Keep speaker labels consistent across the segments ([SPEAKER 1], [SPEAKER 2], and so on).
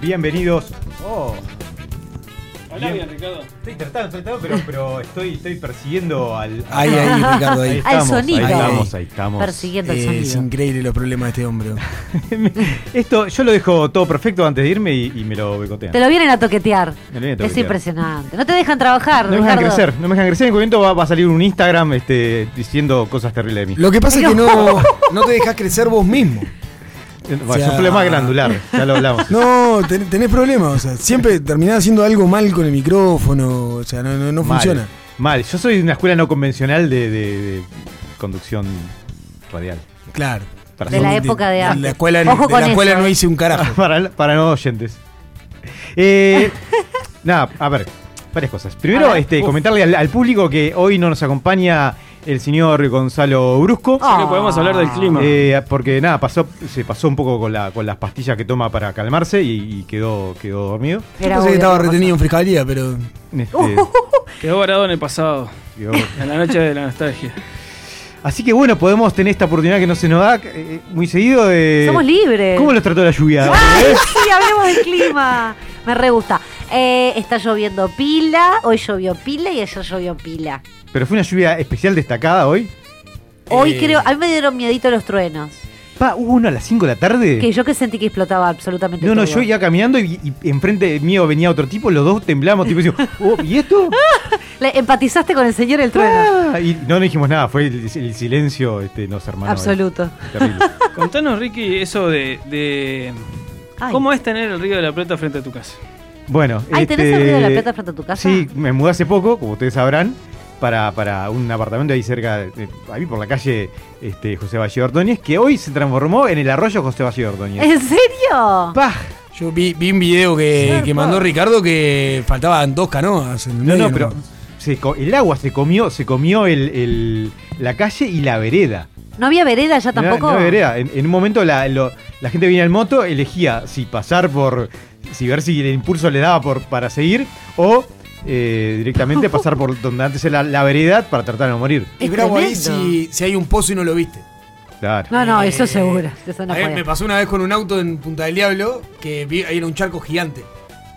[SPEAKER 1] Bienvenidos. Oh,
[SPEAKER 2] Hola,
[SPEAKER 1] Bien.
[SPEAKER 2] bien, Ricardo.
[SPEAKER 1] estoy tratando, estoy tratando, pero, pero estoy, estoy persiguiendo al.
[SPEAKER 3] Ahí, ahí, Ricardo, ahí.
[SPEAKER 4] Al sonido.
[SPEAKER 1] Ahí estamos, ahí estamos.
[SPEAKER 4] Persiguiendo el
[SPEAKER 3] Eh, es
[SPEAKER 4] sonido.
[SPEAKER 3] increíble los problemas de este hombre.
[SPEAKER 1] Esto, yo lo dejo todo perfecto antes de irme y, y me lo boicotean.
[SPEAKER 4] Te lo vienen a toquetear.
[SPEAKER 1] Me lo vienen a
[SPEAKER 4] Es
[SPEAKER 1] toquetear.
[SPEAKER 4] impresionante. No te dejan trabajar,
[SPEAKER 1] No me dejan
[SPEAKER 4] Ricardo.
[SPEAKER 1] crecer, no me dejan crecer. En cualquier momento va, va a salir un Instagram este, diciendo cosas terribles de mí.
[SPEAKER 3] Lo que pasa es que no, no te dejas crecer vos mismo.
[SPEAKER 1] Bueno,
[SPEAKER 3] o
[SPEAKER 1] Es
[SPEAKER 3] sea-
[SPEAKER 1] un problema glandular, ya lo hablamos.
[SPEAKER 3] No, ten- tenés problemas. O sea, siempre terminás haciendo algo mal con el micrófono. O sea, no, no, no
[SPEAKER 1] Mal,
[SPEAKER 3] funciona.
[SPEAKER 1] Mal, yo soy de una escuela no convencional de, de- de conducción radial.
[SPEAKER 3] Claro.
[SPEAKER 1] Para
[SPEAKER 4] De la
[SPEAKER 1] ser-
[SPEAKER 4] época de
[SPEAKER 3] En
[SPEAKER 4] antes.
[SPEAKER 3] la escuela, de
[SPEAKER 4] Ojo con
[SPEAKER 3] la escuela
[SPEAKER 4] eso,
[SPEAKER 3] no
[SPEAKER 4] eh.
[SPEAKER 3] hice un carajo.
[SPEAKER 1] para, para no oyentes. Eh, nada, a ver, varias cosas. Primero,
[SPEAKER 4] A ver.
[SPEAKER 1] este,
[SPEAKER 3] Uf.
[SPEAKER 1] comentarle al, al público que hoy no nos acompaña el señor Gonzalo Brusco.
[SPEAKER 4] Ah.
[SPEAKER 2] Creo que podemos hablar del clima.
[SPEAKER 1] Eh, porque nada, pasó, se pasó un poco con, la, con las pastillas que toma para calmarse y, y quedó, quedó dormido.
[SPEAKER 3] Yo pensé que
[SPEAKER 4] Era obvio
[SPEAKER 3] estaba
[SPEAKER 4] que
[SPEAKER 3] retenido en fiscalía, pero.
[SPEAKER 1] Este,
[SPEAKER 2] Quedó varado en el pasado,
[SPEAKER 1] quedó-
[SPEAKER 2] en la noche de la nostalgia.
[SPEAKER 1] Así que bueno, podemos tener esta oportunidad que no se nos da eh, muy seguido. de-
[SPEAKER 4] Somos libres.
[SPEAKER 1] Eh, ¿Cómo los trató la lluvia?
[SPEAKER 4] ¡Ay, sí! Hablemos del clima. Me re gusta. Eh, está lloviendo pila, hoy llovió pila y ayer llovió pila.
[SPEAKER 1] Pero fue una lluvia especial destacada hoy.
[SPEAKER 4] Hoy
[SPEAKER 3] Eh.
[SPEAKER 4] creo, a mí me dieron miedito los truenos.
[SPEAKER 1] Pa, hubo uno a las 5 de la tarde.
[SPEAKER 4] Que yo que sentí que explotaba absolutamente
[SPEAKER 1] No, no,
[SPEAKER 4] todo.
[SPEAKER 1] yo iba caminando y, y enfrente mío venía otro tipo, los dos temblamos, tipo, decimos, "Oh, ¿y esto?
[SPEAKER 4] Le- empatizaste con el señor del trueno.
[SPEAKER 1] Ah, y no, no dijimos nada, fue el, el silencio, este, nos hermanó.
[SPEAKER 4] Absoluto.
[SPEAKER 1] eh, terrible.
[SPEAKER 2] Contanos, Ricky, eso de. de-
[SPEAKER 4] Ay.
[SPEAKER 2] ¿Cómo es tener el Río de la Plata frente a tu casa?
[SPEAKER 1] Bueno, este,
[SPEAKER 4] Ay, ¿tenés el Río de la Plata frente a tu casa?
[SPEAKER 1] Sí, me mudé hace poco, como ustedes sabrán, para, para un apartamento ahí cerca, de- ahí por la calle este, José Valle Ordóñez, que hoy se transformó en el arroyo José Valle Ordóñez.
[SPEAKER 4] ¿En serio?
[SPEAKER 1] Pah.
[SPEAKER 3] Yo vi, vi un video que, que mandó Ricardo que faltaban dos canoas. en el
[SPEAKER 1] No,
[SPEAKER 3] medio,
[SPEAKER 1] no, pero se co- el agua se comió, se comió el- el- la calle y la vereda.
[SPEAKER 4] ¿No había vereda ya
[SPEAKER 1] No era-
[SPEAKER 4] tampoco?
[SPEAKER 1] no era vereda. En, en un momento la, lo- la gente venía en moto, elegía si pasar por. si ver si el impulso le daba por, para seguir o eh, directamente pasar por donde antes era la, vereda para tratar de no morir.
[SPEAKER 3] Es
[SPEAKER 4] Es
[SPEAKER 3] bravo ahí
[SPEAKER 4] tremendo.
[SPEAKER 3] si, si hay un pozo y no lo viste.
[SPEAKER 1] Claro.
[SPEAKER 4] No, no, eso
[SPEAKER 3] Eh,
[SPEAKER 4] seguro. Eso no
[SPEAKER 3] a mí
[SPEAKER 4] puede.
[SPEAKER 3] me pasó una vez con un auto en Punta del Diablo que vi, ahí era un charco gigante.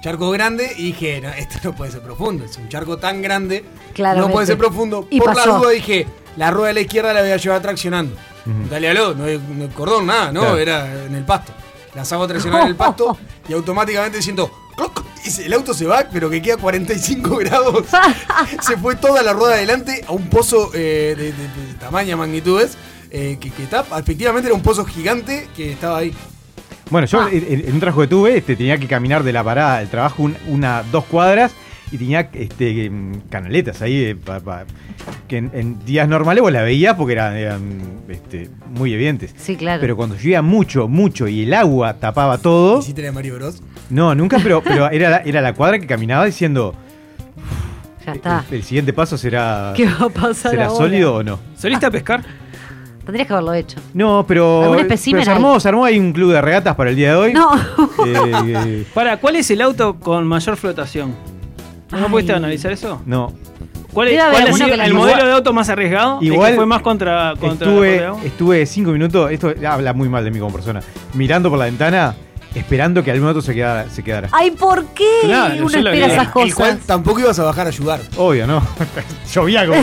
[SPEAKER 3] Charco grande y dije, no, esto no puede ser profundo, es un charco tan grande,
[SPEAKER 4] Claramente.
[SPEAKER 3] no puede ser profundo.
[SPEAKER 4] Y
[SPEAKER 3] Por la
[SPEAKER 4] pasó.
[SPEAKER 3] duda dije, la rueda de la izquierda la voy a llevar traccionando. Punta del Diablo, no hay, no hay cordón, nada, no,
[SPEAKER 1] Claro.
[SPEAKER 3] era en el pasto. Las hago traccionar en el pasto y automáticamente siento, cloc, y se- el auto se va, pero que queda 45 grados. Se fue toda la rueda adelante a un pozo eh, de, de- de tamaña magnitudes. eh, que, que está, efectivamente era un pozo gigante que estaba ahí.
[SPEAKER 1] Bueno,
[SPEAKER 4] Ah.
[SPEAKER 1] yo en, en un trabajo que tuve, este, tenía que caminar de la parada del trabajo un- una, dos cuadras y tenía este, mm, canaletas ahí eh, pa- pa- que en, en días normales vos las veías porque eran, eran, este, muy evidentes.
[SPEAKER 4] Sí, claro.
[SPEAKER 1] Pero cuando llovía mucho, mucho y el agua tapaba todo.
[SPEAKER 3] ¿Hiciste la de Mario Bros?
[SPEAKER 1] No, nunca, pero, pero era, la, era la cuadra que caminaba diciendo
[SPEAKER 4] ya está.
[SPEAKER 1] El, el siguiente paso será.
[SPEAKER 4] Ah. ¿Qué va a pasar
[SPEAKER 1] Ah. ¿Será
[SPEAKER 4] ahora?
[SPEAKER 1] sólido o no?
[SPEAKER 2] ¿Soliste a pescar?
[SPEAKER 4] Tendrías que haberlo hecho.
[SPEAKER 1] No, pero. eh,
[SPEAKER 4] ¿Algún
[SPEAKER 1] pero
[SPEAKER 4] espécimen
[SPEAKER 1] se armó,
[SPEAKER 4] hay?
[SPEAKER 1] se armó ahí un club de regatas para el día de hoy.
[SPEAKER 4] No.
[SPEAKER 1] Eh, eh,
[SPEAKER 2] Para, ¿cuál es el auto con mayor flotación? ¿No
[SPEAKER 4] Ay.
[SPEAKER 2] pudiste analizar eso?
[SPEAKER 1] no.
[SPEAKER 2] ¿Cuál, es,
[SPEAKER 4] Debe haber
[SPEAKER 2] cuál ha
[SPEAKER 4] alguno
[SPEAKER 2] sido
[SPEAKER 4] que la
[SPEAKER 2] el
[SPEAKER 4] hizo.
[SPEAKER 2] modelo de auto más arriesgado? ¿El
[SPEAKER 1] Igual
[SPEAKER 2] que fue más contra, contra la
[SPEAKER 1] estuve,
[SPEAKER 2] correa?
[SPEAKER 1] estuve cinco minutos, esto habla muy mal de mí como persona, mirando por la ventana, esperando que algún otro se quedara. Se quedara.
[SPEAKER 4] Ay, ¿por qué
[SPEAKER 2] Claro,
[SPEAKER 4] uno
[SPEAKER 2] yo lo
[SPEAKER 4] espera
[SPEAKER 2] vi.
[SPEAKER 4] esas
[SPEAKER 3] El cual
[SPEAKER 4] cosas?
[SPEAKER 3] tampoco ibas a bajar a ayudar.
[SPEAKER 1] Obvio, ¿no? Llovía como.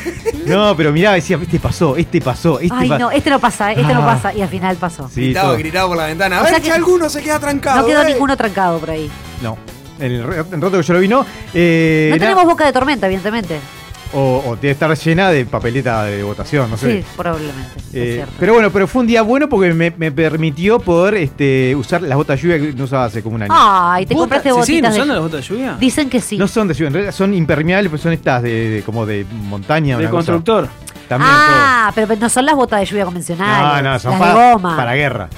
[SPEAKER 1] no, pero miraba y decía, este pasó, este pasó, este
[SPEAKER 4] Ay,
[SPEAKER 1] pasó.
[SPEAKER 4] no, este no pasa, este no
[SPEAKER 1] Ah.
[SPEAKER 4] pasa. Y al final pasó.
[SPEAKER 1] Sí,
[SPEAKER 3] gritaba,
[SPEAKER 1] todo.
[SPEAKER 3] gritaba por la ventana. A
[SPEAKER 4] O
[SPEAKER 3] ver
[SPEAKER 4] sea
[SPEAKER 3] si
[SPEAKER 4] que-
[SPEAKER 3] alguno se queda trancado.
[SPEAKER 4] No quedó
[SPEAKER 3] eh".
[SPEAKER 4] ninguno trancado por ahí.
[SPEAKER 1] No. En el re- en el rato que yo lo vi, no. Eh,
[SPEAKER 4] No
[SPEAKER 1] na-
[SPEAKER 4] tenemos boca de tormenta, evidentemente.
[SPEAKER 1] O, o tiene que estar llena de papeleta de votación, no sé.
[SPEAKER 4] Sí, probablemente. es
[SPEAKER 1] Eh,
[SPEAKER 4] cierto.
[SPEAKER 1] pero bueno, pero fue un día bueno porque me, me permitió poder este, usar las botas de lluvia que no usaba hace como un
[SPEAKER 4] Ah,
[SPEAKER 1] año.
[SPEAKER 4] Ay, te
[SPEAKER 2] ¿Se
[SPEAKER 4] compraste
[SPEAKER 2] siguen
[SPEAKER 4] botitas de...
[SPEAKER 2] usando las botas de lluvia?
[SPEAKER 4] Dicen que sí.
[SPEAKER 1] No son de lluvia, en realidad son impermeables, pues son estas de, de- como de montaña.
[SPEAKER 2] Del
[SPEAKER 1] una cosa.
[SPEAKER 2] constructor.
[SPEAKER 1] También
[SPEAKER 4] ah, pero no son las botas de lluvia
[SPEAKER 1] todo.
[SPEAKER 4] convencionales.
[SPEAKER 1] No, no, son
[SPEAKER 4] las
[SPEAKER 1] para,
[SPEAKER 4] de goma.
[SPEAKER 1] para guerra.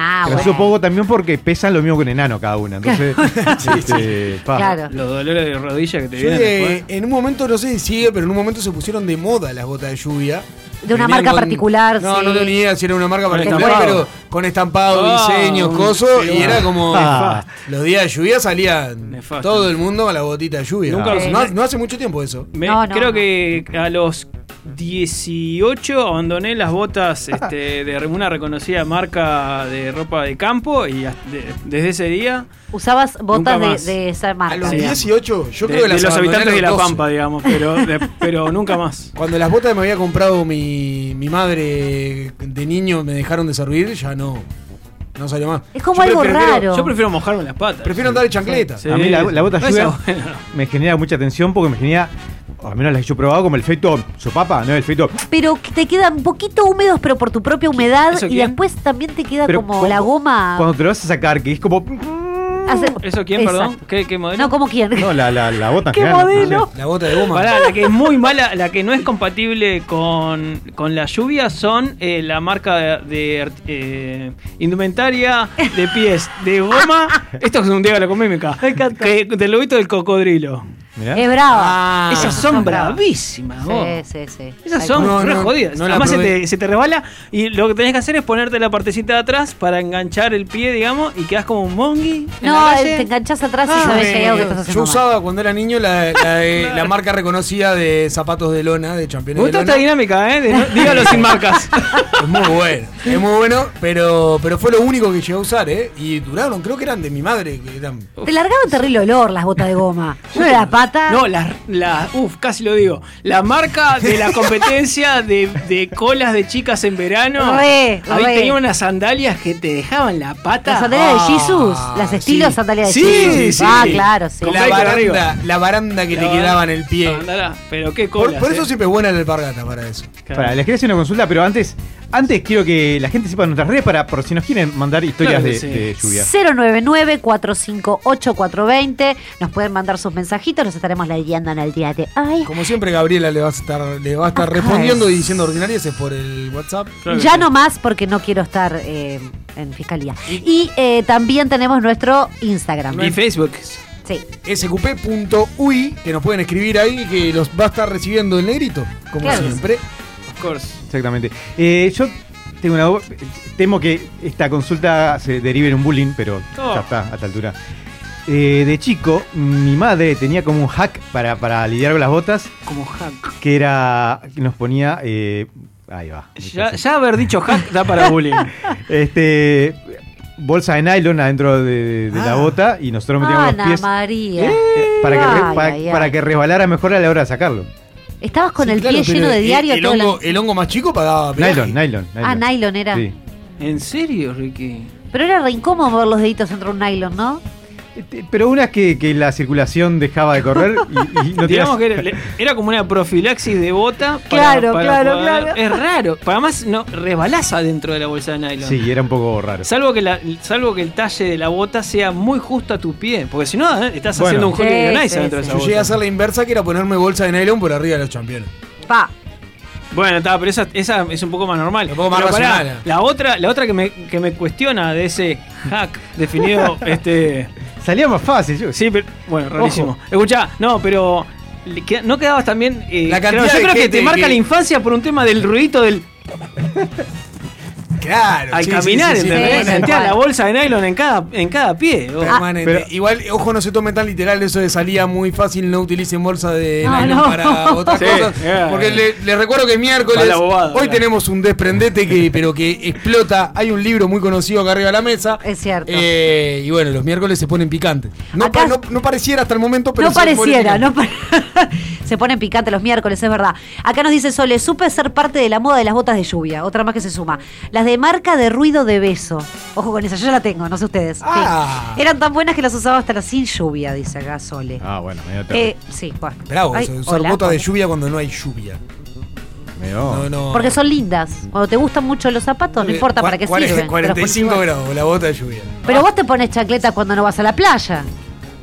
[SPEAKER 4] ah,
[SPEAKER 1] Pero
[SPEAKER 4] bueno.
[SPEAKER 1] uso poco también porque pesan lo mismo que un enano cada una. Entonces, este, pa.
[SPEAKER 4] Claro.
[SPEAKER 2] Los dolores de rodilla que te
[SPEAKER 3] Yo,
[SPEAKER 2] vienen
[SPEAKER 3] eh,
[SPEAKER 2] después.
[SPEAKER 3] en un momento, no sé si sigue, pero en un momento se pusieron de moda las botas de lluvia.
[SPEAKER 4] De una
[SPEAKER 3] Venían
[SPEAKER 4] marca particular,
[SPEAKER 3] No,
[SPEAKER 4] sí.
[SPEAKER 3] no tengo ni idea si era una marca
[SPEAKER 2] Con
[SPEAKER 3] particular,
[SPEAKER 2] estampado.
[SPEAKER 3] pero con estampado,
[SPEAKER 2] Ah,
[SPEAKER 3] diseños,
[SPEAKER 2] un-
[SPEAKER 3] coso.
[SPEAKER 2] sí,
[SPEAKER 3] y era
[SPEAKER 2] ah.
[SPEAKER 3] como.
[SPEAKER 1] Ah.
[SPEAKER 3] Los días de lluvia salían
[SPEAKER 2] Nefasto.
[SPEAKER 3] todo el mundo con la botita de lluvia.
[SPEAKER 2] Nunca
[SPEAKER 4] lo
[SPEAKER 3] no, no hace mucho tiempo eso.
[SPEAKER 2] Me-
[SPEAKER 4] No, no,
[SPEAKER 2] creo
[SPEAKER 4] no.
[SPEAKER 2] que a los 18 abandoné las botas este, de una reconocida marca de ropa de campo y hasta- de- desde ese día
[SPEAKER 4] Usabas botas
[SPEAKER 2] más.
[SPEAKER 4] de, de esa marca.
[SPEAKER 3] A los
[SPEAKER 2] Sí.
[SPEAKER 4] digamos.
[SPEAKER 3] 18, yo
[SPEAKER 2] de,
[SPEAKER 3] creo que
[SPEAKER 2] de
[SPEAKER 3] las
[SPEAKER 2] los
[SPEAKER 3] abandoné a
[SPEAKER 2] habitantes de
[SPEAKER 3] los
[SPEAKER 2] La
[SPEAKER 3] 12.
[SPEAKER 2] Pampa, digamos, pero, de- pero nunca más.
[SPEAKER 3] Cuando las botas me había comprado mi, mi madre de niño me dejaron de servir, ya no. No salió más.
[SPEAKER 4] Es como algo
[SPEAKER 3] prefiero-
[SPEAKER 4] raro.
[SPEAKER 2] Yo prefiero mojarme las patas.
[SPEAKER 3] Prefiero andar en chancleta.
[SPEAKER 2] Sí.
[SPEAKER 1] A mí la, la bota
[SPEAKER 2] No es
[SPEAKER 1] lluvia
[SPEAKER 2] abuelo.
[SPEAKER 1] me genera mucha tensión porque me genera, o al menos las que yo he probado, como el efecto sopapa, ¿no? El efecto.
[SPEAKER 4] Pero que te quedan un poquito húmedos, pero por tu propia humedad.
[SPEAKER 2] ¿Eso
[SPEAKER 4] Y
[SPEAKER 2] qué?
[SPEAKER 4] después también te queda
[SPEAKER 1] Pero
[SPEAKER 4] como
[SPEAKER 1] cu-
[SPEAKER 4] la goma.
[SPEAKER 1] Cuando te lo vas a sacar, que es como.
[SPEAKER 4] Hace-
[SPEAKER 2] ¿Eso quién, perdón?
[SPEAKER 4] Exacto.
[SPEAKER 2] ¿Qué, qué modelo?
[SPEAKER 4] No, como quién.
[SPEAKER 1] No, la, la, la bota en
[SPEAKER 4] ¡Qué
[SPEAKER 1] general, no sé.
[SPEAKER 4] modelo!
[SPEAKER 3] La bota de goma.
[SPEAKER 2] Pará, la que es muy mala, la que no es compatible con, con la lluvia son eh, la marca de, de, eh, indumentaria de pies, de goma. Esto es un día de la comémica. Me encanta. del lobito del cocodrilo. Eh,
[SPEAKER 1] Mirá.
[SPEAKER 4] Es brava.
[SPEAKER 2] Esas son
[SPEAKER 4] brava.
[SPEAKER 2] bravísimas, vos.
[SPEAKER 4] Sí, sí, sí.
[SPEAKER 2] Esas
[SPEAKER 4] Ay,
[SPEAKER 2] son
[SPEAKER 3] No,
[SPEAKER 2] re
[SPEAKER 3] no,
[SPEAKER 2] jodidas.
[SPEAKER 3] no la
[SPEAKER 2] Además este, se
[SPEAKER 3] probé.
[SPEAKER 2] te, se te resbala y lo que tenés que hacer es ponerte la partecita de atrás para enganchar el pie, digamos, y quedás como un mongi. en
[SPEAKER 4] No,
[SPEAKER 2] la
[SPEAKER 4] eh,
[SPEAKER 2] calle.
[SPEAKER 4] te enganchás atrás y
[SPEAKER 2] Ah,
[SPEAKER 4] sabés
[SPEAKER 2] me-
[SPEAKER 4] que hay algo que estás haciendo.
[SPEAKER 3] Yo
[SPEAKER 4] mal.
[SPEAKER 3] usaba cuando era niño la, la de- la marca reconocida de zapatos de lona, de
[SPEAKER 2] Me
[SPEAKER 3] campeones de
[SPEAKER 2] gusta esta
[SPEAKER 3] lona.
[SPEAKER 2] dinámica, ¿eh? De no- dígalo sin marcas.
[SPEAKER 3] Es muy bueno, es muy bueno, pero, pero fue lo único que llegué a usar, ¿eh? Y duraron, creo que eran de mi madre, que eran...
[SPEAKER 4] Te largaban terrible olor las botas de goma. Yo de la pata.
[SPEAKER 2] No, la, la- uf, casi lo digo. La marca de la competencia de, de colas de chicas en verano.
[SPEAKER 4] Re,
[SPEAKER 2] Ahí
[SPEAKER 4] re.
[SPEAKER 2] tenía unas sandalias que te dejaban la pata.
[SPEAKER 4] Las sandalias
[SPEAKER 3] Ah,
[SPEAKER 4] de Jesus, las estilos
[SPEAKER 3] sí.
[SPEAKER 4] sandalias de
[SPEAKER 2] Sí,
[SPEAKER 4] Jesus.
[SPEAKER 2] sí.
[SPEAKER 4] Ah, claro, sí.
[SPEAKER 2] Con
[SPEAKER 3] La
[SPEAKER 2] Blake
[SPEAKER 3] baranda,
[SPEAKER 2] arriba.
[SPEAKER 3] la baranda que te
[SPEAKER 2] La-
[SPEAKER 3] quedaba en el pie.
[SPEAKER 2] Sandala, Pero qué colas.
[SPEAKER 3] Por, por eso
[SPEAKER 2] eh.
[SPEAKER 3] siempre es buena la alpargata para eso.
[SPEAKER 2] Claro.
[SPEAKER 1] Pará, les quería hacer una consulta, pero antes, antes quiero que la gente sepa nuestras redes para por si nos quieren mandar historias
[SPEAKER 2] Claro que
[SPEAKER 1] de,
[SPEAKER 2] sí.
[SPEAKER 1] de Eh, lluvia.
[SPEAKER 4] 099-458-420. Nos pueden mandar sus mensajitos, los estaremos leyendo en el día de hoy.
[SPEAKER 3] Como siempre, Gabriela le va a estar, le va a estar
[SPEAKER 4] Acá
[SPEAKER 3] respondiendo
[SPEAKER 4] es.
[SPEAKER 3] y diciendo ordinarias por el WhatsApp.
[SPEAKER 2] Claro que
[SPEAKER 4] ya
[SPEAKER 2] sí.
[SPEAKER 4] no más porque no quiero estar eh, en fiscalía. Y eh, también tenemos nuestro Instagram.
[SPEAKER 2] Y Facebook.
[SPEAKER 4] Sí.
[SPEAKER 3] sqp.ui, que nos pueden escribir ahí, que los va a estar recibiendo el negrito, como
[SPEAKER 4] Claro.
[SPEAKER 3] siempre.
[SPEAKER 2] Of course.
[SPEAKER 1] Exactamente. Eh, yo tengo una duda, temo que esta consulta se derive en un bullying, pero
[SPEAKER 2] Oh.
[SPEAKER 1] ya está a esta altura. Eh, de chico, mi madre tenía como un hack para, para lidiar con las botas,
[SPEAKER 2] Como hack.
[SPEAKER 1] que era que nos ponía... eh, ahí va.
[SPEAKER 2] Ya, ya haber dicho hack da para bullying.
[SPEAKER 1] Este, bolsa de nylon adentro de, de la
[SPEAKER 3] Ah.
[SPEAKER 1] bota y nosotros metíamos
[SPEAKER 4] Ana
[SPEAKER 1] los pies
[SPEAKER 4] María.
[SPEAKER 1] eh, para, que, re-
[SPEAKER 4] Ah, Ay,
[SPEAKER 1] para-
[SPEAKER 4] ay,
[SPEAKER 1] para
[SPEAKER 4] ay.
[SPEAKER 1] que resbalara mejor a la hora de sacarlo.
[SPEAKER 4] Estabas con
[SPEAKER 3] Sí,
[SPEAKER 4] el
[SPEAKER 3] claro,
[SPEAKER 4] pie
[SPEAKER 3] pero
[SPEAKER 4] lleno de
[SPEAKER 3] el-
[SPEAKER 4] diario.
[SPEAKER 3] El,
[SPEAKER 4] todo el-
[SPEAKER 3] hongo, el hongo más chico pagaba peaje.
[SPEAKER 1] Nylon, nylon,
[SPEAKER 4] Ah, nylon era.
[SPEAKER 1] Sí.
[SPEAKER 2] ¿En serio, Ricky?
[SPEAKER 4] Pero era re incómodo mover los deditos entre un nylon, ¿no?
[SPEAKER 1] Este, Pero una es que, que la circulación dejaba de correr y, y no tenías-
[SPEAKER 2] Digamos que era, le- era como una profilaxis de bota. para-
[SPEAKER 4] Claro,
[SPEAKER 2] para
[SPEAKER 4] claro,
[SPEAKER 2] poder-
[SPEAKER 4] claro.
[SPEAKER 2] Es raro. Para Además, no, resbalás adentro de la bolsa de nylon.
[SPEAKER 1] Sí, era un poco raro.
[SPEAKER 2] Salvo que, la- salvo que el talle de la bota sea muy justo a tu pie. Porque si no, eh, estás
[SPEAKER 1] Bueno.
[SPEAKER 2] haciendo un Julio
[SPEAKER 4] Sí,
[SPEAKER 2] Iglesias
[SPEAKER 4] sí,
[SPEAKER 2] dentro
[SPEAKER 4] sí.
[SPEAKER 2] de
[SPEAKER 3] Yo
[SPEAKER 2] esa
[SPEAKER 3] llegué a
[SPEAKER 2] bota.
[SPEAKER 3] hacer la inversa, que era ponerme bolsa de nylon por arriba de los campeones.
[SPEAKER 4] Pa.
[SPEAKER 2] Bueno, está, pero esa, esa es un poco más normal.
[SPEAKER 3] Un poco más
[SPEAKER 2] Pero pará,
[SPEAKER 3] racional.
[SPEAKER 2] la otra, la otra que, me, que me cuestiona de ese hack definido. este
[SPEAKER 1] Salía más fácil. Yo,
[SPEAKER 2] Sí, pero. Bueno, rarísimo. Escuchá, no, pero. le queda- ¿No quedabas también.? eh,
[SPEAKER 3] La
[SPEAKER 2] creo-
[SPEAKER 3] cantidad
[SPEAKER 2] yo
[SPEAKER 3] de
[SPEAKER 2] creo que
[SPEAKER 3] gente
[SPEAKER 2] te marca
[SPEAKER 3] que-
[SPEAKER 2] la infancia por un tema del ruidito del.
[SPEAKER 3] Claro.
[SPEAKER 2] Al
[SPEAKER 3] sí, sí,
[SPEAKER 2] caminar,
[SPEAKER 3] sí, sí,
[SPEAKER 2] ¿entendés?
[SPEAKER 4] sí,
[SPEAKER 3] permanente.
[SPEAKER 2] Sentías
[SPEAKER 4] sí.
[SPEAKER 2] la bolsa de nylon en cada, en cada pie. vos. Ah.
[SPEAKER 3] Permanente.
[SPEAKER 1] pero-
[SPEAKER 3] Igual, ojo, no se tomen tan literal eso de salía muy fácil, no utilicen bolsa de
[SPEAKER 4] No,
[SPEAKER 3] nylon
[SPEAKER 4] no.
[SPEAKER 3] para otras
[SPEAKER 2] Sí,
[SPEAKER 3] cosas.
[SPEAKER 1] eh.
[SPEAKER 2] yeah.
[SPEAKER 3] Porque le- les recuerdo que el miércoles,
[SPEAKER 2] Para la bobada,
[SPEAKER 3] hoy
[SPEAKER 2] claro.
[SPEAKER 3] tenemos un desprendete que, pero que explota. Hay un libro muy conocido acá arriba de la mesa.
[SPEAKER 4] Es cierto.
[SPEAKER 3] Eh, y bueno, los miércoles se ponen picantes. No,
[SPEAKER 4] Acá-
[SPEAKER 3] pa- no- no pareciera hasta el momento, pero
[SPEAKER 4] no
[SPEAKER 3] se ponen
[SPEAKER 4] pareciera,
[SPEAKER 3] picantes.
[SPEAKER 4] no pa- Se ponen picantes los miércoles, es verdad. Acá nos dice Sole, supe ser parte de la moda de las botas de lluvia. Otra más que se suma. Las de marca de ruido de beso. Ojo con esa, yo la tengo, no sé ustedes. Sí.
[SPEAKER 3] Ah.
[SPEAKER 4] Eran tan buenas que las usaba hasta las sin lluvia, dice acá Sole.
[SPEAKER 1] Ah, bueno, medio
[SPEAKER 4] Eh, sí, bueno.
[SPEAKER 3] Bravo,
[SPEAKER 4] Ay,
[SPEAKER 3] eso de usar
[SPEAKER 4] hola,
[SPEAKER 3] botas de
[SPEAKER 4] hola.
[SPEAKER 3] lluvia cuando no hay lluvia. No, no. Eh,
[SPEAKER 4] Porque son lindas. Cuando te gustan mucho los zapatos, no importa
[SPEAKER 3] Cua-
[SPEAKER 4] para qué
[SPEAKER 3] cuarenta-
[SPEAKER 4] sirven. pero después
[SPEAKER 3] 45
[SPEAKER 4] igual.
[SPEAKER 3] grados, la bota de lluvia.
[SPEAKER 4] Pero vos te pones chancletas cuando no vas a la playa.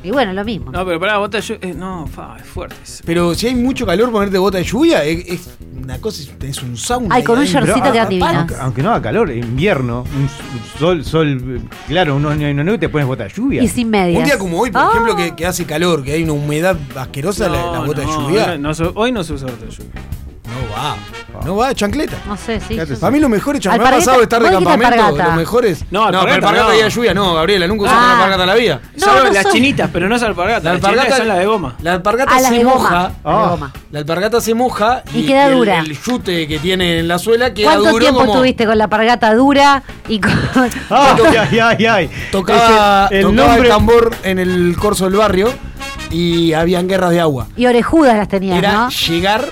[SPEAKER 4] Y bueno, lo mismo.
[SPEAKER 2] No, pero pará, bota yo. eh, no, fa, es fuerte. eso.
[SPEAKER 3] Pero si hay mucho calor, ponerte bota de lluvia es, es una cosa, es- tenés un sauna.
[SPEAKER 4] Ay, con un
[SPEAKER 3] ahí,
[SPEAKER 4] shortcito
[SPEAKER 3] pero-
[SPEAKER 4] queda
[SPEAKER 3] ah,
[SPEAKER 4] divino.
[SPEAKER 3] ah,
[SPEAKER 1] aunque, aunque no haga calor, invierno, un, s- un sol, sol, eh, claro, uno no, no, te pones bota de lluvia.
[SPEAKER 4] Y sin medias.
[SPEAKER 3] Un día como hoy, por
[SPEAKER 4] Ah.
[SPEAKER 3] ejemplo, que, que hace calor, que hay una humedad asquerosa, la, la
[SPEAKER 2] No,
[SPEAKER 3] bota de
[SPEAKER 2] no,
[SPEAKER 3] lluvia.
[SPEAKER 2] no, no se- hoy no se usa bota de lluvia.
[SPEAKER 3] No va. No va de chancleta.
[SPEAKER 4] No sé, sí.
[SPEAKER 1] Fíjate,
[SPEAKER 4] yo-
[SPEAKER 3] Para mí lo mejor es chancleta. Me ha
[SPEAKER 4] Alpargata.
[SPEAKER 3] pasado estar de
[SPEAKER 4] Vos dijiste
[SPEAKER 3] campamento.
[SPEAKER 4] alpargata.
[SPEAKER 3] Lo mejor es.
[SPEAKER 2] No,
[SPEAKER 3] pero
[SPEAKER 2] alpargata
[SPEAKER 3] alpargata
[SPEAKER 2] no.
[SPEAKER 3] y lluvia no, Gabriela. Nunca usaste
[SPEAKER 4] Ah.
[SPEAKER 3] una alpargata en la vida.
[SPEAKER 4] No,
[SPEAKER 2] Salvo
[SPEAKER 4] no
[SPEAKER 2] las
[SPEAKER 4] soy-
[SPEAKER 2] chinitas, pero no es alpargata.
[SPEAKER 3] La
[SPEAKER 2] Las chinitas
[SPEAKER 3] alpargata
[SPEAKER 2] son las de goma.
[SPEAKER 3] La alpargata
[SPEAKER 4] A Ah, las
[SPEAKER 3] se
[SPEAKER 4] de
[SPEAKER 3] moja.
[SPEAKER 4] goma. a las de
[SPEAKER 1] Ah.
[SPEAKER 4] goma.
[SPEAKER 3] La alpargata se moja
[SPEAKER 4] Y queda
[SPEAKER 3] el-
[SPEAKER 4] dura.
[SPEAKER 3] El, yute que tiene en la suela queda
[SPEAKER 4] ¿Cuánto
[SPEAKER 3] duro
[SPEAKER 4] tiempo
[SPEAKER 3] como
[SPEAKER 4] estuviste con la pargata dura y con.
[SPEAKER 1] ¡Ay, Ah, ay, ay! ay.
[SPEAKER 3] Tocaba,
[SPEAKER 1] Ese- el
[SPEAKER 3] tocaba el
[SPEAKER 1] nombre.
[SPEAKER 3] tambor en el corso del barrio y habían guerras de agua.
[SPEAKER 4] y orejudas las tenías,
[SPEAKER 3] Era
[SPEAKER 4] ¿no?
[SPEAKER 3] llegar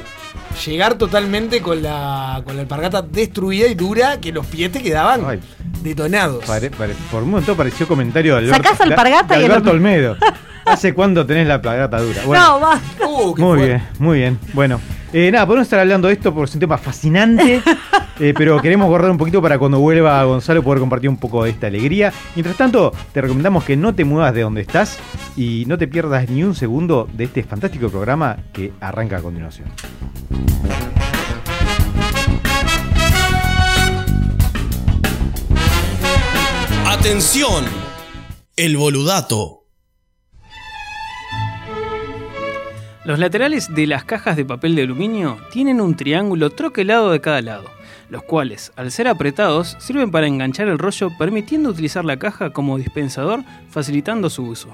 [SPEAKER 3] llegar totalmente con la con la alpargata destruida y dura que los pies te quedaban
[SPEAKER 1] Ay.
[SPEAKER 3] detonados.
[SPEAKER 1] Pare- pare- por un momento pareció comentario de Alberto.
[SPEAKER 4] Sacás alpargata
[SPEAKER 1] de- de
[SPEAKER 4] y el-
[SPEAKER 1] Alberto Olmedo. ¿Hace cuándo tenés la alpargata dura?
[SPEAKER 4] No, va.
[SPEAKER 3] Uh, qué
[SPEAKER 1] Muy
[SPEAKER 3] fuerte.
[SPEAKER 1] bien, muy bien. Bueno, eh, nada, podemos estar hablando de esto porque es un tema fascinante, eh, pero queremos guardar un poquito para cuando vuelva Gonzalo poder compartir un poco de esta alegría. Mientras tanto, te recomendamos que no te muevas de donde estás y no te pierdas ni un segundo de este fantástico programa que arranca a continuación.
[SPEAKER 5] Atención, el boludato.
[SPEAKER 2] Los laterales de las cajas de papel de aluminio tienen un triángulo troquelado de cada lado, los cuales, al ser apretados, sirven para enganchar el rollo permitiendo utilizar la caja como dispensador, facilitando su uso.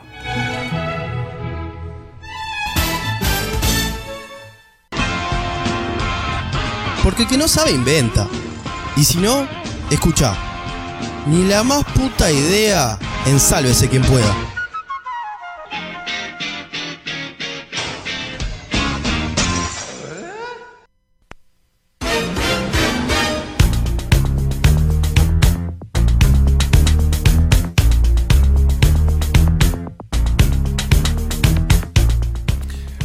[SPEAKER 5] Porque el que no sabe inventa. Y si no, escucha. Ni la más puta idea, ensálvese quien pueda.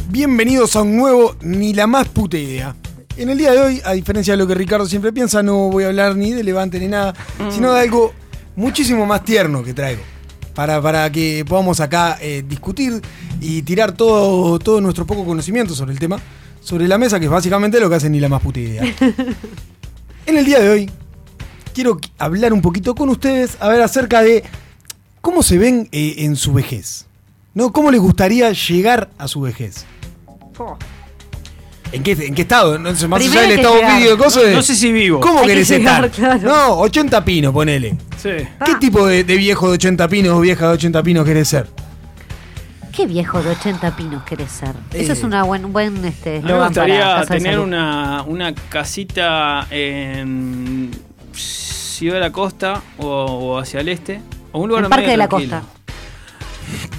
[SPEAKER 3] Bienvenidos a un nuevo Ni la más puta idea. En el día de hoy, a diferencia de lo que Ricardo siempre piensa, no voy a hablar ni de Levante ni nada, sino de algo muchísimo más tierno que traigo. Para, para que podamos acá eh, discutir y tirar todo, todo nuestro poco conocimiento sobre el tema, sobre la mesa, que es básicamente lo que hace Ni la más puta idea. en el día de hoy, quiero qu- hablar un poquito con ustedes, a ver, acerca de cómo se ven eh, en su vejez. ¿No? ¿Cómo les gustaría llegar a su vejez? ¿En qué, en qué estado? No sé, más
[SPEAKER 4] Primero
[SPEAKER 3] allá del
[SPEAKER 4] hay que
[SPEAKER 3] estado
[SPEAKER 4] llegar.
[SPEAKER 3] físico de cosas. de-
[SPEAKER 2] No sé si vivo.
[SPEAKER 3] ¿Cómo
[SPEAKER 4] Hay que
[SPEAKER 3] querés
[SPEAKER 4] llegar,
[SPEAKER 3] estar?
[SPEAKER 4] claro.
[SPEAKER 3] No, 80 pinos, ponele.
[SPEAKER 2] Sí.
[SPEAKER 4] Ah.
[SPEAKER 3] ¿Qué tipo de, de viejo de 80 pinos o vieja de 80 pinos querés ser?
[SPEAKER 4] Qué viejo de 80 pinos querés ser.
[SPEAKER 3] Eh.
[SPEAKER 4] Eso es una buen, buen este,
[SPEAKER 2] Me
[SPEAKER 4] eslogan para
[SPEAKER 2] gustaría
[SPEAKER 4] Casa de
[SPEAKER 2] tener
[SPEAKER 4] Salud.
[SPEAKER 2] una, una casita en Ciudad de la Costa o, o hacia el este. O un lugar
[SPEAKER 4] En Parque
[SPEAKER 2] medio
[SPEAKER 4] de la
[SPEAKER 2] tranquilo.
[SPEAKER 4] Costa.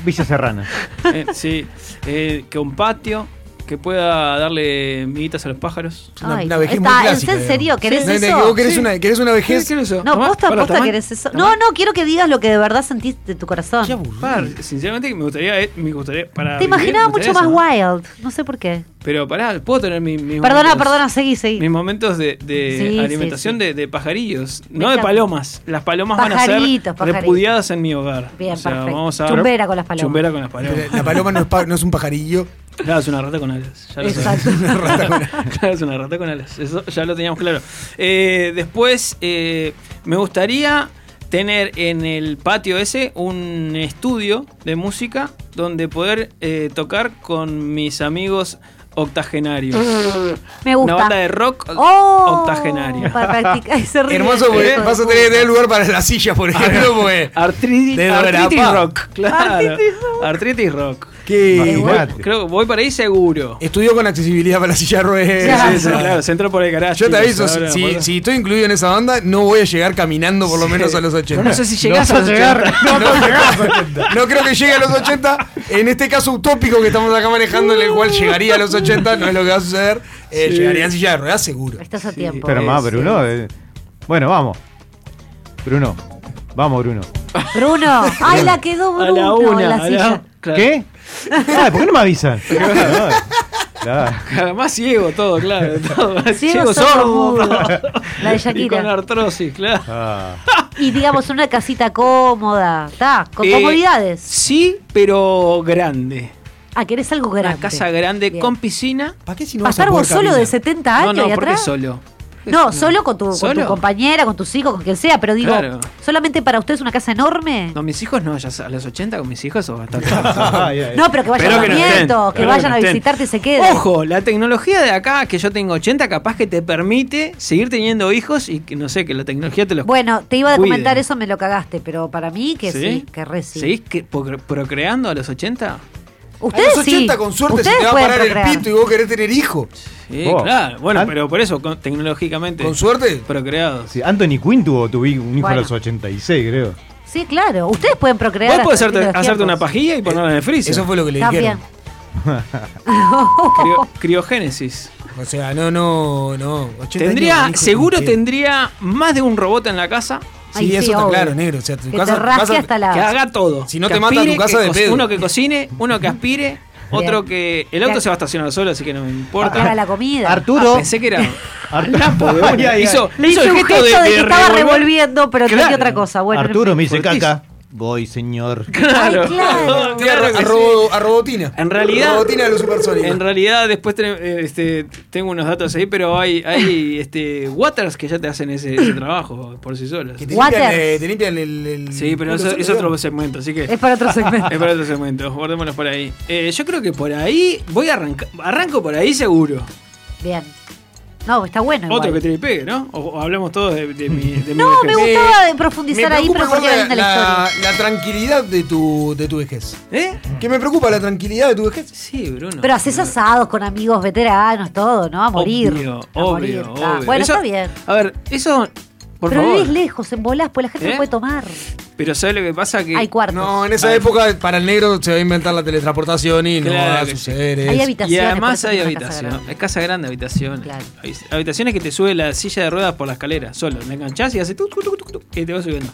[SPEAKER 1] Villa Serrana.
[SPEAKER 2] Eh, sí, eh, que un patio que pueda darle miguitas a los pájaros.
[SPEAKER 3] Una,
[SPEAKER 4] Ay,
[SPEAKER 3] una vejez
[SPEAKER 4] está,
[SPEAKER 3] muy
[SPEAKER 4] ¿en
[SPEAKER 3] clásica.
[SPEAKER 4] serio
[SPEAKER 3] digamos.
[SPEAKER 4] querés
[SPEAKER 3] No, no,
[SPEAKER 4] eso?
[SPEAKER 3] que vos querés,
[SPEAKER 4] Sí.
[SPEAKER 3] una, querés una vejez.
[SPEAKER 2] eso?
[SPEAKER 4] No,
[SPEAKER 2] Tomá,
[SPEAKER 4] posta,
[SPEAKER 2] pará,
[SPEAKER 4] posta
[SPEAKER 2] tomá.
[SPEAKER 4] querés eso.
[SPEAKER 2] Tomá.
[SPEAKER 4] No, no, quiero que digas lo que de verdad sentís de tu corazón.
[SPEAKER 3] Qué
[SPEAKER 4] Te
[SPEAKER 3] aburrido.
[SPEAKER 2] Par- sinceramente me gustaría, eh, me gustaría para vivir,
[SPEAKER 4] imaginaba
[SPEAKER 2] me gustaría
[SPEAKER 4] mucho más
[SPEAKER 2] eso.
[SPEAKER 4] wild. No sé por qué.
[SPEAKER 2] Pero pará, puedo tener mi- mis
[SPEAKER 4] Perdona,
[SPEAKER 2] momentos,
[SPEAKER 4] perdona, seguí, seguí.
[SPEAKER 2] mis momentos de, de
[SPEAKER 4] Sí, sí,
[SPEAKER 2] alimentación
[SPEAKER 4] sí.
[SPEAKER 2] De, de pajarillos,
[SPEAKER 4] Me
[SPEAKER 2] no de
[SPEAKER 4] encanta.
[SPEAKER 2] palomas. Las palomas
[SPEAKER 4] Pajaritos,
[SPEAKER 2] van a ser
[SPEAKER 4] pajaritos.
[SPEAKER 2] repudiadas en mi hogar.
[SPEAKER 4] Bien,
[SPEAKER 2] O sea,
[SPEAKER 4] perfecto.
[SPEAKER 2] vamos a-
[SPEAKER 4] Chumbera con las palomas.
[SPEAKER 2] Chumbera con las
[SPEAKER 3] La,
[SPEAKER 2] palomas.
[SPEAKER 3] la paloma no es, pa- no es un pajarillo.
[SPEAKER 2] Claro, es una rata con alas. ya lo sabes.
[SPEAKER 4] Exacto.
[SPEAKER 2] Claro, es una rata con alas. Eso ya lo teníamos claro. Eh, después, eh, me gustaría tener en el patio ese un estudio de música donde poder eh, tocar con mis amigos octogenarios.
[SPEAKER 4] Me
[SPEAKER 2] Una
[SPEAKER 4] gusta.
[SPEAKER 2] banda de rock
[SPEAKER 4] oh,
[SPEAKER 2] octogenaria.
[SPEAKER 4] Para practicar ese río.
[SPEAKER 3] Hermoso, porque
[SPEAKER 2] Eh.
[SPEAKER 3] vas a tener que tener lugar para las sillas, por ejemplo. porque-
[SPEAKER 2] Ah, Artritis,
[SPEAKER 3] De
[SPEAKER 2] artritis
[SPEAKER 3] Dorapá.
[SPEAKER 2] rock, claro.
[SPEAKER 4] Artritis
[SPEAKER 2] Artritis rock.
[SPEAKER 3] que
[SPEAKER 1] Imagínate.
[SPEAKER 2] Creo que voy para ahí seguro.
[SPEAKER 3] estudió con accesibilidad para la silla de ruedas.
[SPEAKER 4] Ya.
[SPEAKER 2] Sí, sí, claro, se entró por el garage.
[SPEAKER 3] Yo te
[SPEAKER 2] chicos,
[SPEAKER 3] aviso,
[SPEAKER 2] ahora,
[SPEAKER 3] si,
[SPEAKER 2] boludo.
[SPEAKER 3] si estoy incluido en esa banda, no voy a llegar caminando por lo menos a los 80.
[SPEAKER 2] No sé si llegás
[SPEAKER 1] No
[SPEAKER 2] a
[SPEAKER 1] vas a
[SPEAKER 2] los
[SPEAKER 1] llegar.
[SPEAKER 2] 80.
[SPEAKER 3] No, no creo que llegue a los 80. En este caso utópico que estamos acá manejando, en el cual llegaría a los 80, no es lo que va a suceder. Eh,
[SPEAKER 2] Sí.
[SPEAKER 3] Llegaría en silla de ruedas, seguro.
[SPEAKER 4] Estás a
[SPEAKER 2] Sí,
[SPEAKER 4] tiempo.
[SPEAKER 1] Pero más,
[SPEAKER 2] sí.
[SPEAKER 1] Bruno. eh. Bueno, vamos. Bruno. Vamos, Bruno.
[SPEAKER 4] Bruno. Ay, la quedó
[SPEAKER 2] A
[SPEAKER 4] Bruno
[SPEAKER 2] la
[SPEAKER 4] en
[SPEAKER 2] una,
[SPEAKER 4] la
[SPEAKER 2] a
[SPEAKER 4] silla.
[SPEAKER 2] la- claro.
[SPEAKER 1] ¿Qué? Ay, Ah, ¿Por qué no me avisan? Claro, claro.
[SPEAKER 2] Además ciego todo, claro. todo.
[SPEAKER 4] Ciego, sordo, mudo. La de Shakira.
[SPEAKER 2] Y con artrosis, claro.
[SPEAKER 1] Ah.
[SPEAKER 4] Y digamos, una casita cómoda. Está, con
[SPEAKER 2] Eh,
[SPEAKER 4] comodidades.
[SPEAKER 2] Sí, pero grande.
[SPEAKER 4] Ah, querés algo grande.
[SPEAKER 2] Una casa grande
[SPEAKER 4] Bien.
[SPEAKER 2] con piscina.
[SPEAKER 3] ¿Para qué si no
[SPEAKER 4] ¿Para
[SPEAKER 3] vas a
[SPEAKER 4] estar
[SPEAKER 3] poder
[SPEAKER 4] vos solo
[SPEAKER 3] caminar?
[SPEAKER 4] Ah, ¿este de 70
[SPEAKER 2] No,
[SPEAKER 4] años
[SPEAKER 2] no,
[SPEAKER 4] y
[SPEAKER 2] porque
[SPEAKER 4] atrás?
[SPEAKER 2] solo.
[SPEAKER 4] No, solo con tu, con tu
[SPEAKER 2] ¿Solo?
[SPEAKER 4] compañera, con tus hijos, con quien sea, pero digo,
[SPEAKER 2] Claro.
[SPEAKER 4] solamente para ustedes una casa enorme.
[SPEAKER 2] No, mis hijos no, ya a los 80 con mis hijos o hasta
[SPEAKER 1] Ay, ay.
[SPEAKER 4] No, pero que vayan
[SPEAKER 2] Pero
[SPEAKER 4] los
[SPEAKER 2] que no
[SPEAKER 4] nietos,
[SPEAKER 2] estén,
[SPEAKER 4] que
[SPEAKER 2] pero
[SPEAKER 4] vayan
[SPEAKER 2] no
[SPEAKER 4] a
[SPEAKER 2] estén.
[SPEAKER 4] visitarte y se queden.
[SPEAKER 2] Ojo, la tecnología de acá, que yo tengo 80, capaz que te permite seguir teniendo hijos y que no sé, que la tecnología te los.
[SPEAKER 4] Bueno, te iba a
[SPEAKER 2] Cuiden.
[SPEAKER 4] comentar eso, me lo cagaste, pero para mí que sí, que re sí.
[SPEAKER 2] ¿Seguís que- pro- procreando a los 80?
[SPEAKER 4] Ustedes
[SPEAKER 3] a los 80
[SPEAKER 4] sí.
[SPEAKER 3] con suerte se
[SPEAKER 4] Ustedes
[SPEAKER 3] te va a
[SPEAKER 4] pueden
[SPEAKER 3] parar
[SPEAKER 4] procrear.
[SPEAKER 3] el pito y vos querés tener hijo.
[SPEAKER 2] Sí,
[SPEAKER 1] Oh.
[SPEAKER 2] claro. Bueno,
[SPEAKER 1] Ah.
[SPEAKER 2] pero por eso, con- tecnológicamente.
[SPEAKER 3] Con suerte.
[SPEAKER 2] Procreados.
[SPEAKER 1] Sí, Anthony Quinn tuvo, tuvo un hijo a
[SPEAKER 4] Bueno.
[SPEAKER 1] los 86, creo.
[SPEAKER 4] Sí, claro. Ustedes pueden procrear.
[SPEAKER 2] Vos
[SPEAKER 4] hasta
[SPEAKER 2] podés
[SPEAKER 4] el fin
[SPEAKER 2] hacerte,
[SPEAKER 4] de los
[SPEAKER 2] hacerte una
[SPEAKER 4] tiempos.
[SPEAKER 2] pajilla y ponerla en el freezer.
[SPEAKER 3] Eso fue lo que le
[SPEAKER 4] También.
[SPEAKER 3] dijeron.
[SPEAKER 2] Crio- criogénesis.
[SPEAKER 3] O sea, no, no, no. 80
[SPEAKER 2] Tendría,
[SPEAKER 3] años, hijo,
[SPEAKER 2] seguro
[SPEAKER 3] que-
[SPEAKER 2] tendría más de un robot en la casa
[SPEAKER 3] Sí,
[SPEAKER 4] Ay,
[SPEAKER 3] eso
[SPEAKER 4] sí,
[SPEAKER 3] está
[SPEAKER 4] obvio.
[SPEAKER 3] claro, negro. O sea, tu
[SPEAKER 4] Que
[SPEAKER 3] casa-
[SPEAKER 4] te rasque
[SPEAKER 3] casa-
[SPEAKER 4] hasta
[SPEAKER 2] que
[SPEAKER 4] la.
[SPEAKER 2] haga todo.
[SPEAKER 3] Si no
[SPEAKER 2] Que
[SPEAKER 3] te mata tu
[SPEAKER 2] que
[SPEAKER 3] casa de
[SPEAKER 2] cos-
[SPEAKER 3] pedo.
[SPEAKER 2] Uno que cocine, uno que aspire, otro que. El auto
[SPEAKER 4] Bien.
[SPEAKER 2] se va a estacionar solo, así que no me
[SPEAKER 4] que haga
[SPEAKER 2] importa.
[SPEAKER 4] la comida.
[SPEAKER 1] Arturo.
[SPEAKER 2] Ah, pensé que era.
[SPEAKER 1] Arturo, Ay, ay, ay.
[SPEAKER 2] hizo,
[SPEAKER 4] Le
[SPEAKER 2] hizo
[SPEAKER 4] hice
[SPEAKER 2] el
[SPEAKER 4] un
[SPEAKER 2] gesto de,
[SPEAKER 4] gesto de,
[SPEAKER 2] de
[SPEAKER 4] que estaba
[SPEAKER 2] revolver.
[SPEAKER 4] revolviendo, pero tenía
[SPEAKER 2] Claro.
[SPEAKER 4] otra cosa. Bueno, en
[SPEAKER 1] Arturo
[SPEAKER 4] fin.
[SPEAKER 1] me dice
[SPEAKER 2] Ortiz.
[SPEAKER 1] caca. Voy, señor.
[SPEAKER 2] Claro.
[SPEAKER 4] Ay, claro.
[SPEAKER 3] Tendría a, a robo- a robotina.
[SPEAKER 2] En realidad-
[SPEAKER 3] Robotina de los supersónicos.
[SPEAKER 2] En realidad, después te- eh, este, tengo unos datos ahí, pero hay, hay este, waters que ya te hacen ese, ese trabajo por sí solos.
[SPEAKER 3] Que te
[SPEAKER 4] Water.
[SPEAKER 3] limpian, eh, te limpian el, el-
[SPEAKER 2] Sí, pero
[SPEAKER 3] el
[SPEAKER 2] eso
[SPEAKER 3] solo,
[SPEAKER 2] es otro
[SPEAKER 3] digamos.
[SPEAKER 2] segmento, así que.
[SPEAKER 4] Es para otro segmento.
[SPEAKER 2] Es para otro segmento, guardémoslo por ahí. Eh, yo creo que por ahí voy a arrancar. Arranco por ahí seguro.
[SPEAKER 4] Bien. No, está bueno. igual.
[SPEAKER 2] Otro que te pegue, ¿no? O, o hablamos todos de, de mi. de mi
[SPEAKER 4] Ah, No, me
[SPEAKER 2] vejez.
[SPEAKER 4] gustaba de
[SPEAKER 3] Me
[SPEAKER 4] profundizar ahí,
[SPEAKER 3] preocupa
[SPEAKER 4] pero porque era
[SPEAKER 3] igual
[SPEAKER 4] linda la,
[SPEAKER 3] la,
[SPEAKER 4] historia.
[SPEAKER 3] la tranquilidad de tu, de tu vejez.
[SPEAKER 2] ¿Eh?
[SPEAKER 3] Que me preocupa la tranquilidad de tu vejez.
[SPEAKER 2] Sí, Bruno.
[SPEAKER 4] Pero haces asados con amigos veteranos, todo, ¿no? A morir.
[SPEAKER 2] Obvio,
[SPEAKER 4] a
[SPEAKER 2] obvio,
[SPEAKER 4] morir, claro.
[SPEAKER 2] obvio.
[SPEAKER 4] Bueno,
[SPEAKER 2] Eso-
[SPEAKER 4] está bien.
[SPEAKER 2] A ver, eso. Por
[SPEAKER 4] pero
[SPEAKER 2] favor.
[SPEAKER 4] vivís lejos, en volás, pues la gente
[SPEAKER 2] ¿Eh?
[SPEAKER 4] no puede tomar.
[SPEAKER 2] Pero ¿sabes lo que pasa? Que
[SPEAKER 4] Hay cuartos.
[SPEAKER 3] No, en esa época para el negro se va a inventar la teletransportación y
[SPEAKER 2] Claro
[SPEAKER 3] no va a
[SPEAKER 2] que sí.
[SPEAKER 3] suceder.
[SPEAKER 4] Hay
[SPEAKER 3] eso.
[SPEAKER 2] Y
[SPEAKER 4] habitaciones. por
[SPEAKER 2] además
[SPEAKER 4] eso
[SPEAKER 2] hay
[SPEAKER 4] tenés una casa
[SPEAKER 2] habitación.
[SPEAKER 4] grande.
[SPEAKER 2] Hay casa grande, habitaciones.
[SPEAKER 4] Claro.
[SPEAKER 2] Hay habitaciones que te sube la silla de ruedas por la escalera, solo. La enganchás y hace tu, tu, tu, tu, tu, que te va subiendo.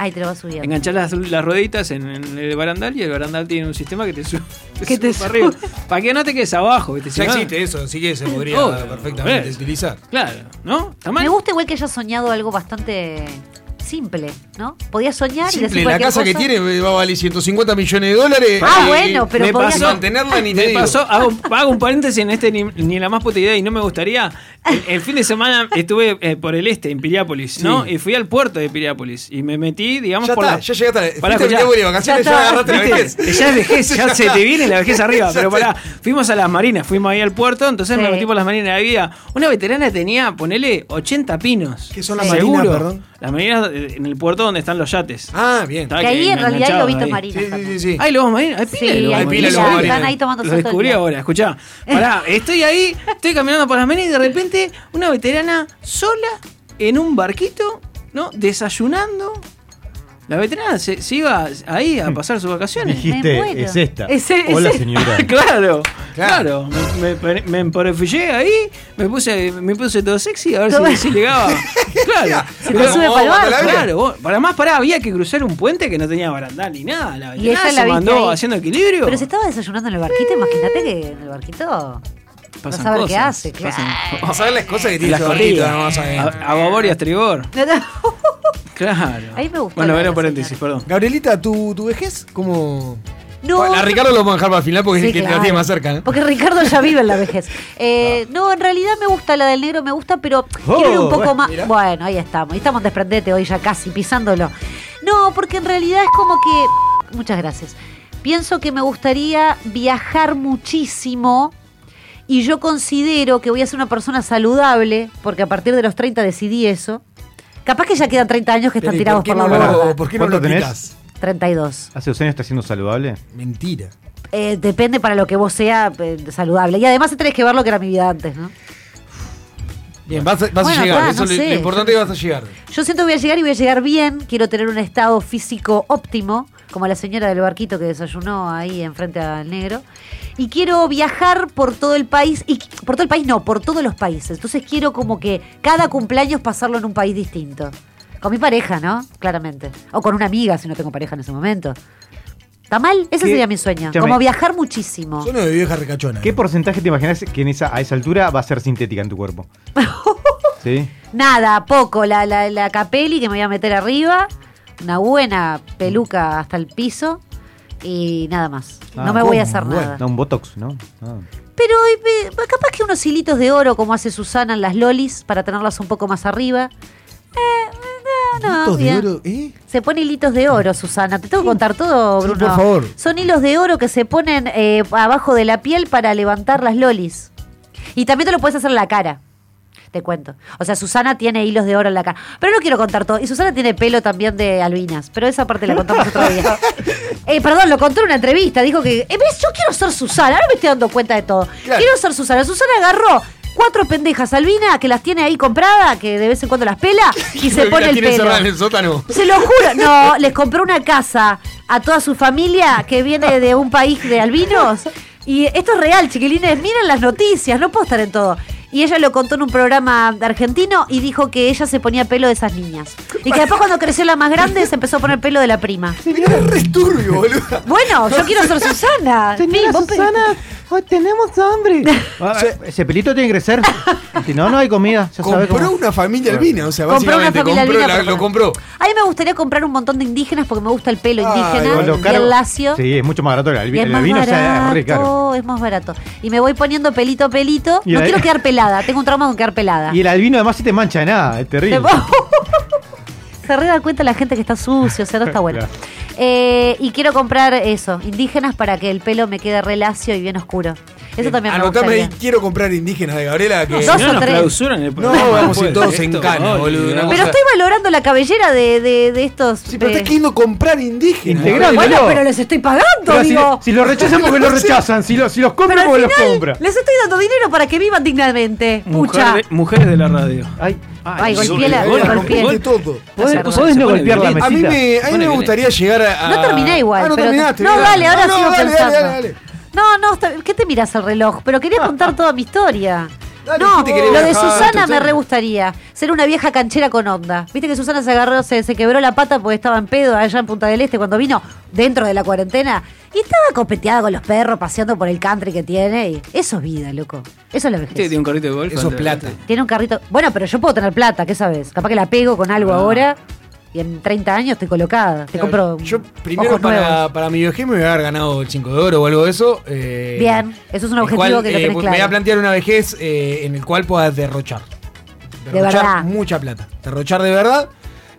[SPEAKER 4] Ay, te lo vas subiendo.
[SPEAKER 2] Enganchás las, las rueditas en, en el barandal y el barandal tiene un sistema que te sube.
[SPEAKER 4] Que te
[SPEAKER 2] para arriba. Para que no te quedes abajo, ¿viste? Si
[SPEAKER 3] Ya
[SPEAKER 2] no-
[SPEAKER 3] existe eso, así que se podría
[SPEAKER 2] Obvio,
[SPEAKER 3] perfectamente
[SPEAKER 2] ¿ves?
[SPEAKER 3] utilizar.
[SPEAKER 2] Claro, ¿no? ¿Está mal?
[SPEAKER 4] Me gusta igual que hayas soñado algo bastante simple, Ah, ¿no? Podías soñar y
[SPEAKER 3] Simple,
[SPEAKER 4] decir
[SPEAKER 3] la
[SPEAKER 4] cualquier
[SPEAKER 3] casa que
[SPEAKER 4] cosa.
[SPEAKER 3] tiene va a valer 150 millones de dólares.
[SPEAKER 4] Ah,
[SPEAKER 3] y
[SPEAKER 4] bueno, pero
[SPEAKER 3] me
[SPEAKER 4] podía-
[SPEAKER 3] pasó mantenerla ni te
[SPEAKER 2] Me
[SPEAKER 3] digo.
[SPEAKER 2] pasó, hago, hago un paréntesis en este ni, ni la más puta idea y no me gustaría. El, el fin de semana estuve eh, por el este, en Piriápolis, ¿no?
[SPEAKER 3] Sí.
[SPEAKER 2] Y fui al puerto de Piriápolis y me metí, digamos,
[SPEAKER 3] Ya
[SPEAKER 2] por
[SPEAKER 3] está,
[SPEAKER 2] la.
[SPEAKER 3] ya llegaste a la.
[SPEAKER 2] Pará,
[SPEAKER 3] fuiste a
[SPEAKER 2] escuchá.
[SPEAKER 3] Vitebori de vacaciones,
[SPEAKER 4] Ya
[SPEAKER 3] ya,
[SPEAKER 4] está.
[SPEAKER 3] agarraste la vejez.
[SPEAKER 2] ¿Viste? Ya es vejez, ya se te viene la vejez arriba.
[SPEAKER 3] Ya
[SPEAKER 2] Pero
[SPEAKER 3] está.
[SPEAKER 2] pará, fuimos a las marinas, fuimos ahí al puerto, entonces
[SPEAKER 4] Sí.
[SPEAKER 2] me metí por las marinas de la vida. Una veterana tenía, ponele, 80 pinos.
[SPEAKER 3] ¿Qué son las
[SPEAKER 2] Seguro.
[SPEAKER 3] marinas, perdón?
[SPEAKER 2] Las marinas eh, en el puerto donde están los yates.
[SPEAKER 3] Ah, bien.
[SPEAKER 2] Está
[SPEAKER 4] Que ahí en realidad hay
[SPEAKER 2] enganchados
[SPEAKER 4] lobitos
[SPEAKER 2] ahí.
[SPEAKER 4] marinos.
[SPEAKER 3] Sí, sí,
[SPEAKER 4] también.
[SPEAKER 3] sí, sí.
[SPEAKER 2] Hay lobos marinos, hay
[SPEAKER 4] Sí,
[SPEAKER 2] pila de lobos
[SPEAKER 3] hay
[SPEAKER 2] marinos.
[SPEAKER 3] pila de lobos
[SPEAKER 4] ya,
[SPEAKER 3] marinos.
[SPEAKER 4] Están ahí tomando
[SPEAKER 2] Lo
[SPEAKER 4] sol todo el
[SPEAKER 2] descubrí
[SPEAKER 4] día.
[SPEAKER 2] ahora, escuchá. Pará, estoy ahí, estoy caminando por las menes y de repente una veterana sola en un barquito, ¿no? Desayunando. La veterana se, se iba ahí a pasar sus vacaciones.
[SPEAKER 4] Me
[SPEAKER 1] Dijiste,
[SPEAKER 4] muero.
[SPEAKER 1] es esta.
[SPEAKER 4] Es- e, es
[SPEAKER 1] Hola,
[SPEAKER 4] esta.
[SPEAKER 1] señora.
[SPEAKER 2] claro, claro. Me, me, me emporefillé ahí, me puse, me puse todo sexy a ver
[SPEAKER 4] Todo-
[SPEAKER 2] si, si llegaba. Claro.
[SPEAKER 4] te sube pa'l barco.
[SPEAKER 2] Claro, vos- para más pará, había que cruzar un puente que no tenía barandal ni nada. La
[SPEAKER 4] Y ella
[SPEAKER 2] veterana
[SPEAKER 4] la
[SPEAKER 2] se
[SPEAKER 4] viste
[SPEAKER 2] mandó
[SPEAKER 4] ahí.
[SPEAKER 2] haciendo equilibrio.
[SPEAKER 4] Pero se estaba desayunando en el barquito, imagínate que en el barquito.
[SPEAKER 2] Pasan
[SPEAKER 4] no sabe qué
[SPEAKER 2] cosas,
[SPEAKER 4] hace, claro.
[SPEAKER 2] pasan-
[SPEAKER 3] Vamos a ver las cosas que tiene
[SPEAKER 2] Las
[SPEAKER 3] ese barquito,
[SPEAKER 2] corridas.
[SPEAKER 3] no vas a ver.
[SPEAKER 2] A, a babor y a estribor. Claro.
[SPEAKER 4] Ahí me gustó
[SPEAKER 2] Bueno,
[SPEAKER 4] la de
[SPEAKER 2] era
[SPEAKER 4] la
[SPEAKER 2] un paréntesis, perdón.
[SPEAKER 3] Gabrielita, ¿tu, tu vejez? ¿Cómo.?
[SPEAKER 4] No,
[SPEAKER 3] Bueno, a Ricardo lo vamos a dejar para el final porque
[SPEAKER 4] Sí,
[SPEAKER 3] es el que
[SPEAKER 4] claro.
[SPEAKER 3] la tiene más cerca, ¿eh? ¿no?
[SPEAKER 4] Porque Ricardo ya vive en la vejez. Eh, no, en realidad me gusta la del negro, me gusta, pero
[SPEAKER 1] Oh,
[SPEAKER 4] quiero ir un poco
[SPEAKER 1] bueno,
[SPEAKER 4] más. Bueno, ahí estamos. Ahí estamos en desprendete hoy ya casi, pisándolo. No, porque en realidad es como que. Muchas gracias. Pienso que me gustaría viajar muchísimo. Y yo considero que voy a ser una persona saludable, porque a partir de los 30 decidí eso. Capaz que ya quedan 30 años que
[SPEAKER 3] Pero,
[SPEAKER 4] están
[SPEAKER 3] ¿y
[SPEAKER 4] tirados
[SPEAKER 3] ¿Por qué
[SPEAKER 4] por
[SPEAKER 3] no
[SPEAKER 4] la
[SPEAKER 3] lo,
[SPEAKER 4] borda.
[SPEAKER 3] ¿por qué no
[SPEAKER 1] ¿Cuánto
[SPEAKER 3] lo
[SPEAKER 1] tenés?
[SPEAKER 3] aplicás?
[SPEAKER 4] 32.
[SPEAKER 1] ¿Hace dos años está siendo saludable?
[SPEAKER 3] Mentira.
[SPEAKER 4] Eh, depende para lo que vos sea eh, saludable. Y además tenés que ver lo que era mi vida antes, ¿no?
[SPEAKER 3] Bien, vas a, vas
[SPEAKER 4] Bueno,
[SPEAKER 3] a llegar.
[SPEAKER 4] pa,
[SPEAKER 3] eso
[SPEAKER 4] no
[SPEAKER 3] es lo,
[SPEAKER 4] sé.
[SPEAKER 3] lo importante es que vas a llegar.
[SPEAKER 4] Yo siento que voy a llegar y voy a llegar bien. Quiero tener un estado físico óptimo, como la señora del barquito que desayunó ahí enfrente al negro. Y quiero viajar por todo el país, y qui- por todo el país no, por todos los países. Entonces quiero como que cada cumpleaños pasarlo en un país distinto. Con mi pareja, ¿no? Claramente. O con una amiga, si no tengo pareja en ese momento. ¿Está mal? Ese
[SPEAKER 1] ¿Qué?
[SPEAKER 4] sería mi sueño.
[SPEAKER 1] Escúchame.
[SPEAKER 4] Como viajar muchísimo.
[SPEAKER 3] Yo no de vieja ricachona.
[SPEAKER 1] ¿Qué porcentaje te imaginas que en esa, a esa altura va a ser sintética en tu cuerpo? ¿Sí?
[SPEAKER 4] Nada, poco. La, la, la capeli que me voy a meter arriba. Una buena peluca hasta el piso. y nada más.
[SPEAKER 1] Ah,
[SPEAKER 4] no me voy a
[SPEAKER 1] ¿cómo?
[SPEAKER 4] hacer
[SPEAKER 1] Bueno,
[SPEAKER 4] nada.
[SPEAKER 1] No, un botox, ¿no? Ah.
[SPEAKER 4] Pero eh, capaz que unos hilitos de oro, como hace Susana en las lolis, para tenerlas un poco más arriba. Eh, no, no,
[SPEAKER 6] Puntos de
[SPEAKER 4] bien.
[SPEAKER 6] oro, ¿eh?
[SPEAKER 4] Se pone hilitos de oro, Susana. Te tengo que contar todo,
[SPEAKER 6] Sí,
[SPEAKER 4] Bruno.
[SPEAKER 6] por favor.
[SPEAKER 4] Son hilos de oro que se ponen eh, abajo de la piel para levantar las lolis. Y también te lo puedes hacer en la cara. Te cuento. O sea, Susana tiene hilos de oro en la cara. Pero no quiero contar todo. Y Susana tiene pelo también de albinas. Pero esa parte la contamos otro día. Eh, perdón, lo contó en una entrevista. Dijo que, eh, ¿ves? Yo quiero ser Susana. Ahora me estoy dando cuenta de todo.
[SPEAKER 3] Claro.
[SPEAKER 4] Quiero ser Susana. Susana agarró cuatro pendejas albinas que las tiene ahí comprada, que de vez en cuando las pela, y se
[SPEAKER 3] La
[SPEAKER 4] pone el
[SPEAKER 3] tiene
[SPEAKER 4] pelo.
[SPEAKER 3] cerrada en el sótano.
[SPEAKER 4] Se lo juro. No, les compró una casa a toda su familia que viene de un país de albinos. Y esto es real, chiquilines. Miren las noticias, no puedo estar en todo. Y ella lo contó en un programa argentino y dijo que ella se ponía pelo de esas niñas. Y que después cuando creció la más grande se empezó a poner pelo de la prima.
[SPEAKER 3] Era re turbio, boludo.
[SPEAKER 4] Bueno, yo quiero ser Susana.
[SPEAKER 1] Señora
[SPEAKER 4] Sí, vos pe-
[SPEAKER 1] Susana, hoy tenemos hambre. Ah, ese pelito tiene que crecer. Si no, no hay comida. Ya sabe
[SPEAKER 3] Compró
[SPEAKER 1] cómo.
[SPEAKER 3] una familia albina, o sea,
[SPEAKER 4] Compró una
[SPEAKER 3] básicamente
[SPEAKER 4] familia
[SPEAKER 3] compró
[SPEAKER 4] albina,
[SPEAKER 3] la-
[SPEAKER 4] por
[SPEAKER 3] lo compró.
[SPEAKER 4] favor. A mí me gustaría comprar un montón de indígenas porque me gusta el pelo
[SPEAKER 3] Ay,
[SPEAKER 4] indígena,
[SPEAKER 3] bueno,
[SPEAKER 4] el
[SPEAKER 1] caro-
[SPEAKER 4] lacio.
[SPEAKER 1] Sí, es mucho más barato el, albi-
[SPEAKER 4] Y es
[SPEAKER 1] el
[SPEAKER 4] más
[SPEAKER 1] albino, o
[SPEAKER 4] barato,
[SPEAKER 1] sea, es re caro.
[SPEAKER 4] es más barato. Y me voy poniendo pelito a pelito.
[SPEAKER 1] Y
[SPEAKER 4] no
[SPEAKER 1] ahí-
[SPEAKER 4] quiero quedar pelada, tengo un trauma con quedar pelada.
[SPEAKER 1] Y el albino además sí te mancha de nada, es terrible.
[SPEAKER 4] Te- Se re da cuenta la gente que está sucio, o sea, no está bueno.
[SPEAKER 1] Claro.
[SPEAKER 4] Eh, y quiero comprar eso, indígenas para que el pelo me quede re lacio y bien oscuro. Eso también me
[SPEAKER 3] Anotame
[SPEAKER 4] gustaría.
[SPEAKER 3] ahí, quiero comprar indígenas de Gabriela. Que...
[SPEAKER 4] Dos
[SPEAKER 2] Si no,
[SPEAKER 4] o
[SPEAKER 2] nos
[SPEAKER 4] tres.
[SPEAKER 2] clausuran el
[SPEAKER 3] No,
[SPEAKER 2] programa,
[SPEAKER 3] vamos a ir
[SPEAKER 2] puede
[SPEAKER 3] todos
[SPEAKER 2] ser
[SPEAKER 3] en
[SPEAKER 2] esto,
[SPEAKER 3] cana,
[SPEAKER 2] ay,
[SPEAKER 3] boludo,
[SPEAKER 2] Dios.
[SPEAKER 3] una
[SPEAKER 4] Pero estoy valorando la cabellera de, de- de estos.
[SPEAKER 3] Sí, pero
[SPEAKER 4] de-
[SPEAKER 3] está queriendo comprar indígenas.
[SPEAKER 1] Integral.
[SPEAKER 4] Bueno,
[SPEAKER 1] Pero-
[SPEAKER 4] pero les estoy pagando,
[SPEAKER 1] Pero si,
[SPEAKER 4] digo.
[SPEAKER 1] si lo rechazan porque lo rechazan, si, lo- si los compran
[SPEAKER 4] pero al
[SPEAKER 1] porque los
[SPEAKER 4] final
[SPEAKER 1] compra.
[SPEAKER 4] les estoy dando dinero para que vivan dignamente. Pucha.
[SPEAKER 2] Mujer de- mujeres de la radio.
[SPEAKER 1] Ay,
[SPEAKER 4] Ay, golpeé la-
[SPEAKER 3] Gabriela,
[SPEAKER 4] golpeé.
[SPEAKER 3] rompiste todo.
[SPEAKER 1] ¿podés,
[SPEAKER 4] Perdón,
[SPEAKER 1] podés
[SPEAKER 2] se
[SPEAKER 1] no
[SPEAKER 2] pone
[SPEAKER 1] golpear la
[SPEAKER 2] violento.
[SPEAKER 3] A mí
[SPEAKER 1] mesita?
[SPEAKER 3] me, a mí
[SPEAKER 2] Bueno,
[SPEAKER 3] me
[SPEAKER 2] que-
[SPEAKER 3] gustaría llegar a. a-
[SPEAKER 4] No terminé igual.
[SPEAKER 3] Ah, no
[SPEAKER 4] pero-
[SPEAKER 3] terminaste.
[SPEAKER 4] No,
[SPEAKER 3] bien.
[SPEAKER 4] dale, ahora
[SPEAKER 3] Ah, no,
[SPEAKER 4] sigo
[SPEAKER 3] dale,
[SPEAKER 4] pensando.
[SPEAKER 3] Dale, dale, dale.
[SPEAKER 4] No, no, está- ¿qué te miras al reloj? Pero quería contar toda mi historia.
[SPEAKER 3] Dale,
[SPEAKER 4] no,
[SPEAKER 3] dijiste que querías
[SPEAKER 4] lo de
[SPEAKER 3] viajar,
[SPEAKER 4] Susana
[SPEAKER 3] tu
[SPEAKER 4] me
[SPEAKER 3] tema.
[SPEAKER 4] re gustaría. Ser una vieja canchera con onda. Viste que Susana se agarró, se, se quebró la pata porque estaba en pedo allá en Punta del Este cuando vino dentro de la cuarentena. Y estaba copeteada con los perros, paseando por el country que tiene. y eso es vida, loco. Eso es la vejez.
[SPEAKER 2] Este tiene un carrito de golf.
[SPEAKER 3] Eso es
[SPEAKER 2] anda,
[SPEAKER 3] plata.
[SPEAKER 2] anda.
[SPEAKER 4] Tiene un carrito. Bueno, pero yo puedo tener plata, ¿qué sabes? Capaz que la pego con algo
[SPEAKER 2] Ah.
[SPEAKER 4] ahora y en 30 años estoy colocada. Te compro.
[SPEAKER 3] Yo primero
[SPEAKER 4] ojos nuevos.
[SPEAKER 3] para, para mi vejez me voy a haber ganado el 5 de oro o algo de eso. eh,
[SPEAKER 4] Bien, eso es un
[SPEAKER 3] el
[SPEAKER 4] objetivo
[SPEAKER 3] cual,
[SPEAKER 4] que lo
[SPEAKER 3] eh,
[SPEAKER 4] tenés
[SPEAKER 3] Me
[SPEAKER 4] claro.
[SPEAKER 3] voy a plantear una vejez eh, en el cual pueda derrochar. Derrochar
[SPEAKER 4] verdad.
[SPEAKER 3] mucha plata. Derrochar de verdad.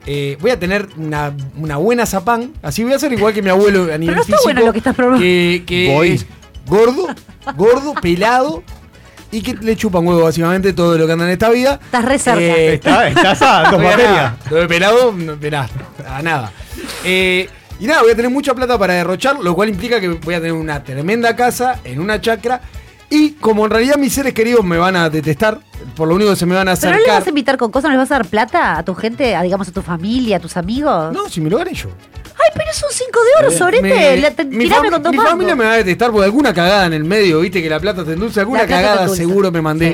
[SPEAKER 3] Eh, voy a tener una, una buena zapán. Así voy a ser igual que mi abuelo a nivel
[SPEAKER 4] no está
[SPEAKER 3] físico,
[SPEAKER 4] bueno lo que estás probando.
[SPEAKER 3] Que, que
[SPEAKER 1] Voy.
[SPEAKER 3] es gordo, gordo, pelado. Y que le chupan huevo básicamente todo lo que anda en esta vida.
[SPEAKER 4] Estás re cerca.
[SPEAKER 3] Eh,
[SPEAKER 1] Está, estás a dos
[SPEAKER 3] No voy a
[SPEAKER 1] materias.
[SPEAKER 3] nada. Lo de pelado, no, verás, a nada. Eh, y nada, voy a tener mucha plata para derrochar, lo cual implica que voy a tener una tremenda casa en una chacra. Y como en realidad mis seres queridos me van a detestar, por lo único que se me van a
[SPEAKER 4] ¿Pero
[SPEAKER 3] acercar.
[SPEAKER 4] no le vas a invitar con cosas? ¿No le vas a dar plata a tu gente? A, digamos, a tu familia, a tus amigos.
[SPEAKER 3] No, si me lo gané yo.
[SPEAKER 4] Ay, pero es un 5 de
[SPEAKER 2] Eh,
[SPEAKER 4] oro, sobrete.
[SPEAKER 3] Eh, Me-
[SPEAKER 4] La- te-
[SPEAKER 3] mi
[SPEAKER 4] tirame
[SPEAKER 3] fami-
[SPEAKER 4] con dos
[SPEAKER 3] Mi
[SPEAKER 4] mangos.
[SPEAKER 3] familia me va a detestar por alguna cagada en el medio, viste que la plata te endulce, alguna
[SPEAKER 4] La plata te
[SPEAKER 3] cagada
[SPEAKER 4] endulza.
[SPEAKER 3] seguro me mandé.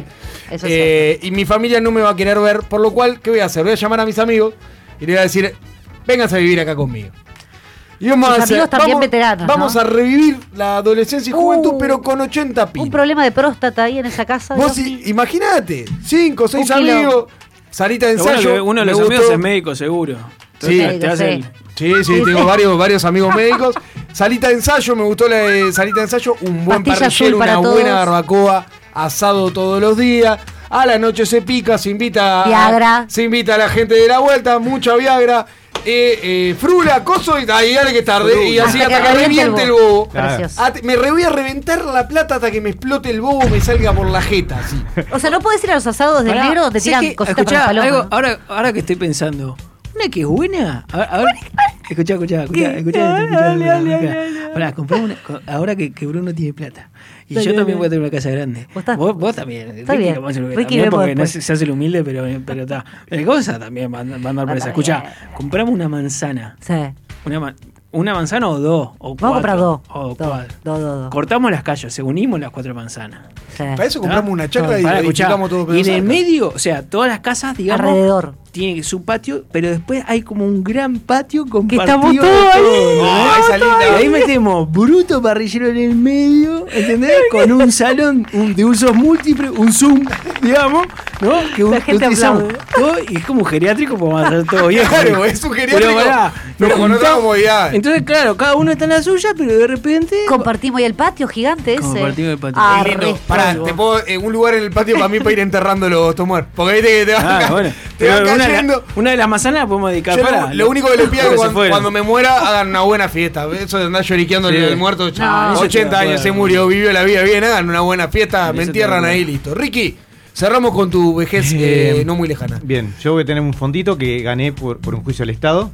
[SPEAKER 4] Sí, eso es
[SPEAKER 3] Eh, y mi familia no me va a querer ver, por lo cual, ¿qué voy a hacer? Voy a llamar a mis amigos y les voy a decir, vénganse a vivir acá conmigo. Y vamos
[SPEAKER 4] Tus amigos también veteranos,
[SPEAKER 3] Vamos
[SPEAKER 4] ¿no?
[SPEAKER 3] a revivir la adolescencia y juventud,
[SPEAKER 4] Uh,
[SPEAKER 3] pero con 80
[SPEAKER 4] Un
[SPEAKER 3] pinos.
[SPEAKER 4] problema de próstata ahí en esa casa.
[SPEAKER 3] Vos
[SPEAKER 4] Dios
[SPEAKER 3] i-
[SPEAKER 4] mío.
[SPEAKER 3] imagínate, 5, 6
[SPEAKER 4] Un kilo.
[SPEAKER 3] amigos, salita de
[SPEAKER 2] Lo bueno
[SPEAKER 3] ensayo.
[SPEAKER 2] es que uno de
[SPEAKER 3] me
[SPEAKER 2] los amigos
[SPEAKER 3] gustó.
[SPEAKER 2] es médico, seguro.
[SPEAKER 3] Sí.
[SPEAKER 2] te- te hace
[SPEAKER 4] Sí.
[SPEAKER 3] Sí, sí, tengo varios, varios amigos médicos. Salita de ensayo, me gustó la de salita de ensayo. Un buen
[SPEAKER 4] Pastilla azul
[SPEAKER 3] parrillero,
[SPEAKER 4] para
[SPEAKER 3] una
[SPEAKER 4] todos.
[SPEAKER 3] buena barbacoa, asado todos los días. A la noche se pica, se invita a,
[SPEAKER 4] Viagra.
[SPEAKER 3] se invita a la gente de la vuelta, mucha Viagra. Eh, eh, frula, coso, y ahí dale que es tarde. Y así hasta que reviente el bobo.
[SPEAKER 1] Claro.
[SPEAKER 4] Precioso.
[SPEAKER 3] At- me re voy a reventar la plata hasta que me explote el bobo me salga por la jeta. Así.
[SPEAKER 4] O sea, no podés ir a los asados del
[SPEAKER 2] Pará,
[SPEAKER 4] negro donde
[SPEAKER 2] sé
[SPEAKER 4] tiran
[SPEAKER 2] que-
[SPEAKER 4] cositas
[SPEAKER 2] escuchá,
[SPEAKER 4] para las
[SPEAKER 2] algo,
[SPEAKER 4] palomas.
[SPEAKER 2] ahora, ahora que estoy pensando, una que es buena. A ver, a ver. Escuchá, escuchá, escuchá,
[SPEAKER 4] ¿Qué?
[SPEAKER 2] escuchá. esto, escuchá,
[SPEAKER 4] Dale,
[SPEAKER 2] escuchá,
[SPEAKER 4] dale,
[SPEAKER 2] escuchá.
[SPEAKER 4] dale, dale.
[SPEAKER 2] Pará, compré una- co- ahora que, que Bruno tiene plata. Y
[SPEAKER 4] Dale,
[SPEAKER 2] yo también
[SPEAKER 4] dale.
[SPEAKER 2] voy a tener una casa grande.
[SPEAKER 4] Vos estás-
[SPEAKER 2] vos, vos también.
[SPEAKER 4] Está
[SPEAKER 2] Ricky
[SPEAKER 4] bien.
[SPEAKER 2] lo vamos a hacer
[SPEAKER 4] Ricky
[SPEAKER 2] también,
[SPEAKER 4] vemos
[SPEAKER 2] porque no
[SPEAKER 4] después.
[SPEAKER 2] se, se hace el humilde, pero pero está. Pero cosa también va a andar va a andar por
[SPEAKER 4] Va
[SPEAKER 2] esa.
[SPEAKER 4] también.
[SPEAKER 2] Escuchá, compramos una manzana.
[SPEAKER 4] Sí.
[SPEAKER 2] Una, ma- una manzana o dos. O
[SPEAKER 4] Vamos a comprar dos.
[SPEAKER 2] O
[SPEAKER 4] Dos,
[SPEAKER 2] cuatro.
[SPEAKER 4] dos, dos, dos.
[SPEAKER 2] Cortamos las calles, se unimos las cuatro manzanas.
[SPEAKER 4] Sí.
[SPEAKER 3] Para eso
[SPEAKER 2] ¿Está?
[SPEAKER 3] compramos una chacra
[SPEAKER 2] No,
[SPEAKER 3] y
[SPEAKER 2] pará, escuchá.
[SPEAKER 3] edificamos todo
[SPEAKER 2] Y en
[SPEAKER 3] cerca.
[SPEAKER 2] el medio, o sea, todas las casas, digamos.
[SPEAKER 4] Alrededor.
[SPEAKER 2] tiene su patio, pero después hay como un gran patio con
[SPEAKER 4] Que estamos todos ahí,
[SPEAKER 3] Ah, esa linda.
[SPEAKER 2] ahí metemos bruto parrillero en el medio, ¿entendés? Con un salón un- de usos múltiples, un Zoom, digamos, ¿no? Que, un-
[SPEAKER 4] La
[SPEAKER 2] que
[SPEAKER 4] gente
[SPEAKER 2] utilizamos
[SPEAKER 4] aplaude.
[SPEAKER 2] todo, y es como un geriátrico, como va a ser
[SPEAKER 4] Ah,
[SPEAKER 2] todo viejo.
[SPEAKER 3] Claro, es un geriátrico,
[SPEAKER 2] Pero pará,
[SPEAKER 3] pero
[SPEAKER 2] nos
[SPEAKER 3] con otras
[SPEAKER 2] juntamos.
[SPEAKER 3] comodidades.
[SPEAKER 2] Entonces, claro, cada uno está en la suya, pero de repente.
[SPEAKER 4] Compartimos ahí el patio gigante ese.
[SPEAKER 2] Compartimos el patio.
[SPEAKER 4] Ah,
[SPEAKER 3] Qué lindo.
[SPEAKER 4] resto.
[SPEAKER 3] Pará, te puedo, eh, un lugar en el patio para mí para ir enterrándolo, Tomar. Porque viste que te van,
[SPEAKER 2] Ah,
[SPEAKER 3] ca-
[SPEAKER 2] bueno.
[SPEAKER 3] te van
[SPEAKER 2] Pero una, de la-
[SPEAKER 3] cayendo.
[SPEAKER 2] una de las manzanas la podemos dedicar
[SPEAKER 3] Yo lo-
[SPEAKER 2] para.
[SPEAKER 3] lo, único que les pido es que
[SPEAKER 2] Porque se
[SPEAKER 3] cuando,
[SPEAKER 2] fueron.
[SPEAKER 3] cuando me muera hagan una buena fiesta. Eso de andar lloriqueando
[SPEAKER 2] Sí.
[SPEAKER 3] el, el muerto.
[SPEAKER 4] No.
[SPEAKER 3] ch- 80
[SPEAKER 2] Eso
[SPEAKER 3] años
[SPEAKER 2] te-
[SPEAKER 3] se murió, vivió la vida bien. Hagan una buena fiesta,
[SPEAKER 2] Eso
[SPEAKER 3] me
[SPEAKER 2] te-
[SPEAKER 3] entierran ahí, listo. Ricky, cerramos con tu vejez
[SPEAKER 1] Eh,
[SPEAKER 3] eh, no muy lejana.
[SPEAKER 1] Bien, yo voy a tener un fondito que gané por, por un juicio al Estado.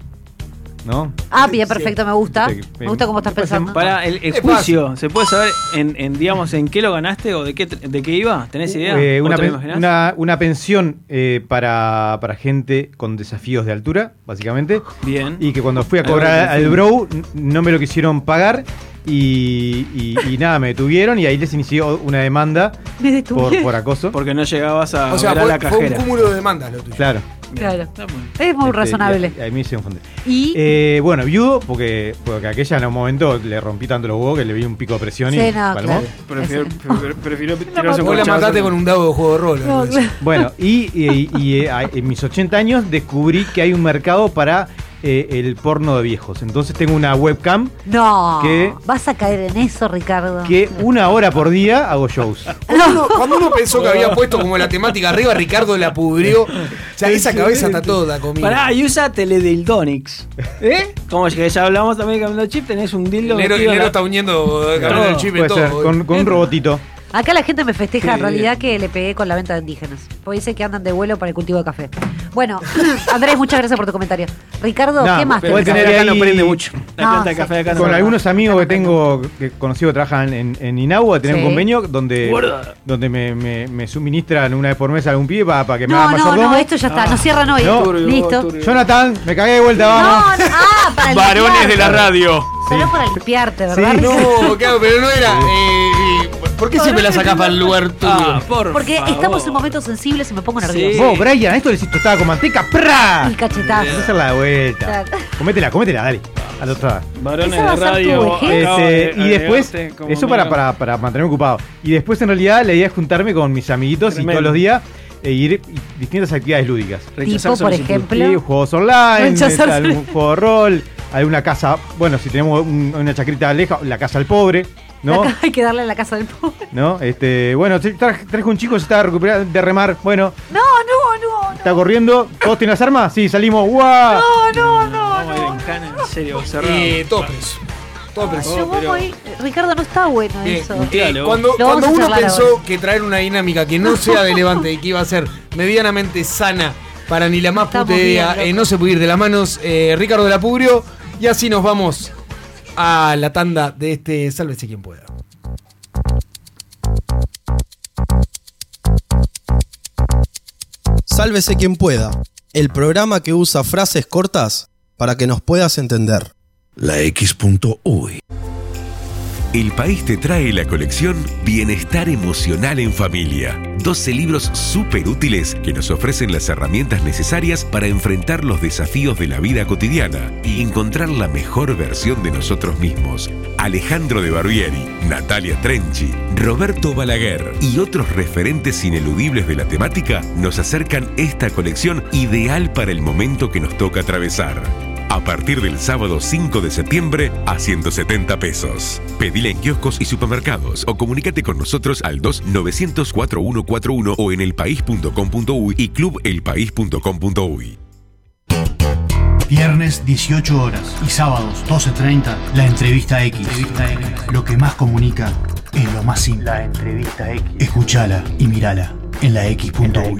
[SPEAKER 1] ¿No?
[SPEAKER 4] Ah, bien, perfecto, me gusta.
[SPEAKER 1] Sí,
[SPEAKER 4] Me gusta cómo estás
[SPEAKER 1] me parece
[SPEAKER 4] pensando.
[SPEAKER 2] Para el, el
[SPEAKER 3] Es
[SPEAKER 2] juicio, ¿se puede saber en, en, digamos en qué lo ganaste o de qué tr- de qué iba? ¿Tenés idea?
[SPEAKER 1] Eh,
[SPEAKER 2] ¿Vos
[SPEAKER 1] una,
[SPEAKER 2] te lo
[SPEAKER 1] pen-
[SPEAKER 2] imaginás?
[SPEAKER 1] una- una pensión eh, para, para gente con desafíos de altura, básicamente.
[SPEAKER 2] Bien.
[SPEAKER 1] Y que cuando fui a
[SPEAKER 2] Algo
[SPEAKER 1] cobrar
[SPEAKER 2] que
[SPEAKER 1] al Bro, n- no me lo quisieron pagar. Y, y- y nada, me detuvieron y ahí les inició una demanda
[SPEAKER 4] Me
[SPEAKER 1] por,
[SPEAKER 4] detuvieron.
[SPEAKER 1] por acoso.
[SPEAKER 2] Porque no llegabas a
[SPEAKER 3] O sea,
[SPEAKER 2] ver a
[SPEAKER 3] fue,
[SPEAKER 2] la
[SPEAKER 3] fue un
[SPEAKER 2] cajera.
[SPEAKER 3] cúmulo de demandas lo tuyo.
[SPEAKER 1] Claro.
[SPEAKER 4] Claro.
[SPEAKER 2] Está muy bien.
[SPEAKER 4] Es muy
[SPEAKER 1] Este,
[SPEAKER 4] razonable.
[SPEAKER 1] y ahí- ahí me hice un fondito.
[SPEAKER 4] Y.
[SPEAKER 1] Eh, bueno, viudo, porque, porque aquella en un momento le rompí tanto los huevos que le vi un pico de presión y
[SPEAKER 4] Sí,
[SPEAKER 3] Ah,
[SPEAKER 4] no,
[SPEAKER 1] palmó.
[SPEAKER 4] claro.
[SPEAKER 2] Prefiero, prefiero, prefiero
[SPEAKER 4] mató.
[SPEAKER 2] tirarse un
[SPEAKER 3] Vos la
[SPEAKER 2] colchazo.
[SPEAKER 3] mataste con un dado de juego de rol.
[SPEAKER 4] No,
[SPEAKER 3] algo así.
[SPEAKER 4] claro.
[SPEAKER 1] Bueno, y, y- y, eh, a- en mis 80 años descubrí que hay un mercado para eh, el porno de viejos. Entonces tengo una webcam
[SPEAKER 4] No.
[SPEAKER 1] ¿Qué?
[SPEAKER 4] Vas a caer en eso, Ricardo.
[SPEAKER 1] que una hora por día hago shows.
[SPEAKER 3] Cuando uno, cuando uno pensó que había puesto como la temática arriba, Ricardo la pudrió. O sea, esa cabeza está toda comida.
[SPEAKER 2] Pará, y usa teledildonics. ¿Eh? Como que ya hablamos también de Camilo Chip, tenés un dildo
[SPEAKER 3] Nero,
[SPEAKER 2] metido en
[SPEAKER 3] Nero
[SPEAKER 2] la-
[SPEAKER 3] está uniendo eh, cambiando el chip y
[SPEAKER 1] Puede ser,
[SPEAKER 3] todo.
[SPEAKER 1] con, con un robotito.
[SPEAKER 4] Acá la gente me festeja en
[SPEAKER 2] Sí.
[SPEAKER 4] realidad que le pegué con la venta de indígenas. Porque dice que andan de vuelo para el cultivo de café. Bueno, Andrés, muchas gracias por tu comentario. Ricardo,
[SPEAKER 1] No,
[SPEAKER 4] ¿qué más?
[SPEAKER 1] pero
[SPEAKER 4] tenés
[SPEAKER 1] tener
[SPEAKER 4] acá?
[SPEAKER 2] acá
[SPEAKER 1] ahí-
[SPEAKER 2] no prende mucho. La
[SPEAKER 4] No,
[SPEAKER 2] planta de
[SPEAKER 4] sí.
[SPEAKER 2] café de acá no
[SPEAKER 1] Con
[SPEAKER 2] prende.
[SPEAKER 1] algunos amigos que tengo, que conocido, trabajan en, en Inagua, tener
[SPEAKER 4] Sí.
[SPEAKER 1] un convenio donde,
[SPEAKER 2] Guarda.
[SPEAKER 1] donde me, me- me suministran una vez por mes a algún pibe para, para que me
[SPEAKER 4] No,
[SPEAKER 1] haga
[SPEAKER 4] no,
[SPEAKER 1] mayordomo.
[SPEAKER 4] no, esto ya está.
[SPEAKER 2] Ah.
[SPEAKER 4] No cierran hoy.
[SPEAKER 1] No.
[SPEAKER 2] Turbio,
[SPEAKER 4] Listo.
[SPEAKER 2] turbio.
[SPEAKER 1] Jonathan, me cagué de vuelta,
[SPEAKER 4] No,
[SPEAKER 1] vamos.
[SPEAKER 4] no, ah, para
[SPEAKER 6] Varones de la radio.
[SPEAKER 4] Solo para limpiarte,
[SPEAKER 1] Sí,
[SPEAKER 4] ¿verdad? Ricardo?
[SPEAKER 3] No, claro, pero no era. eh, eh, ¿Por qué siempre la sacás para el lugar tuyo?
[SPEAKER 2] Ah, por
[SPEAKER 4] Porque
[SPEAKER 2] favor.
[SPEAKER 4] estamos en momentos sensibles y me pongo nervioso.
[SPEAKER 2] Sí.
[SPEAKER 1] Vos, Brian, esto le hiciste tostada con manteca, ¡prá!
[SPEAKER 4] Y cachetazo.
[SPEAKER 1] Vas a hacerla de vuelta.
[SPEAKER 4] Claro.
[SPEAKER 1] Cométela, cométela, dale. A la tostada.
[SPEAKER 2] Varones
[SPEAKER 4] Esa va a
[SPEAKER 2] de
[SPEAKER 4] ser tu
[SPEAKER 2] radio.
[SPEAKER 4] vejez.
[SPEAKER 2] acabo de
[SPEAKER 1] Este, y después,
[SPEAKER 2] agregarte como
[SPEAKER 1] eso para,
[SPEAKER 2] amigo.
[SPEAKER 1] para, para mantenerme ocupado. Y después, en realidad, la idea es juntarme con mis amiguitos
[SPEAKER 2] Tremendo.
[SPEAKER 1] y todos los días e ir a distintas actividades lúdicas.
[SPEAKER 2] Rechazar
[SPEAKER 4] Tipo, por
[SPEAKER 2] solicitud.
[SPEAKER 1] Sí,
[SPEAKER 4] ejemplo.
[SPEAKER 1] juegos online,
[SPEAKER 4] Rechazar-
[SPEAKER 1] este, algún juego de rol, alguna casa. Bueno, si tenemos un- una chacrita lejos, la casa al pobre, ¿no?
[SPEAKER 4] Acá hay que darle a la casa del pobre.
[SPEAKER 1] ¿No? Este, bueno, sí, tra- traje un chico, se estaba recuperando de remar. Bueno,
[SPEAKER 4] No, no, no,
[SPEAKER 1] está corriendo. ¿Todos tienen las armas? Sí, salimos. ¡Guau!
[SPEAKER 4] no, no, no,
[SPEAKER 2] No,
[SPEAKER 4] no.
[SPEAKER 2] no, en cana, en serio, cerrado.
[SPEAKER 3] Eh, todos presos. Todos presos.
[SPEAKER 4] Yo
[SPEAKER 2] pero-
[SPEAKER 4] voy- Ricardo, no está bueno
[SPEAKER 3] Bien,
[SPEAKER 4] eso.
[SPEAKER 2] mutea-
[SPEAKER 3] eh, cuando
[SPEAKER 4] Lo vamos
[SPEAKER 3] cuando
[SPEAKER 4] a
[SPEAKER 3] uno
[SPEAKER 4] charlar
[SPEAKER 3] pensó
[SPEAKER 4] ahora.
[SPEAKER 3] que traer una dinámica que no sea de levante y que iba a ser medianamente sana para ni la más
[SPEAKER 4] Estamos
[SPEAKER 3] puta idea,
[SPEAKER 4] bien,
[SPEAKER 3] eh,
[SPEAKER 4] loco.
[SPEAKER 3] no se puede ir de las manos, eh, Ricardo de la Pubrio, y así nos vamos a la tanda de este Sálvese quien pueda.
[SPEAKER 5] Sálvese quien pueda, el programa que usa frases cortas para que nos puedas entender.
[SPEAKER 7] La X.UI. El país te trae la colección Bienestar Emocional en Familia. 12 libros súper útiles que nos ofrecen las herramientas necesarias para enfrentar los desafíos de la vida cotidiana y encontrar la mejor versión de nosotros mismos. Alejandro de Barbieri, Natalia Trenchi, Roberto Balaguer y otros referentes ineludibles de la temática nos acercan esta colección ideal para el momento que nos toca atravesar. A partir del sábado 5 de septiembre a 170 pesos. Pedila en kioscos y supermercados o comunícate con nosotros al 2-900-4141 o en elpaís.com.uy y clubelpaís.com.uy.
[SPEAKER 8] Viernes 18 horas y sábados 12.30, la entrevista X. Lo que más comunica es lo más simple. La entrevista X. Escuchala y mirala en la X.U.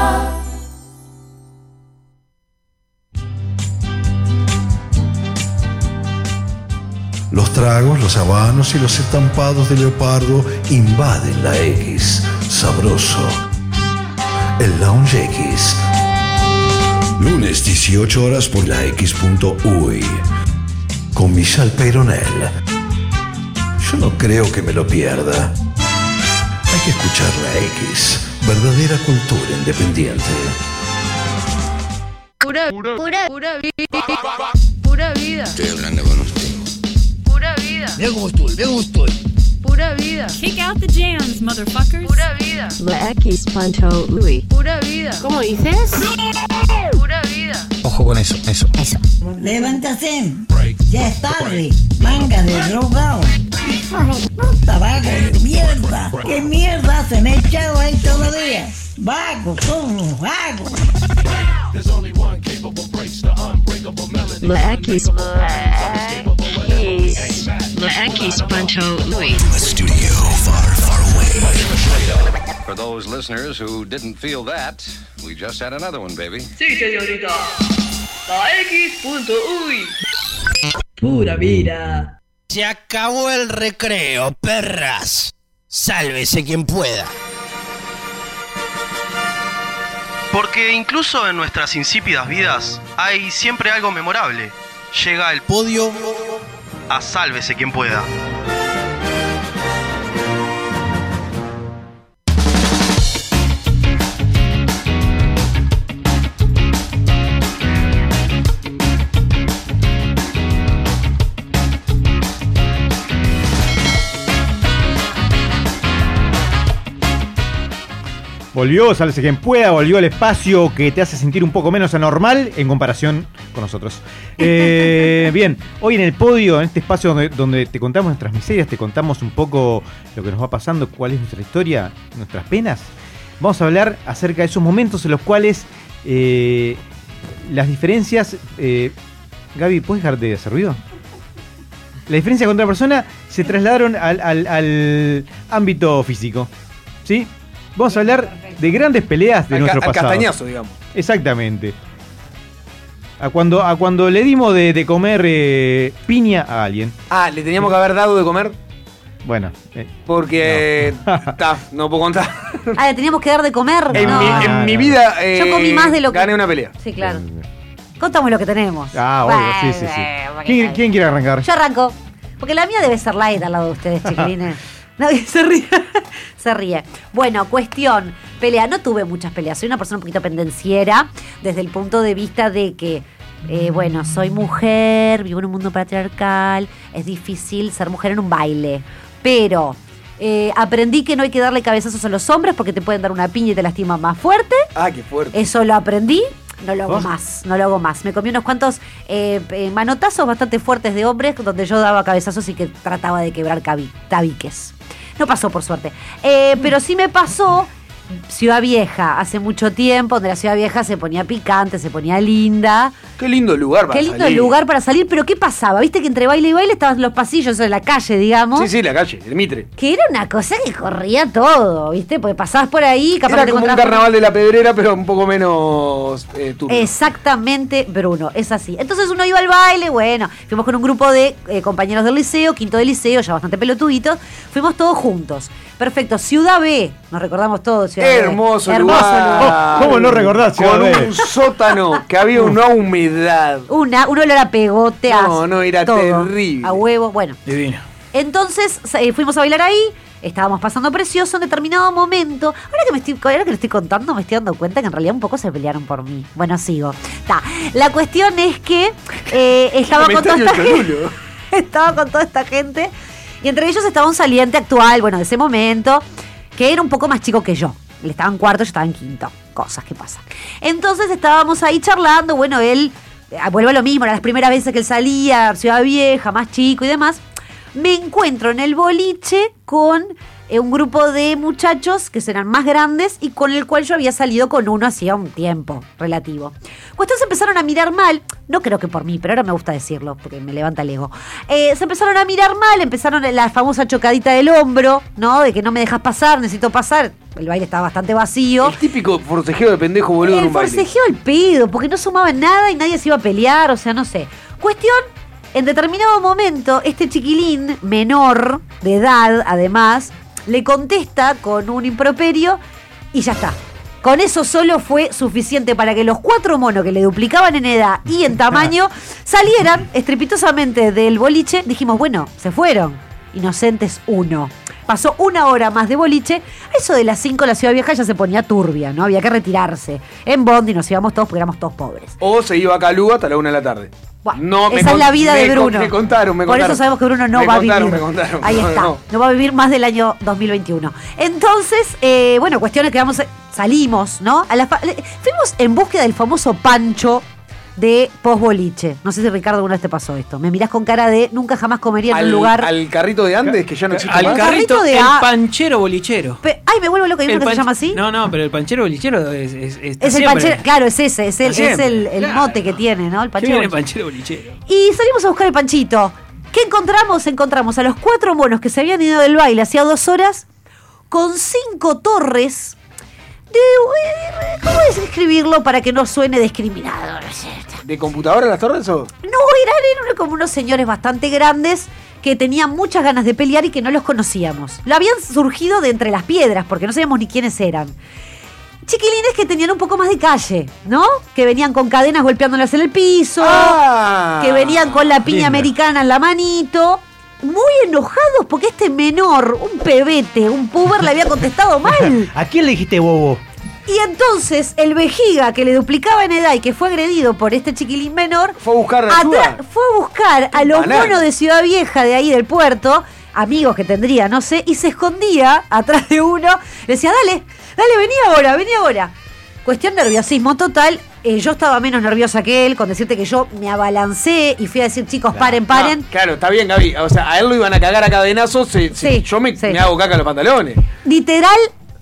[SPEAKER 9] Los tragos, los habanos y los estampados de leopardo invaden la X. Sabroso. El Lounge X. Lunes 18 horas por la X.uy. Con Michelle Peyronel. Yo no creo que me lo pierda. Hay que escuchar la X. Verdadera cultura independiente.
[SPEAKER 10] Pura, pura, pura vida. Pura vida.
[SPEAKER 9] Estoy hablando con usted.
[SPEAKER 10] Pura vida.
[SPEAKER 9] Mira cómo estoy, mira cómo estoy.
[SPEAKER 10] Pura vida. Kick out the jams, motherfuckers. Pura vida.
[SPEAKER 11] La X Panto Louis.
[SPEAKER 10] Pura vida. ¿Cómo dices? Pura vida.
[SPEAKER 9] Ojo con eso, eso. Eso.
[SPEAKER 12] Levántate. Ya es tarde. Manga de drogado. Puta vaga de mierda. ¿Qué mierda se me ha echado ahí todavía? Vago, son los vagos.
[SPEAKER 11] La X. La X Panto Louis.
[SPEAKER 13] For those listeners who didn't feel that, we just had another one, baby.
[SPEAKER 14] Sí, señorita. La X.uy.
[SPEAKER 15] Pura vida. Se acabó el recreo, perras. Sálvese quien pueda. Porque incluso en nuestras insípidas vidas hay siempre algo memorable. Llega al podio a sálvese quien pueda.
[SPEAKER 1] Volvió, sálvese quien pueda, volvió al espacio que te hace sentir un poco menos anormal en comparación con nosotros. Eh, bien, hoy en el podio, en este espacio donde, donde te contamos nuestras miserias, te contamos un poco lo que nos va pasando, cuál es nuestra historia, nuestras penas, vamos a hablar acerca de esos momentos en los cuales eh, las diferencias... eh, Gaby, ¿puedes dejar de hacer ruido? La diferencia con otra persona se trasladaron al, al- al ámbito físico. ¿Sí? Vamos a hablar de grandes peleas de
[SPEAKER 3] Al ca-
[SPEAKER 1] nuestro
[SPEAKER 3] al
[SPEAKER 1] pasado.
[SPEAKER 3] castañazo, digamos.
[SPEAKER 1] Exactamente. A cuando, a cuando le dimos de, de comer eh, piña a alguien.
[SPEAKER 3] Ah, le teníamos que haber dado de comer
[SPEAKER 1] Bueno. eh,
[SPEAKER 3] porque. eh, Ta, no puedo contar.
[SPEAKER 4] Ah, le teníamos que dar de comer.
[SPEAKER 3] En,
[SPEAKER 4] Ah, No.
[SPEAKER 3] mi, en mi vida.
[SPEAKER 4] Yo
[SPEAKER 3] eh,
[SPEAKER 4] comí más de lo que.
[SPEAKER 3] Gané una pelea.
[SPEAKER 4] Sí, claro. Contamos lo que tenemos. Eh,
[SPEAKER 1] ah, obvio, sí, sí, sí. ¿Quién, quién quiere arrancar?
[SPEAKER 4] Yo arranco. Porque la mía debe ser light al lado de ustedes, chiquilines. Nadie se ríe. se ríe. Bueno, cuestión. Pelea. No tuve muchas peleas. Soy una persona un poquito pendenciera desde el punto de vista de que, eh, bueno, soy mujer, vivo en un mundo patriarcal, es difícil ser mujer en un baile. Pero eh, aprendí que no hay que darle cabezazos a los hombres porque te pueden dar una piña y te lastiman más fuerte.
[SPEAKER 3] Ah, qué fuerte.
[SPEAKER 4] Eso lo aprendí, no lo hago
[SPEAKER 3] Oh.
[SPEAKER 4] más, no lo hago más. Me comí unos cuantos eh, eh, manotazos bastante fuertes de hombres donde yo daba cabezazos y que trataba de quebrar cabi- tabiques. No pasó, por suerte. Eh, pero sí me pasó Ciudad Vieja, hace mucho tiempo, donde la Ciudad Vieja se ponía picante, se ponía linda.
[SPEAKER 3] Qué lindo lugar para
[SPEAKER 4] Qué lindo
[SPEAKER 3] salir.
[SPEAKER 4] lugar para salir, pero ¿qué pasaba? Viste que entre baile y baile estaban los pasillos en la calle, digamos.
[SPEAKER 3] Sí, sí, la calle, el Mitre.
[SPEAKER 4] Que era una cosa que corría todo, ¿viste? Porque pasabas por ahí, capaz que
[SPEAKER 3] Era
[SPEAKER 4] te
[SPEAKER 3] como un
[SPEAKER 4] encontrabas con-
[SPEAKER 3] carnaval de la pedrera, pero un poco menos eh, turbio.
[SPEAKER 4] Exactamente, Bruno, es así. Entonces uno iba al baile, bueno, fuimos con un grupo de eh, compañeros del liceo, quinto del liceo, ya bastante pelotuditos, fuimos todos juntos. Perfecto, Ciudad B, nos recordamos todos, Ciudad
[SPEAKER 3] Hermoso,
[SPEAKER 4] B.
[SPEAKER 3] lugar.
[SPEAKER 1] Oh, ¿cómo no recordás Ciudad
[SPEAKER 3] Con
[SPEAKER 1] B?
[SPEAKER 3] un sótano que había una humedad.
[SPEAKER 4] Una, uno olor a pegote, a-
[SPEAKER 3] No, no, era
[SPEAKER 4] todo,
[SPEAKER 3] terrible.
[SPEAKER 4] A huevo, bueno.
[SPEAKER 2] Divino.
[SPEAKER 4] Entonces eh, fuimos a bailar ahí, estábamos pasando precioso en determinado momento. Ahora que, me estoy, ahora que lo estoy contando, me estoy dando cuenta que en realidad un poco se pelearon por mí. Bueno, sigo. Ta. La cuestión es que eh, estaba con toda
[SPEAKER 14] Comentario
[SPEAKER 4] esta
[SPEAKER 16] este
[SPEAKER 4] gente.
[SPEAKER 14] cholulo.
[SPEAKER 4] Estaba con toda esta gente. Y entre ellos estaba un saliente actual, bueno, de ese momento, que era un poco más chico que yo. Él estaba en cuarto, yo estaba en quinto. Cosas que pasan. Entonces estábamos ahí charlando, bueno, él, eh, vuelve a lo mismo, eran las primeras veces que él salía, Ciudad Vieja, más chico y demás. Me encuentro en el boliche con eh, un grupo de muchachos que serán más grandes y con el cual yo había salido con uno hacía un tiempo relativo. Cuestión se empezaron a mirar mal, no creo que por mí, pero ahora me gusta decirlo porque me levanta el ego. Eh, se empezaron a mirar mal, empezaron la famosa chocadita del hombro, ¿no? De que no me dejas pasar, necesito pasar. El baile estaba bastante vacío.
[SPEAKER 3] Típico forcejeo de pendejo boludo en
[SPEAKER 4] El
[SPEAKER 3] un baile.
[SPEAKER 4] forcejeo al pedo, porque no sumaba nada y nadie se iba a pelear, o sea, no sé. Cuestión, En determinado momento, este chiquilín, menor de edad, además, le contesta con un improperio y ya está. Con eso solo fue suficiente para que los cuatro monos que le duplicaban en edad y en tamaño salieran estrepitosamente del boliche. Dijimos, bueno, se fueron. Inocentes uno. Pasó una hora más de boliche. A eso de las 5 la ciudad vieja ya se ponía turbia, ¿no? Había que retirarse. En Bondi nos íbamos todos porque éramos todos pobres.
[SPEAKER 3] O se iba acá a Calú hasta la una de la tarde. no,
[SPEAKER 4] Esa es
[SPEAKER 3] con-
[SPEAKER 4] la vida
[SPEAKER 3] me
[SPEAKER 4] de
[SPEAKER 3] con-
[SPEAKER 4] Bruno.
[SPEAKER 3] Me contaron, me
[SPEAKER 4] Por
[SPEAKER 3] contaron.
[SPEAKER 4] eso sabemos que Bruno no
[SPEAKER 3] Me
[SPEAKER 4] va
[SPEAKER 3] contaron,
[SPEAKER 4] a vivir.
[SPEAKER 3] Me contaron,
[SPEAKER 4] Ahí
[SPEAKER 3] No,
[SPEAKER 4] está. No.
[SPEAKER 3] no.
[SPEAKER 4] va a vivir más del año 2021. Entonces, eh, bueno, cuestiones que vamos. a- Salimos, ¿no? A la fa- le- fuimos en búsqueda del famoso pancho de posboliche. No sé si Ricardo alguna vez te pasó esto. Me mirás con cara de nunca jamás comería en
[SPEAKER 3] Al,
[SPEAKER 4] un lugar.
[SPEAKER 3] al carrito de antes, que ya no existe
[SPEAKER 2] Al
[SPEAKER 3] más.
[SPEAKER 2] carrito,
[SPEAKER 4] Carrito de
[SPEAKER 2] el
[SPEAKER 4] a-
[SPEAKER 2] panchero bolichero.
[SPEAKER 4] Pe- Ay, me vuelvo loco, hay uno
[SPEAKER 2] El
[SPEAKER 4] que se
[SPEAKER 2] pan-
[SPEAKER 4] llama así.
[SPEAKER 2] No, no, pero el panchero bolichero es. Es, es-
[SPEAKER 4] Es el
[SPEAKER 2] siempre.
[SPEAKER 4] panchero, claro, es ese, es el,
[SPEAKER 2] Siempre,
[SPEAKER 4] es el, el
[SPEAKER 2] claro.
[SPEAKER 4] mote que tiene, ¿no? El
[SPEAKER 2] ¿Qué
[SPEAKER 4] panchero.
[SPEAKER 2] viene el
[SPEAKER 4] boliche.
[SPEAKER 2] panchero bolichero?
[SPEAKER 4] Y salimos a buscar el panchito. ¿Qué encontramos? Encontramos a los cuatro monos que se habían ido del baile hacía dos horas con cinco torres de... ¿Cómo describirlo para que no suene discriminado? No sé.
[SPEAKER 3] ¿De computadora las torres o?
[SPEAKER 4] No, eran, eran como unos señores bastante grandes que tenían muchas ganas de pelear y que no los conocíamos. Lo habían surgido de entre las piedras porque no sabíamos ni quiénes eran. Chiquilines que tenían un poco más de calle, ¿no? Que venían con cadenas golpeándolas en el piso, que venían con la piña
[SPEAKER 17] lindo.
[SPEAKER 4] americana en la manito. Muy enojados porque este menor, un pebete, un puber, le había contestado mal.
[SPEAKER 17] ¿A quién le dijiste bobo?
[SPEAKER 4] Y entonces el vejiga que le duplicaba en edad y que fue agredido por este chiquilín menor fue a
[SPEAKER 3] buscar
[SPEAKER 17] ayuda.
[SPEAKER 4] fue a buscar a los
[SPEAKER 17] Banana.
[SPEAKER 4] monos de Ciudad Vieja de ahí del puerto, amigos que tendría, no sé, y se escondía atrás de uno, le decía, dale, dale, vení ahora, vení ahora. Cuestión nerviosismo total. eh, yo estaba menos nerviosa que él, con decirte que yo me abalancé y fui a decir, chicos, paren, paren.
[SPEAKER 3] No, Ah, claro, está bien, Gaby. O sea, a él lo iban a cagar a cadenazos. se- se- yo me, me hago caca en los pantalones.
[SPEAKER 4] Literal,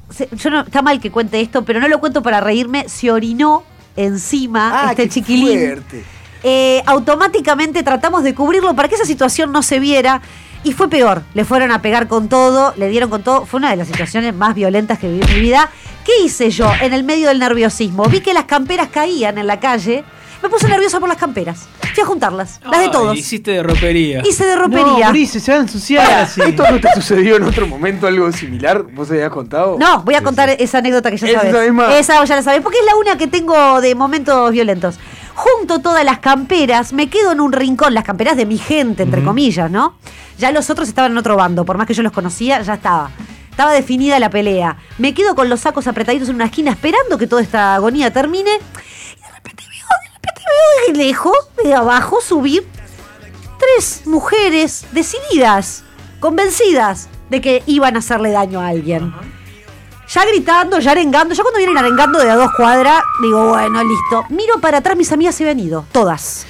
[SPEAKER 4] se- yo no, está mal que cuente esto, pero no lo cuento para reírme, se orinó encima
[SPEAKER 18] Ah,
[SPEAKER 4] este chiquilín.
[SPEAKER 3] Fuerte.
[SPEAKER 4] Eh, automáticamente tratamos de cubrirlo para que esa situación no se viera. Y fue peor. Le fueron a pegar con todo, le dieron con todo. Fue una de las situaciones más violentas que viví en mi vida. ¿Qué hice yo en el medio del nerviosismo? Vi que las camperas caían en la calle. Me puse nerviosa por las camperas. Fui a juntarlas. Las de
[SPEAKER 2] Ay,
[SPEAKER 4] todos.
[SPEAKER 2] Hiciste de ropería.
[SPEAKER 4] Hice de ropería.
[SPEAKER 3] se van a ensuciar ¿Esto no te sucedió en otro momento algo similar? ¿Vos habías contado?
[SPEAKER 4] No, voy a contar esa anécdota que ya
[SPEAKER 3] Es
[SPEAKER 4] sabes.
[SPEAKER 3] esa misma.
[SPEAKER 4] Esa ya la sabes, porque es la una que tengo de momentos violentos. Junto todas las camperas, me quedo en un rincón, las camperas de mi gente, entre comillas, ¿no? Ya los otros estaban en otro bando, por más que yo los conocía, ya estaba. Estaba definida la pelea. Me quedo con los sacos apretaditos en una esquina esperando que toda esta agonía termine. Y de repente veo, de repente veo de lejos, de abajo, subir tres mujeres decididas, convencidas de que iban a hacerle daño a alguien. Ya gritando, ya arengando. Ya cuando vienen arengando de a dos cuadras, digo, bueno, listo. Miro para atrás, mis amigas se habían ido. Todas.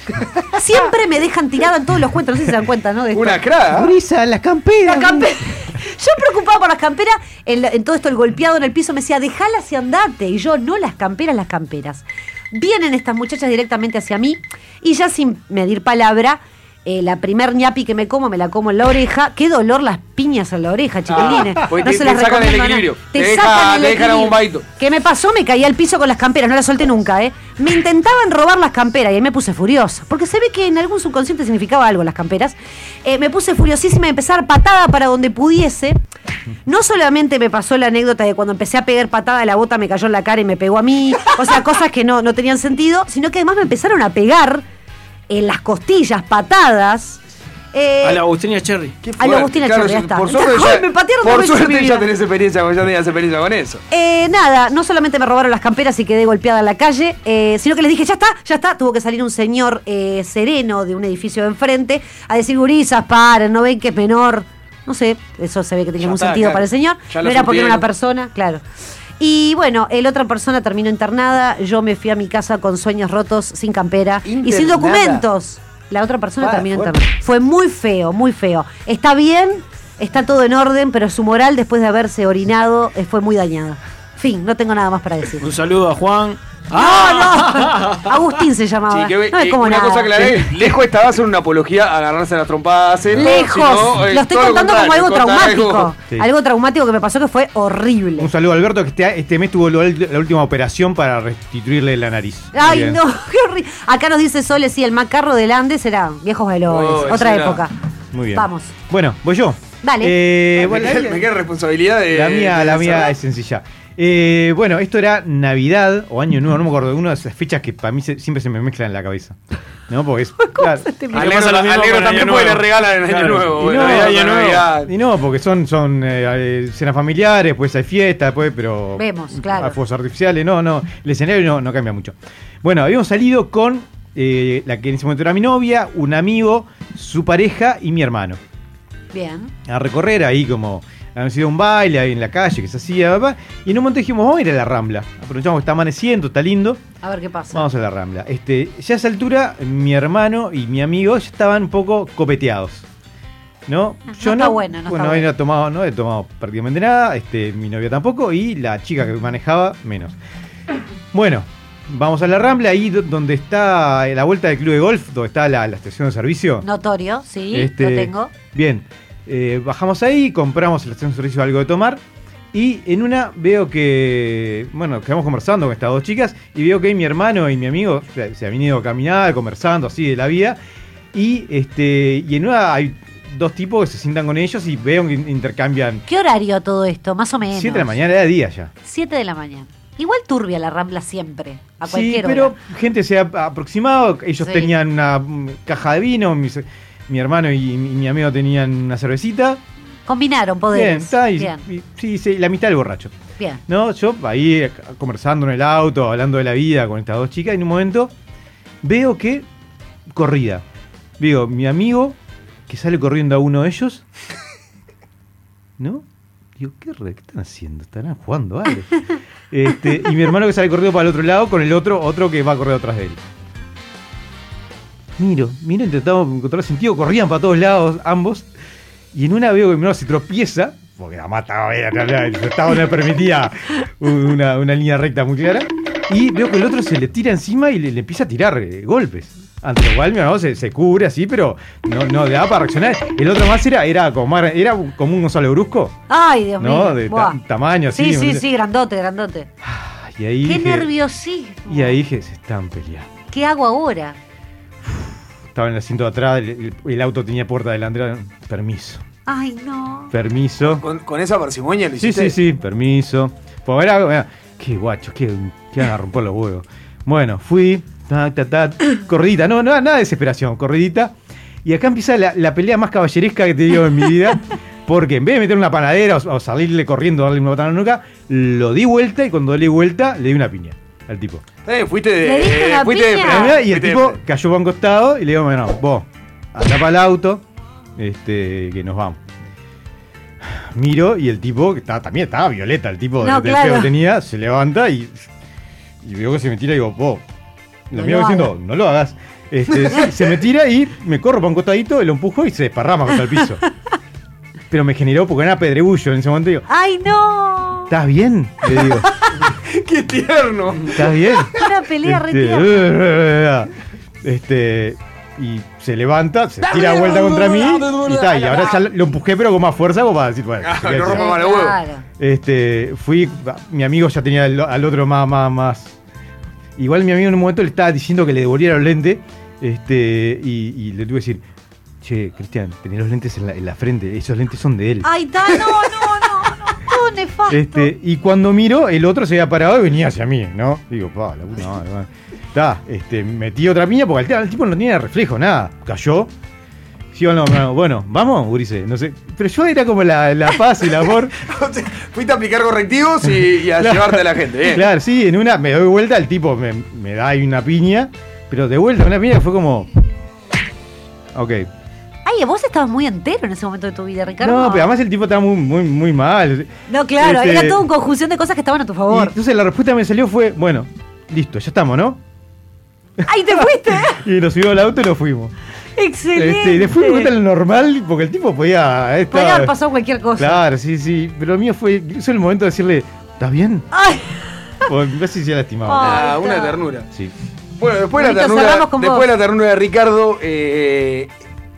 [SPEAKER 4] Siempre me dejan tirada en todos los cuentos. No sé si se dan cuenta, ¿no? De esto.
[SPEAKER 3] Una cra.
[SPEAKER 17] Brisa, las camperas.
[SPEAKER 4] La campe- Yo preocupada por las camperas, en, la- en todo esto el golpeado en el piso me decía, dejalas y andate. Y yo, no las camperas, las camperas. Vienen estas muchachas directamente hacia mí y ya sin medir palabra, eh, la primer ñapi que me como, me la como en la oreja. Qué dolor las piñas en la oreja, chiquilines.
[SPEAKER 3] Ah, porque
[SPEAKER 4] no
[SPEAKER 3] te-
[SPEAKER 4] se
[SPEAKER 3] te
[SPEAKER 4] las
[SPEAKER 3] sacan el
[SPEAKER 4] recomiendo a nadie.
[SPEAKER 3] equilibrio.
[SPEAKER 4] Te,
[SPEAKER 3] Te deja-
[SPEAKER 4] sacan el
[SPEAKER 3] te dejan a
[SPEAKER 4] equilibrio.
[SPEAKER 3] bombadito.
[SPEAKER 4] ¿Qué me pasó? Me caí al piso con las camperas, no las solté nunca, ¿eh? Me intentaban robar las camperas y ahí me puse furiosa. Porque se ve que en algún subconsciente significaba algo las camperas. Eh, me puse furiosísima de empezar patada para donde pudiese. No solamente me pasó la anécdota de cuando empecé a pegar patada, la bota me cayó en la cara y me pegó a mí. O sea, cosas que no, no tenían sentido, sino que además me empezaron a pegar en las costillas, patadas. Eh,
[SPEAKER 2] A la Agustina Cherry.
[SPEAKER 4] A la Agustina
[SPEAKER 3] Claro,
[SPEAKER 4] Cherry, ya está.
[SPEAKER 3] Por suerte,
[SPEAKER 4] Ay,
[SPEAKER 3] ya,
[SPEAKER 4] me patearon dos
[SPEAKER 3] por
[SPEAKER 4] veces en mi
[SPEAKER 3] suerte ya
[SPEAKER 4] vida.
[SPEAKER 3] tenés experiencia, con- ya tenías experiencia con eso.
[SPEAKER 4] Eh, nada, no solamente me robaron las camperas y quedé golpeada en la calle, eh, sino que les dije, ya está, ya está. Tuvo que salir un señor eh, sereno de un edificio de enfrente a decir, gurisas, paren, no ven que es menor. No sé, eso se ve que
[SPEAKER 17] Ya
[SPEAKER 4] tenía algún
[SPEAKER 17] está,
[SPEAKER 4] sentido
[SPEAKER 17] claro.
[SPEAKER 4] para el señor.
[SPEAKER 17] Ya
[SPEAKER 4] No
[SPEAKER 17] lo
[SPEAKER 4] era porque era una
[SPEAKER 17] surtieron.
[SPEAKER 4] persona, claro. Y bueno, el otra persona terminó internada, yo me fui a mi casa con sueños rotos, sin campera y sin
[SPEAKER 17] Internada.
[SPEAKER 4] documentos. La otra persona
[SPEAKER 17] Para,
[SPEAKER 4] terminó
[SPEAKER 17] fuerte.
[SPEAKER 4] internada. Fue muy feo, muy feo. Está bien, está todo en orden, pero su moral después de haberse orinado eh, fue muy dañada. Fin, no tengo nada más para decir.
[SPEAKER 2] Un saludo a Juan.
[SPEAKER 4] No, no. Agustín se llamaba.
[SPEAKER 19] Sí, que-
[SPEAKER 4] no es
[SPEAKER 19] eh,
[SPEAKER 4] como
[SPEAKER 19] una
[SPEAKER 4] nada.
[SPEAKER 19] cosa aclaré, lejos estaba hacer una apología a agarrarse a las trompadas. eh, no,
[SPEAKER 4] Lejos.
[SPEAKER 19] sino, eh,
[SPEAKER 4] lo estoy
[SPEAKER 19] todo
[SPEAKER 4] contando como
[SPEAKER 19] contrario,
[SPEAKER 4] algo
[SPEAKER 19] contar
[SPEAKER 4] traumático. Algo,
[SPEAKER 1] Sí.
[SPEAKER 4] traumático que me pasó que fue horrible.
[SPEAKER 1] Un saludo a Alberto, que este, este mes tuvo lo- la última operación para restituirle la nariz. Muy
[SPEAKER 4] Ay,
[SPEAKER 1] bien.
[SPEAKER 4] no, qué horrible. Acá nos dice Sole, sí, el macarro del Andes era viejos velones.
[SPEAKER 1] Oh,
[SPEAKER 4] otra
[SPEAKER 1] ese era.
[SPEAKER 4] época.
[SPEAKER 1] Muy bien.
[SPEAKER 4] Vamos.
[SPEAKER 1] Bueno, voy yo.
[SPEAKER 4] Dale.
[SPEAKER 1] Eh,
[SPEAKER 4] Dale,
[SPEAKER 1] bueno,
[SPEAKER 4] me queda-
[SPEAKER 19] me queda responsabilidad de-
[SPEAKER 1] La mía,
[SPEAKER 19] de
[SPEAKER 1] la
[SPEAKER 19] hacer
[SPEAKER 1] mía
[SPEAKER 19] nada.
[SPEAKER 1] es sencilla. Eh, bueno, esto era Navidad o Año Nuevo, no me acuerdo, una de esas fechas que para mí se- siempre se me mezclan en la cabeza. ¿No? Porque es. claro.
[SPEAKER 19] Al negro- al negro también puede le regalan en Año Nuevo,
[SPEAKER 1] Y
[SPEAKER 19] en
[SPEAKER 1] no,
[SPEAKER 19] Navidad,
[SPEAKER 1] y
[SPEAKER 19] en
[SPEAKER 1] no,
[SPEAKER 19] Navidad.
[SPEAKER 1] y no, porque son, son eh, eh, cenas familiares, después hay fiesta, después, pero.
[SPEAKER 4] Vemos, claro.
[SPEAKER 1] A fuegos artificiales, no, no. El escenario no, no cambia mucho. Bueno, habíamos salido con eh, la que en ese momento era mi novia, un amigo, su pareja y mi hermano
[SPEAKER 4] Bien.
[SPEAKER 1] a recorrer ahí como habíamos ido a un baile ahí en la calle que se hacía papá, y en un momento dijimos vamos a ir a la Rambla aprovechamos que está amaneciendo está lindo
[SPEAKER 4] A ver qué pasa.
[SPEAKER 1] vamos a la Rambla este ya a esa altura mi hermano y mi amigo ya estaban un poco copeteados no
[SPEAKER 4] no está bueno, no está
[SPEAKER 1] bueno,
[SPEAKER 4] bueno.
[SPEAKER 1] había tomado no he tomado prácticamente nada este mi novia tampoco y la chica que manejaba menos bueno vamos a la Rambla ahí do- donde está la vuelta del club de golf donde está la, la estación de servicio
[SPEAKER 4] Notorio, sí,
[SPEAKER 1] Este,
[SPEAKER 4] lo tengo.
[SPEAKER 1] Bien, eh, bajamos ahí, compramos el estación de servicio algo de tomar. Y en una veo que, bueno, quedamos conversando con estas dos chicas y veo que mi hermano y mi amigo se, se han venido a caminar, conversando así de la vida. Y este y en una hay dos tipos que se sientan con ellos y veo que intercambian.
[SPEAKER 4] ¿Qué horario todo esto? Más o menos.
[SPEAKER 1] 7 de la mañana, era día ya.
[SPEAKER 4] 7 de la mañana. Igual turbia la rambla siempre, a
[SPEAKER 1] Sí,
[SPEAKER 4] cualquier
[SPEAKER 1] pero
[SPEAKER 4] hora.
[SPEAKER 1] gente se ha aproximado. Ellos
[SPEAKER 4] Sí.
[SPEAKER 1] tenían una mm, caja de vino, mis- mi hermano y, y mi amigo tenían una cervecita.
[SPEAKER 4] Combinaron poderes.
[SPEAKER 1] Bien, está, y-
[SPEAKER 4] Bien.
[SPEAKER 1] y- sí, sí, la mitad del borracho.
[SPEAKER 4] Bien.
[SPEAKER 1] No, yo ahí eh, conversando en el auto, hablando de la vida con estas dos chicas, y en un momento veo que corrida. Veo mi amigo que sale corriendo a uno de ellos. ¿No? Digo, ¿qué, re- qué están haciendo? ¿Estarán jugando algo? Este, y mi hermano que sale corriendo para el otro lado con el otro, otro que va a correr atrás de él. Miro, miro, intentamos encontrar sentido, corrían para todos lados ambos. Y en una veo que mi hermano se tropieza, porque la mata, era, era, era, el Estado no le permitía un- una, una línea recta muy clara. Y veo que el otro se le tira encima y le, le empieza a tirar eh, golpes. Ante lo cual mi hermano se, se cubre así, pero no, no le da para reaccionar. El otro más era, era, como, era como un Gonzalo Brusco,
[SPEAKER 4] Ay, Dios mío.
[SPEAKER 1] ¿no? De ta-
[SPEAKER 4] Buah.
[SPEAKER 1] tamaño así.
[SPEAKER 4] Sí, sí, sí, grandote, grandote.
[SPEAKER 1] Y ahí
[SPEAKER 4] Qué
[SPEAKER 1] dije-
[SPEAKER 4] nerviosismo.
[SPEAKER 1] Y ahí dije, se están peleando.
[SPEAKER 4] ¿Qué hago ahora?
[SPEAKER 1] Estaba en el asiento de atrás, el, el- el auto tenía puerta delantera. Permiso,
[SPEAKER 4] Ay, no.
[SPEAKER 1] permiso.
[SPEAKER 19] Con, con esa parsimonia lo
[SPEAKER 1] Sí,
[SPEAKER 19] hiciste.
[SPEAKER 1] sí, sí, permiso. Pues verá, verá. qué guacho, qué, qué van a romper los huevos. Bueno, fui, ta, ta, ta, corridita, no, no, nada de desesperación, corridita. Y acá empieza la, la pelea más caballeresca que te digo en mi vida. Porque en vez de meter una panadera o, o salirle corriendo, darle una patada en la nuca, lo di vuelta y cuando le di vuelta, le di una piña al tipo.
[SPEAKER 19] Está bien, fuiste de.
[SPEAKER 1] Le diste
[SPEAKER 19] eh,
[SPEAKER 1] una
[SPEAKER 19] fuiste de
[SPEAKER 1] La verdad,
[SPEAKER 19] frente,
[SPEAKER 1] y el
[SPEAKER 19] fuiste de
[SPEAKER 1] tipo
[SPEAKER 19] frente.
[SPEAKER 1] cayó para un costado y le digo, bueno, vos, atrapa el auto, este, que nos vamos. Miro y el tipo, que estaba, también estaba violeta, el tipo de
[SPEAKER 4] No,
[SPEAKER 1] del pelo
[SPEAKER 4] claro.
[SPEAKER 1] que tenía, se levanta y, y veo que se me tira y digo, vos,
[SPEAKER 4] No
[SPEAKER 1] lo miro
[SPEAKER 4] lo
[SPEAKER 1] diciendo,
[SPEAKER 4] hagas.
[SPEAKER 1] no lo hagas. Este, se- se me tira y me corro para un costadito, lo empujo y se desparrama contra el piso. Pero me generó porque era pedregullo en ese momento. Digo,
[SPEAKER 4] Ay, no.
[SPEAKER 1] ¿estás bien? Le digo,
[SPEAKER 19] ¡Qué tierno!
[SPEAKER 1] ¿estás bien?
[SPEAKER 4] Una pelea re
[SPEAKER 1] eh,
[SPEAKER 4] tierna.
[SPEAKER 1] este, este, y se levanta, se tira vuelta contra mí y está. Y ahora ya lo empujé, pero con más fuerza, como para decir, bueno,
[SPEAKER 19] Ah, No
[SPEAKER 1] quédate.
[SPEAKER 19] rompa más los huevos.
[SPEAKER 1] Este, fui, mi amigo ya tenía al, al otro más, más, más. Igual mi amigo en un momento le estaba diciendo que le devolviera los lentes. Este, y, y le tuve que decir, che, Cristian, tenés los lentes en la, en la frente, esos lentes son de él.
[SPEAKER 4] Ay, ta, no, no, no, no. Todo nefasto.
[SPEAKER 1] Este, y cuando miro, el otro se había parado y venía hacia mí, ¿no? Digo, pa, la puta madre, madre. Ta, este, metí otra piña porque el, t- el tipo no tenía reflejo, nada. Cayó. Sí, bueno, bueno, bueno, vamos, Urice, no sé. Pero yo era como la, la paz y el amor.
[SPEAKER 19] Fuiste a aplicar correctivos y, y a
[SPEAKER 1] Claro.
[SPEAKER 19] llevarte a la gente. Bien.
[SPEAKER 1] Claro, sí, en una me doy vuelta, el tipo me, me da ahí una piña, pero de vuelta una piña que fue como. Ok.
[SPEAKER 4] Ay, vos estabas muy entero en ese momento de tu vida, Ricardo.
[SPEAKER 1] No, pero además el tipo estaba muy, muy, muy mal.
[SPEAKER 4] No, claro,
[SPEAKER 1] Este,
[SPEAKER 4] era toda una conjunción de cosas que estaban a tu
[SPEAKER 1] y
[SPEAKER 4] favor.
[SPEAKER 1] entonces la respuesta que me salió fue, bueno, listo, ya estamos, ¿no?
[SPEAKER 4] ¡Ay, te fuiste!
[SPEAKER 1] Y nos subió al auto y nos fuimos.
[SPEAKER 4] ¡Excelente!
[SPEAKER 1] Este, y después me Ah, cuenta lo normal, porque el tipo podía. eh, estaba-
[SPEAKER 4] Podría haber pasado cualquier cosa.
[SPEAKER 1] Claro, sí, sí. Pero lo mío fue. Eso el momento de decirle, ¿estás bien?
[SPEAKER 4] Ay.
[SPEAKER 1] No sé si se lastimaba.
[SPEAKER 3] Ah, una ternura.
[SPEAKER 1] Sí.
[SPEAKER 3] Bueno, después, de la
[SPEAKER 1] Bonito,
[SPEAKER 3] ternura,
[SPEAKER 1] cerramos con
[SPEAKER 3] después
[SPEAKER 1] vos.
[SPEAKER 3] de la ternura de Ricardo, eh,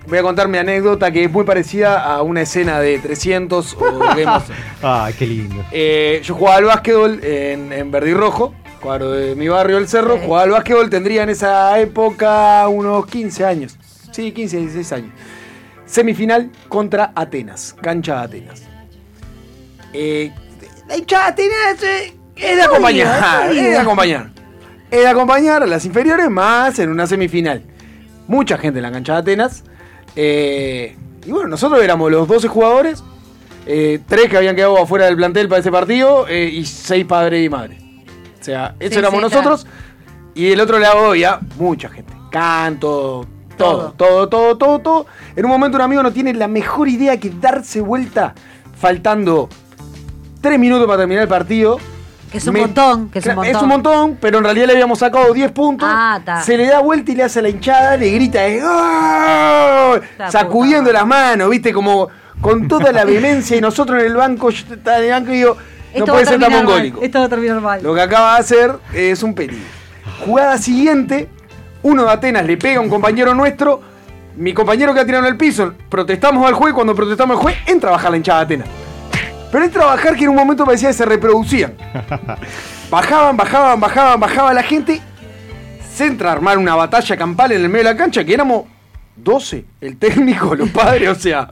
[SPEAKER 3] voy a contar mi anécdota que es muy parecida a una escena de 300 o Game of Thrones.
[SPEAKER 1] Ah, qué lindo.
[SPEAKER 3] Eh, yo jugaba al básquetbol en, en Verde y Rojo, cuadro de mi barrio El Cerro. Jugaba al básquetbol, tendría en esa época unos 15 años. Sí, 15, 16 años. Semifinal contra Atenas, cancha de Atenas. Eh, la hinchada de Atenas eh, es de
[SPEAKER 18] No
[SPEAKER 3] acompañar,
[SPEAKER 18] digas, no
[SPEAKER 3] es de
[SPEAKER 18] digas.
[SPEAKER 3] acompañar. Es de acompañar a las inferiores más en una semifinal. Mucha gente en la cancha de Atenas. Eh, y bueno, nosotros éramos los 12 jugadores eh, tres que habían quedado afuera del plantel para ese partido eh, y seis padres y madres. O sea, eso
[SPEAKER 8] Sí,
[SPEAKER 3] éramos
[SPEAKER 8] sí,
[SPEAKER 3] nosotros. Y del otro lado había mucha gente. Canto, todo, todo, todo, todo, todo. En un momento un amigo no tiene la mejor idea que darse vuelta faltando tres minutos para terminar el partido.
[SPEAKER 4] Que es un montón, que es un
[SPEAKER 3] Claro,
[SPEAKER 4] montón.
[SPEAKER 3] montón, pero en realidad le habíamos sacado 10 puntos.
[SPEAKER 4] Ah, está.
[SPEAKER 3] Se le da vuelta y le hace a la hinchada, le grita, eh, ¡Gol!
[SPEAKER 4] La
[SPEAKER 3] sacudiendo las manos, viste, como con toda la vehemencia. Y nosotros en el banco, yo estaba en el banco y digo, no
[SPEAKER 4] va a
[SPEAKER 3] puede ser tan
[SPEAKER 4] terminar mal,
[SPEAKER 3] mongólico.
[SPEAKER 4] Esto va a terminar mal.
[SPEAKER 3] Lo que acaba de hacer es un peligro. Jugada siguiente, uno de Atenas le pega a un compañero nuestro, mi compañero que ha tirado en el piso, protestamos al juez, cuando protestamos al juez, entra a bajar la hinchada de Atenas. Pero entra a bajar que en un momento parecía que se reproducían. Bajaban, bajaban, bajaban, bajaba la gente. Se entra a armar una batalla campal en el medio de la cancha, que éramos 12, el técnico, los padres, o sea.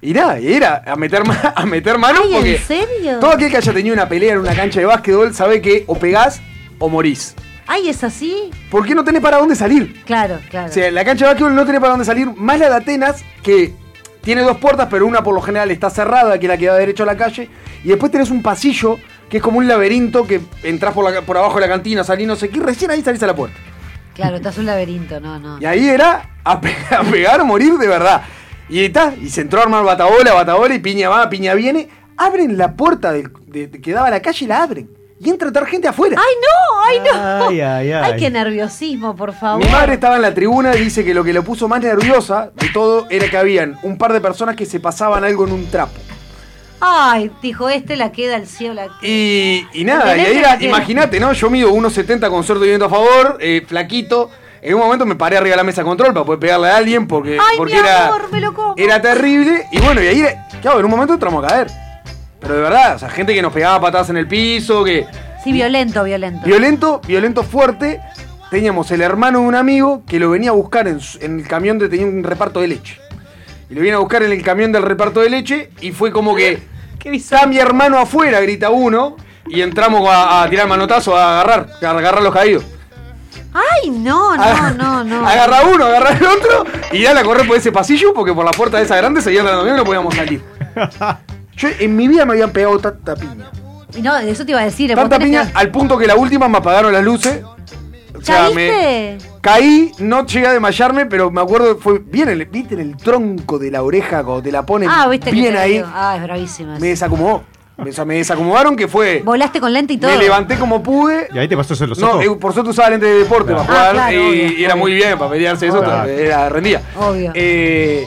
[SPEAKER 3] Y nada, y era a meter, ma- a meter mano
[SPEAKER 4] Ay,
[SPEAKER 3] porque
[SPEAKER 4] ¿en serio?
[SPEAKER 3] todo aquel que haya tenido una pelea en una cancha de básquetbol sabe que o pegás o morís.
[SPEAKER 4] Ay, ¿es así?
[SPEAKER 3] ¿Por qué no tenés para dónde salir?
[SPEAKER 4] Claro, claro.
[SPEAKER 3] O sea, la cancha de básquetbol no tiene para dónde salir, más la de Atenas, que tiene dos puertas, pero una por lo general está cerrada, que es la que da derecho a la calle, y después tenés un pasillo, que es como un laberinto, que entrás por, la- por abajo de la cantina, salís no sé qué, y recién ahí salís a la puerta.
[SPEAKER 4] Claro, estás un laberinto, no, no.
[SPEAKER 3] Y ahí era a, pe- a pegar o morir de verdad. Y está, y se entró a armar batabola, batabola, y piña va, piña viene, abren la puerta del- de- de- que daba a la calle y la abren. Y entra a tratar gente afuera.
[SPEAKER 4] ¡Ay, no! ¡Ay, no!
[SPEAKER 3] Ay, ay, ay.
[SPEAKER 4] qué nerviosismo, por favor!
[SPEAKER 3] Mi madre estaba en la tribuna y dice que lo que lo puso más nerviosa de todo era que habían un par de personas que se pasaban algo en un trapo.
[SPEAKER 4] Ay, dijo este, la queda el cielo. La...
[SPEAKER 3] Y, y nada, y
[SPEAKER 4] Tenés
[SPEAKER 3] ahí
[SPEAKER 4] que
[SPEAKER 3] era,
[SPEAKER 4] meter.
[SPEAKER 3] imagínate, ¿no? Yo mido 1,70 con suerte y viento a favor, eh, flaquito. En un momento me paré arriba de la mesa de control para poder pegarle a alguien porque,
[SPEAKER 4] Ay,
[SPEAKER 3] porque
[SPEAKER 4] mi
[SPEAKER 3] era,
[SPEAKER 4] amor, me lo como.
[SPEAKER 3] era terrible. Y bueno, y ahí, era- claro, en un momento entramos a caer. Pero de verdad, o sea, gente que nos pegaba patadas en el piso, que,
[SPEAKER 4] Sí, violento, violento.
[SPEAKER 3] Violento, violento fuerte. Teníamos el hermano de un amigo que lo venía a buscar en, su- en el camión de tenía un reparto de leche. Y lo viene a buscar en el camión del reparto de leche y fue como que está mi hermano afuera, grita uno, y entramos a, a tirar manotazo, a agarrar, a agarrar los caídos.
[SPEAKER 4] ¡Ay, no, no, no, no!
[SPEAKER 3] Ah, Agarra uno, agarra el otro y dale a correr por ese pasillo porque por la puerta de esa grande seguía entrando bien y no podíamos salir. Yo en mi vida me habían pegado tanta piña.
[SPEAKER 4] Y no, eso te iba a decir. vos
[SPEAKER 3] Tanta
[SPEAKER 4] tenés
[SPEAKER 3] piña al punto que la última me apagaron las luces. O
[SPEAKER 4] que-
[SPEAKER 3] sea,
[SPEAKER 4] ¿Caíste?
[SPEAKER 3] me, Caí, no llegué a desmayarme, pero me acuerdo, fue bien, en el, viste en el tronco de la oreja cuando te la ponen
[SPEAKER 4] Ah, viste que
[SPEAKER 3] bien
[SPEAKER 4] te
[SPEAKER 3] ahí,
[SPEAKER 4] digo. Ah, es bravísima.
[SPEAKER 3] me desacomodó. Me, o sea, me desacomodaron que fue...
[SPEAKER 4] Volaste con lente y todo.
[SPEAKER 3] Me levanté como pude.
[SPEAKER 1] Y ahí te pasó los
[SPEAKER 3] No,
[SPEAKER 1] ojos.
[SPEAKER 3] eh, por suerte usaba lente de deporte
[SPEAKER 1] Claro.
[SPEAKER 3] para jugar
[SPEAKER 1] Ah, claro,
[SPEAKER 3] y,
[SPEAKER 1] obvio,
[SPEAKER 3] y era muy bien para pelearse eso,
[SPEAKER 1] Claro.
[SPEAKER 3] era, rendía.
[SPEAKER 4] Obvio.
[SPEAKER 3] Eh,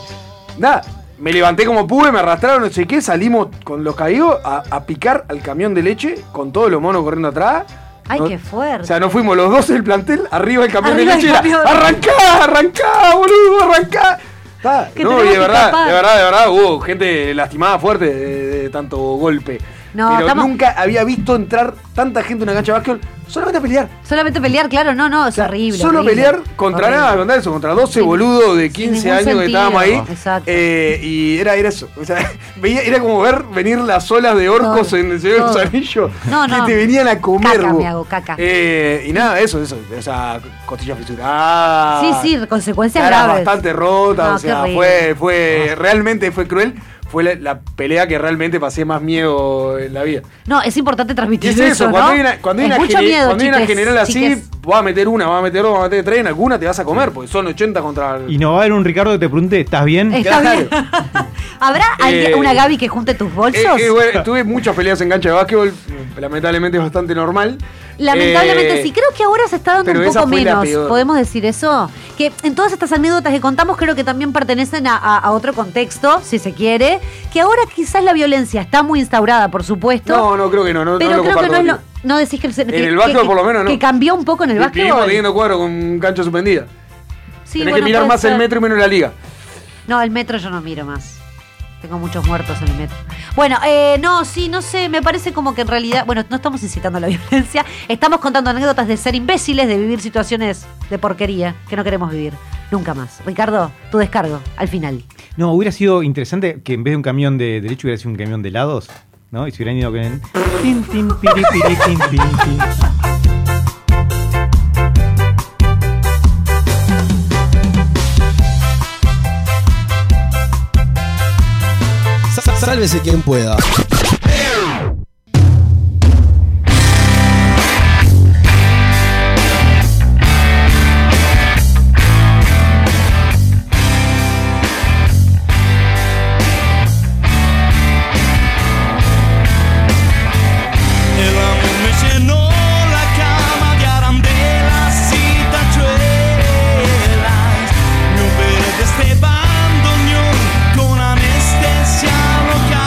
[SPEAKER 3] nada, me levanté como pude, me arrastraron, no sé qué, salimos con los caídos a, a picar al camión de leche con todos los monos corriendo atrás.
[SPEAKER 4] ¡Ay,
[SPEAKER 3] No-
[SPEAKER 4] qué fuerte!
[SPEAKER 3] o sea, nos fuimos los dos del plantel, arriba del camión
[SPEAKER 4] Arriba
[SPEAKER 3] de
[SPEAKER 4] del
[SPEAKER 3] leche. era,
[SPEAKER 4] camión.
[SPEAKER 3] Arrancá, arrancá, boludo, arrancá. Ta,
[SPEAKER 4] Que
[SPEAKER 3] no, y
[SPEAKER 4] tenemos
[SPEAKER 3] de
[SPEAKER 4] que
[SPEAKER 3] verdad,
[SPEAKER 4] escapar.
[SPEAKER 3] de verdad, de verdad, hubo gente lastimada fuerte de, de tanto golpe.
[SPEAKER 4] No,
[SPEAKER 3] Pero
[SPEAKER 4] estamos-
[SPEAKER 3] nunca había visto entrar tanta gente en una cancha de básquetbol solamente a pelear.
[SPEAKER 4] Solamente pelear, claro, no, no, es horrible.
[SPEAKER 3] Solo
[SPEAKER 4] horrible.
[SPEAKER 3] pelear contra
[SPEAKER 4] Horrible.
[SPEAKER 3] nada, contra eso, contra 12 boludos de 15
[SPEAKER 4] ningún
[SPEAKER 3] años que
[SPEAKER 4] sentido.
[SPEAKER 3] estábamos ahí.
[SPEAKER 4] Exacto.
[SPEAKER 3] Eh, y era, era eso. O sea, veía, era como ver venir las olas de orcos
[SPEAKER 4] Todo,
[SPEAKER 3] en el Señor de los
[SPEAKER 4] todo.
[SPEAKER 3] Anillos
[SPEAKER 4] No, no.
[SPEAKER 3] que te venían a comer.
[SPEAKER 4] Caca,
[SPEAKER 3] vos.
[SPEAKER 4] me hago caca.
[SPEAKER 3] Eh, y nada, eso, eso. O sea, costillas fisuradas.
[SPEAKER 4] sí, sí, consecuencias
[SPEAKER 3] caras
[SPEAKER 4] graves.
[SPEAKER 3] bastante rotas.
[SPEAKER 4] No,
[SPEAKER 3] o sea,
[SPEAKER 4] qué
[SPEAKER 3] fue,
[SPEAKER 4] horrible.
[SPEAKER 3] fue, realmente fue cruel. Fue la, la pelea que realmente pasé más miedo en la vida.
[SPEAKER 4] No, es importante
[SPEAKER 3] Y
[SPEAKER 4] transmitir
[SPEAKER 3] es
[SPEAKER 4] eso,
[SPEAKER 3] eso,
[SPEAKER 4] ¿no?
[SPEAKER 3] cuando hay una, cuando hay
[SPEAKER 4] es
[SPEAKER 3] una
[SPEAKER 4] mucho
[SPEAKER 3] gene-
[SPEAKER 4] miedo,
[SPEAKER 3] cuando hay una
[SPEAKER 4] chiques,
[SPEAKER 3] general así,
[SPEAKER 4] chiques.
[SPEAKER 3] va a meter una, va a meter dos, va a meter tres, en alguna te vas a comer, porque son 80 contra...
[SPEAKER 1] Y no va a haber un Ricardo que te pregunte, ¿estás bien?
[SPEAKER 4] Está bien. ¿Habrá alguien-
[SPEAKER 3] Eh,
[SPEAKER 4] una Gaby que junte tus bolsos?
[SPEAKER 3] Eh, eh, bueno, tuve muchas peleas en cancha de básquetbol, lamentablemente es bastante normal.
[SPEAKER 4] Lamentablemente
[SPEAKER 3] Eh,
[SPEAKER 4] sí, creo que ahora se está dando
[SPEAKER 3] pero
[SPEAKER 4] un
[SPEAKER 3] esa
[SPEAKER 4] poco
[SPEAKER 3] fue la
[SPEAKER 4] menos,
[SPEAKER 3] peor.
[SPEAKER 4] podemos decir eso. Que en todas estas anécdotas que contamos creo que también pertenecen a, a- a otro contexto, si se quiere, que ahora quizás la violencia está muy instaurada, por supuesto.
[SPEAKER 3] No, no, creo que no, no, no
[SPEAKER 4] pero
[SPEAKER 3] lo
[SPEAKER 4] creo que
[SPEAKER 3] comparto
[SPEAKER 4] no es lo,
[SPEAKER 3] contigo.
[SPEAKER 4] no decís que el,
[SPEAKER 19] En el básquetbol, por lo menos, no.
[SPEAKER 4] Que cambió un poco en el
[SPEAKER 19] Y Vivimos
[SPEAKER 4] básquetbol.
[SPEAKER 19] teniendo cuadro con cancha suspendida.
[SPEAKER 4] Sí,
[SPEAKER 19] Tenés
[SPEAKER 4] bueno,
[SPEAKER 19] que mirar
[SPEAKER 4] puede
[SPEAKER 19] más el
[SPEAKER 4] ser.
[SPEAKER 19] metro y menos la liga.
[SPEAKER 4] No, el metro yo no miro más. Tengo muchos muertos en el metro. Bueno, eh, no, sí, no sé, me parece como que en realidad, bueno, no estamos incitando a la violencia, estamos contando anécdotas de ser imbéciles, de vivir situaciones de porquería que no queremos vivir, nunca más. Ricardo, tu descargo, al final.
[SPEAKER 1] No, hubiera sido interesante que en vez de un camión de derecho hubiera sido un camión de helados, ¿no? Y se hubieran ido con. Tin, tin, piri, piri, tin, tin, tin.
[SPEAKER 5] Sa- Sálvese quien pueda.
[SPEAKER 18] El amor me llenó la cama de arandelas y tachuelas. Me operé de este bandoneón con anestesia local.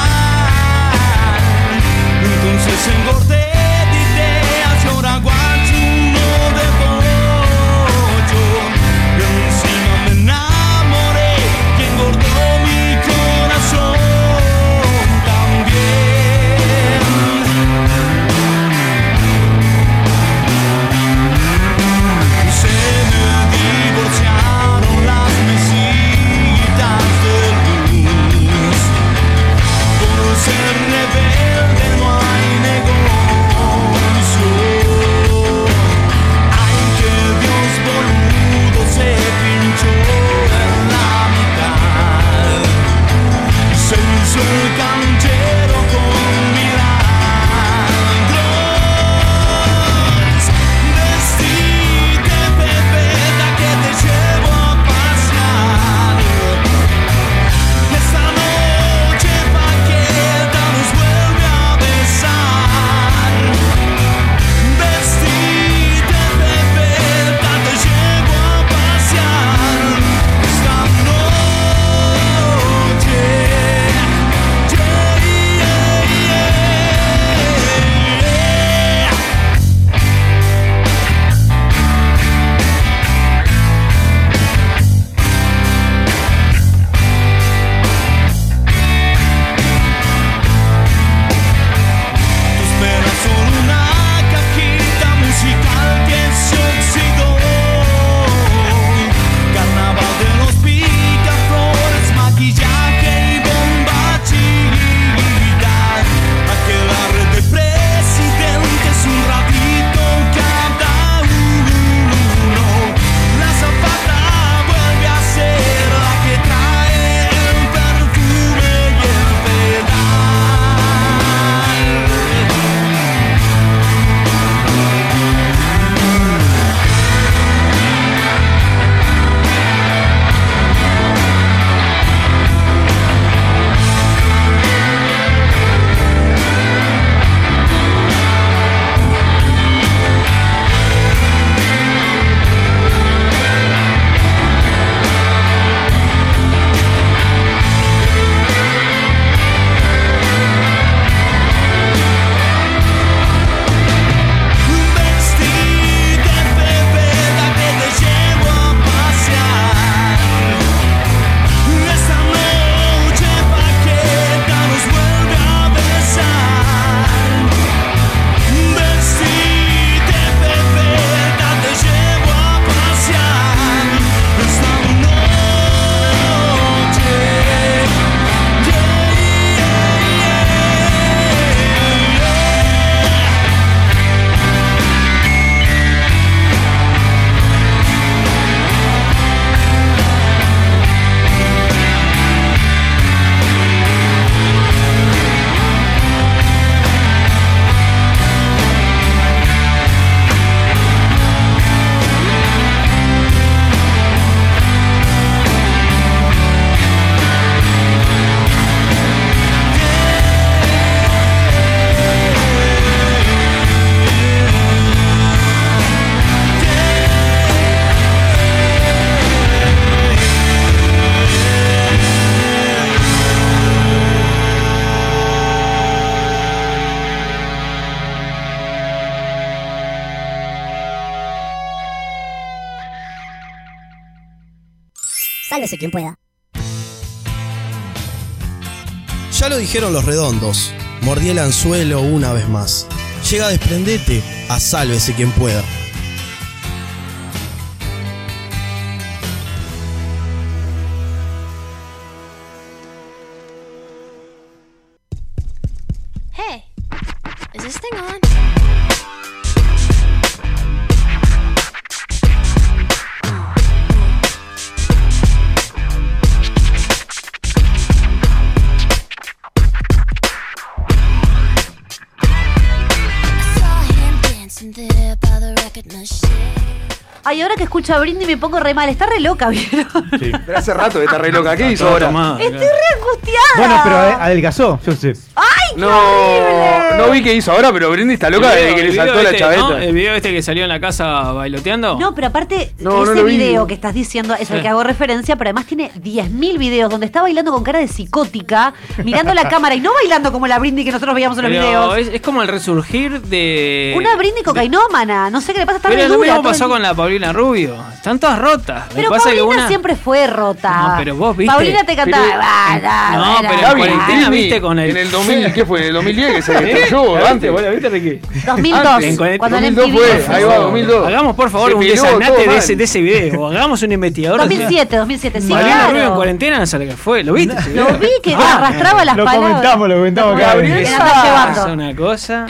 [SPEAKER 20] Sálvese quien pueda.
[SPEAKER 5] Ya lo dijeron los redondos. Mordí el anzuelo una vez más. Llega a desprendete a sálvese quien pueda.
[SPEAKER 21] Hey, is this thing on? Saw him dancing there by the record machine.
[SPEAKER 4] Ay, ahora que escucho a Britney me pongo re mal. Está re loca, ¿vieron?
[SPEAKER 19] Pero hace rato que está re loca. ¿Qué hizo
[SPEAKER 1] Está
[SPEAKER 19] ahora?
[SPEAKER 1] tomada,
[SPEAKER 4] Estoy re angustiada.
[SPEAKER 1] Bueno, pero ade- adelgazó, yo sé.
[SPEAKER 4] ¡Ay,
[SPEAKER 19] Oh, No, no vi qué hizo ahora, pero Brindy está loca
[SPEAKER 2] El
[SPEAKER 19] desde
[SPEAKER 2] video-
[SPEAKER 19] que
[SPEAKER 2] el
[SPEAKER 19] le
[SPEAKER 2] video
[SPEAKER 19] saltó la
[SPEAKER 2] este,
[SPEAKER 19] chaveta.
[SPEAKER 2] ¿no? El video este que salió en la casa bailoteando.
[SPEAKER 4] No, pero aparte,
[SPEAKER 2] No,
[SPEAKER 4] ese
[SPEAKER 2] no lo vi.
[SPEAKER 4] video que estás diciendo es el
[SPEAKER 2] Sí.
[SPEAKER 4] que hago referencia, pero además tiene 10.000 videos donde está bailando con cara de psicótica, mirando la cámara y no bailando como la Britney que nosotros veíamos en los
[SPEAKER 2] Pero
[SPEAKER 4] videos.
[SPEAKER 2] es, es como el resurgir de.
[SPEAKER 4] Una Britney cocainómana, no sé qué le pasa, está re
[SPEAKER 2] Pero lo
[SPEAKER 4] dura
[SPEAKER 2] mismo
[SPEAKER 4] todo el
[SPEAKER 2] pasó
[SPEAKER 4] tiempo.
[SPEAKER 2] con la Paulina Rubio. Están todas rotas. Lo que
[SPEAKER 4] Pero
[SPEAKER 2] pasa es
[SPEAKER 4] Paulina
[SPEAKER 2] que una-
[SPEAKER 4] siempre fue rota.
[SPEAKER 2] No, Ah, pero vos viste.
[SPEAKER 4] Ah, Paulina te cantaba.
[SPEAKER 2] Pero-
[SPEAKER 4] "Bah, da,
[SPEAKER 2] No,
[SPEAKER 4] da, da,
[SPEAKER 2] pero
[SPEAKER 4] da".
[SPEAKER 2] en cuarentena viste con el.
[SPEAKER 19] En el 2000, ¿qué fue? ¿En el 2010 que se
[SPEAKER 2] ¿Eh?
[SPEAKER 19] destruyó?
[SPEAKER 2] ¿La viste?
[SPEAKER 19] antes.
[SPEAKER 2] ¿Vos la viste, Ricky?
[SPEAKER 4] 2002,
[SPEAKER 2] Antes, en
[SPEAKER 4] cuando
[SPEAKER 2] 2002
[SPEAKER 4] en
[SPEAKER 2] fue,
[SPEAKER 4] MTV.
[SPEAKER 2] ahí va,
[SPEAKER 4] Se
[SPEAKER 2] 2002. Hagamos por favor
[SPEAKER 4] peló
[SPEAKER 2] un
[SPEAKER 4] todo
[SPEAKER 2] desagnate de
[SPEAKER 4] mal.
[SPEAKER 2] ese, de ese video. Hagamos un investigador.
[SPEAKER 4] 2007, 2007, sí,
[SPEAKER 2] Paulina Rubio en
[SPEAKER 4] claro.
[SPEAKER 2] cuarentena no sabe qué fue. ¿Lo viste? ese
[SPEAKER 4] Lo
[SPEAKER 2] video?
[SPEAKER 4] vi que
[SPEAKER 2] Ah,
[SPEAKER 4] arrastraba las palabras.
[SPEAKER 1] lo comentamos
[SPEAKER 2] acá.
[SPEAKER 4] Gabriel, Que la está llevando.
[SPEAKER 2] Es una cosa.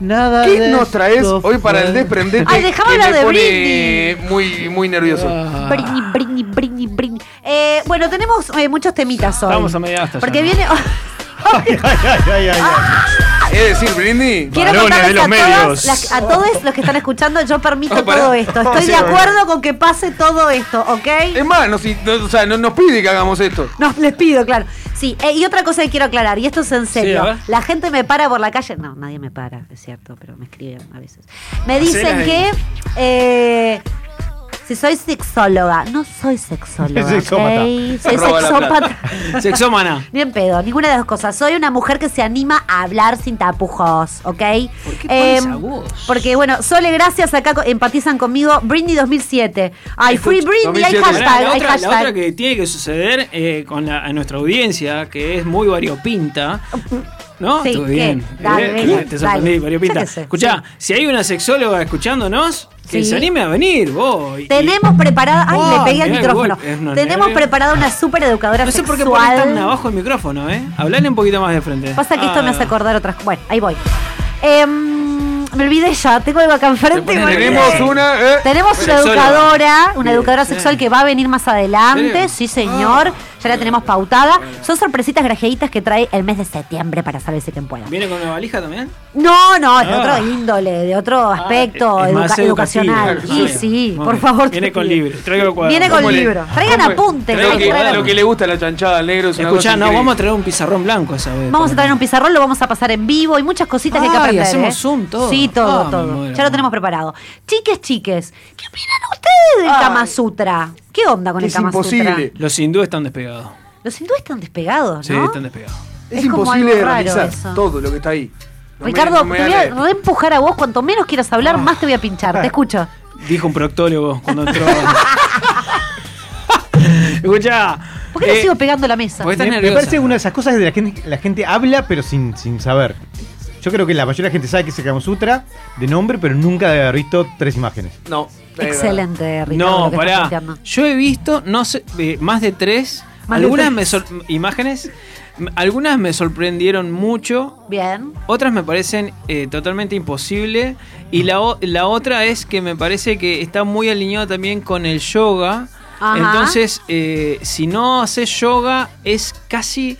[SPEAKER 17] Nada
[SPEAKER 19] ¿Qué nos traes hoy para el desprendete?
[SPEAKER 4] Ay, dejame
[SPEAKER 19] que me
[SPEAKER 4] hablar Ah, de Ah.
[SPEAKER 19] pone muy, muy nervioso.
[SPEAKER 4] Britney, Britney, Britney, Britney. Eh, bueno, tenemos eh, muchos temitas hoy.
[SPEAKER 19] Estamos a media asta ya,
[SPEAKER 4] Porque
[SPEAKER 19] ¿no?
[SPEAKER 4] viene.
[SPEAKER 19] Es decir, Brindy.
[SPEAKER 4] Quiero contarles a, todas las- a todos los que están escuchando, yo permito
[SPEAKER 19] Oh, pará.
[SPEAKER 4] todo esto. Estoy
[SPEAKER 19] Sí,
[SPEAKER 4] de
[SPEAKER 19] bueno.
[SPEAKER 4] acuerdo con que pase todo esto, ¿ok?
[SPEAKER 19] Es más, nos, no- o sea, no- nos pide que hagamos esto.
[SPEAKER 4] No, les pido, claro. Sí, eh, y otra cosa que quiero aclarar, y esto es en serio.
[SPEAKER 19] Sí, a ver.
[SPEAKER 4] la gente me para por la calle. No, nadie me para, es cierto, pero me escriben a veces. Me
[SPEAKER 19] Hacela
[SPEAKER 4] dicen
[SPEAKER 19] ahí.
[SPEAKER 4] que. eh, si soy sexóloga, no soy sexóloga.
[SPEAKER 2] Es sexópata.
[SPEAKER 4] ¿ok? Soy
[SPEAKER 2] Roba la
[SPEAKER 4] sexópata.
[SPEAKER 2] Sexómana.
[SPEAKER 4] Ni en pedo, ninguna de las dos cosas. Soy una mujer que se anima a hablar sin tapujos, ¿ok? ¿Por qué
[SPEAKER 2] esa
[SPEAKER 4] Porque, bueno, Sole, gracias, acá co- empatizan conmigo. Britney 2007. Ay, Free Britney, hay hashtag,
[SPEAKER 2] La
[SPEAKER 4] hay
[SPEAKER 2] otra, la
[SPEAKER 4] hashtag.
[SPEAKER 2] otra que tiene que suceder eh, con la- a nuestra audiencia, que es muy variopinta. ¿No?
[SPEAKER 4] Sí,
[SPEAKER 2] Estuve
[SPEAKER 4] ¿qué?
[SPEAKER 2] bien.
[SPEAKER 4] Dale,
[SPEAKER 2] Eh,
[SPEAKER 4] dale,
[SPEAKER 2] te sorprendí,
[SPEAKER 4] dale.
[SPEAKER 2] variopinta.
[SPEAKER 4] Yo qué sé,
[SPEAKER 2] Escuchá, si hay una sexóloga escuchándonos, que
[SPEAKER 4] Sí.
[SPEAKER 2] se anime a venir, voy.
[SPEAKER 4] Tenemos preparada. Ay,
[SPEAKER 2] Wow,
[SPEAKER 4] le pegué al
[SPEAKER 2] mirá el
[SPEAKER 4] micrófono.
[SPEAKER 2] golpe, es una
[SPEAKER 4] Tenemos
[SPEAKER 2] nervia.
[SPEAKER 4] preparada una super educadora
[SPEAKER 2] No sé por qué ponen
[SPEAKER 4] sexual.
[SPEAKER 2] tan abajo el micrófono, ¿eh? Hablale un poquito más de frente.
[SPEAKER 4] Pasa que esto me
[SPEAKER 2] Ah.
[SPEAKER 4] hace acordar otras cosas. Bueno, ahí voy. Em, me olvidé ya, tengo algo acá enfrente. y me olvidé.
[SPEAKER 19] Tenemos una. eh,
[SPEAKER 4] Tenemos una
[SPEAKER 19] sexóloga.
[SPEAKER 4] educadora, una
[SPEAKER 19] Bien,
[SPEAKER 4] educadora
[SPEAKER 19] bien.
[SPEAKER 4] sexual que va a venir más adelante,
[SPEAKER 19] Bien.
[SPEAKER 4] sí señor,
[SPEAKER 2] Ah.
[SPEAKER 4] ya la tenemos pautada. Son sorpresitas grajeaditas que trae el mes de septiembre para saberse quién pueda.
[SPEAKER 2] ¿Viene con una valija también?
[SPEAKER 4] No, no, de
[SPEAKER 2] Ah.
[SPEAKER 4] otro índole, de otro aspecto
[SPEAKER 2] es más
[SPEAKER 4] Oh, educa-
[SPEAKER 2] educativa.
[SPEAKER 4] educacional.
[SPEAKER 2] Muy
[SPEAKER 4] Y
[SPEAKER 2] bien,
[SPEAKER 4] sí,
[SPEAKER 2] muy
[SPEAKER 4] por
[SPEAKER 2] bien.
[SPEAKER 4] favor. te
[SPEAKER 2] Viene con
[SPEAKER 4] pido.
[SPEAKER 2] libro. Traigo el cuadro.
[SPEAKER 4] Viene con
[SPEAKER 2] ¿Cómo le-
[SPEAKER 4] libro. Traigan apuntes.
[SPEAKER 19] Creo
[SPEAKER 4] hay que
[SPEAKER 19] que
[SPEAKER 4] traer
[SPEAKER 19] lo que le gusta a la chanchada al negro es una
[SPEAKER 2] Escuchá,
[SPEAKER 19] cosa
[SPEAKER 2] no,
[SPEAKER 19] increíble.
[SPEAKER 2] vamos a traer un pizarrón blanco esa vez.
[SPEAKER 4] Vamos a traer un pizarrón, lo vamos a pasar en vivo y muchas cositas que hay que
[SPEAKER 2] Ay,
[SPEAKER 4] aprender.
[SPEAKER 2] hacemos
[SPEAKER 4] ¿eh?
[SPEAKER 2] Zoom, todo.
[SPEAKER 4] Sí, todo,
[SPEAKER 2] Ah, me
[SPEAKER 4] todo.
[SPEAKER 2] muero.
[SPEAKER 4] Ya lo tenemos preparado. Chiques, chiques, ¿qué opinan ustedes del Kama Sutra? ¿Qué onda con el Kama Sutra?
[SPEAKER 2] Los hindúes están despegados.
[SPEAKER 4] Los hindúes están despegados,
[SPEAKER 2] Sí,
[SPEAKER 4] ¿no?
[SPEAKER 2] están despegados.
[SPEAKER 19] Es,
[SPEAKER 4] Es como
[SPEAKER 19] imposible
[SPEAKER 4] algo
[SPEAKER 19] de
[SPEAKER 4] raro
[SPEAKER 19] realizar
[SPEAKER 4] eso.
[SPEAKER 19] todo lo que está ahí. No me-
[SPEAKER 4] Ricardo,
[SPEAKER 19] no me
[SPEAKER 4] te
[SPEAKER 19] da
[SPEAKER 4] voy a
[SPEAKER 19] leer.
[SPEAKER 4] reempujar a vos. Cuanto menos quieras
[SPEAKER 2] Ah.
[SPEAKER 4] hablar, más te voy a pinchar. Te escucho.
[SPEAKER 2] Dijo un proctólogo cuando entró. Escuchá.
[SPEAKER 4] ¿Por qué le
[SPEAKER 2] Eh,
[SPEAKER 4] sigo pegando la mesa?
[SPEAKER 1] Me, me parece una de esas cosas de la gente la gente habla pero sin, sin saber. Yo creo que la mayoría de la gente sabe que es el Kama Sutra de nombre, pero nunca debe haber visto tres imágenes.
[SPEAKER 19] No.
[SPEAKER 4] Excelente, Ricardo. lo
[SPEAKER 2] No,
[SPEAKER 4] que estás
[SPEAKER 2] pará.
[SPEAKER 4] planteando.
[SPEAKER 2] Yo he visto, no sé, eh, más de tres.
[SPEAKER 4] Más de
[SPEAKER 2] algunas
[SPEAKER 4] tres.
[SPEAKER 2] me sor- imágenes. m- Algunas me sorprendieron mucho.
[SPEAKER 4] Bien.
[SPEAKER 2] Otras me parecen eh, totalmente imposible. Y la, o- la otra es que me parece que está muy alineado también con el yoga.
[SPEAKER 4] Ajá.
[SPEAKER 2] Entonces, eh, si no haces yoga, es casi.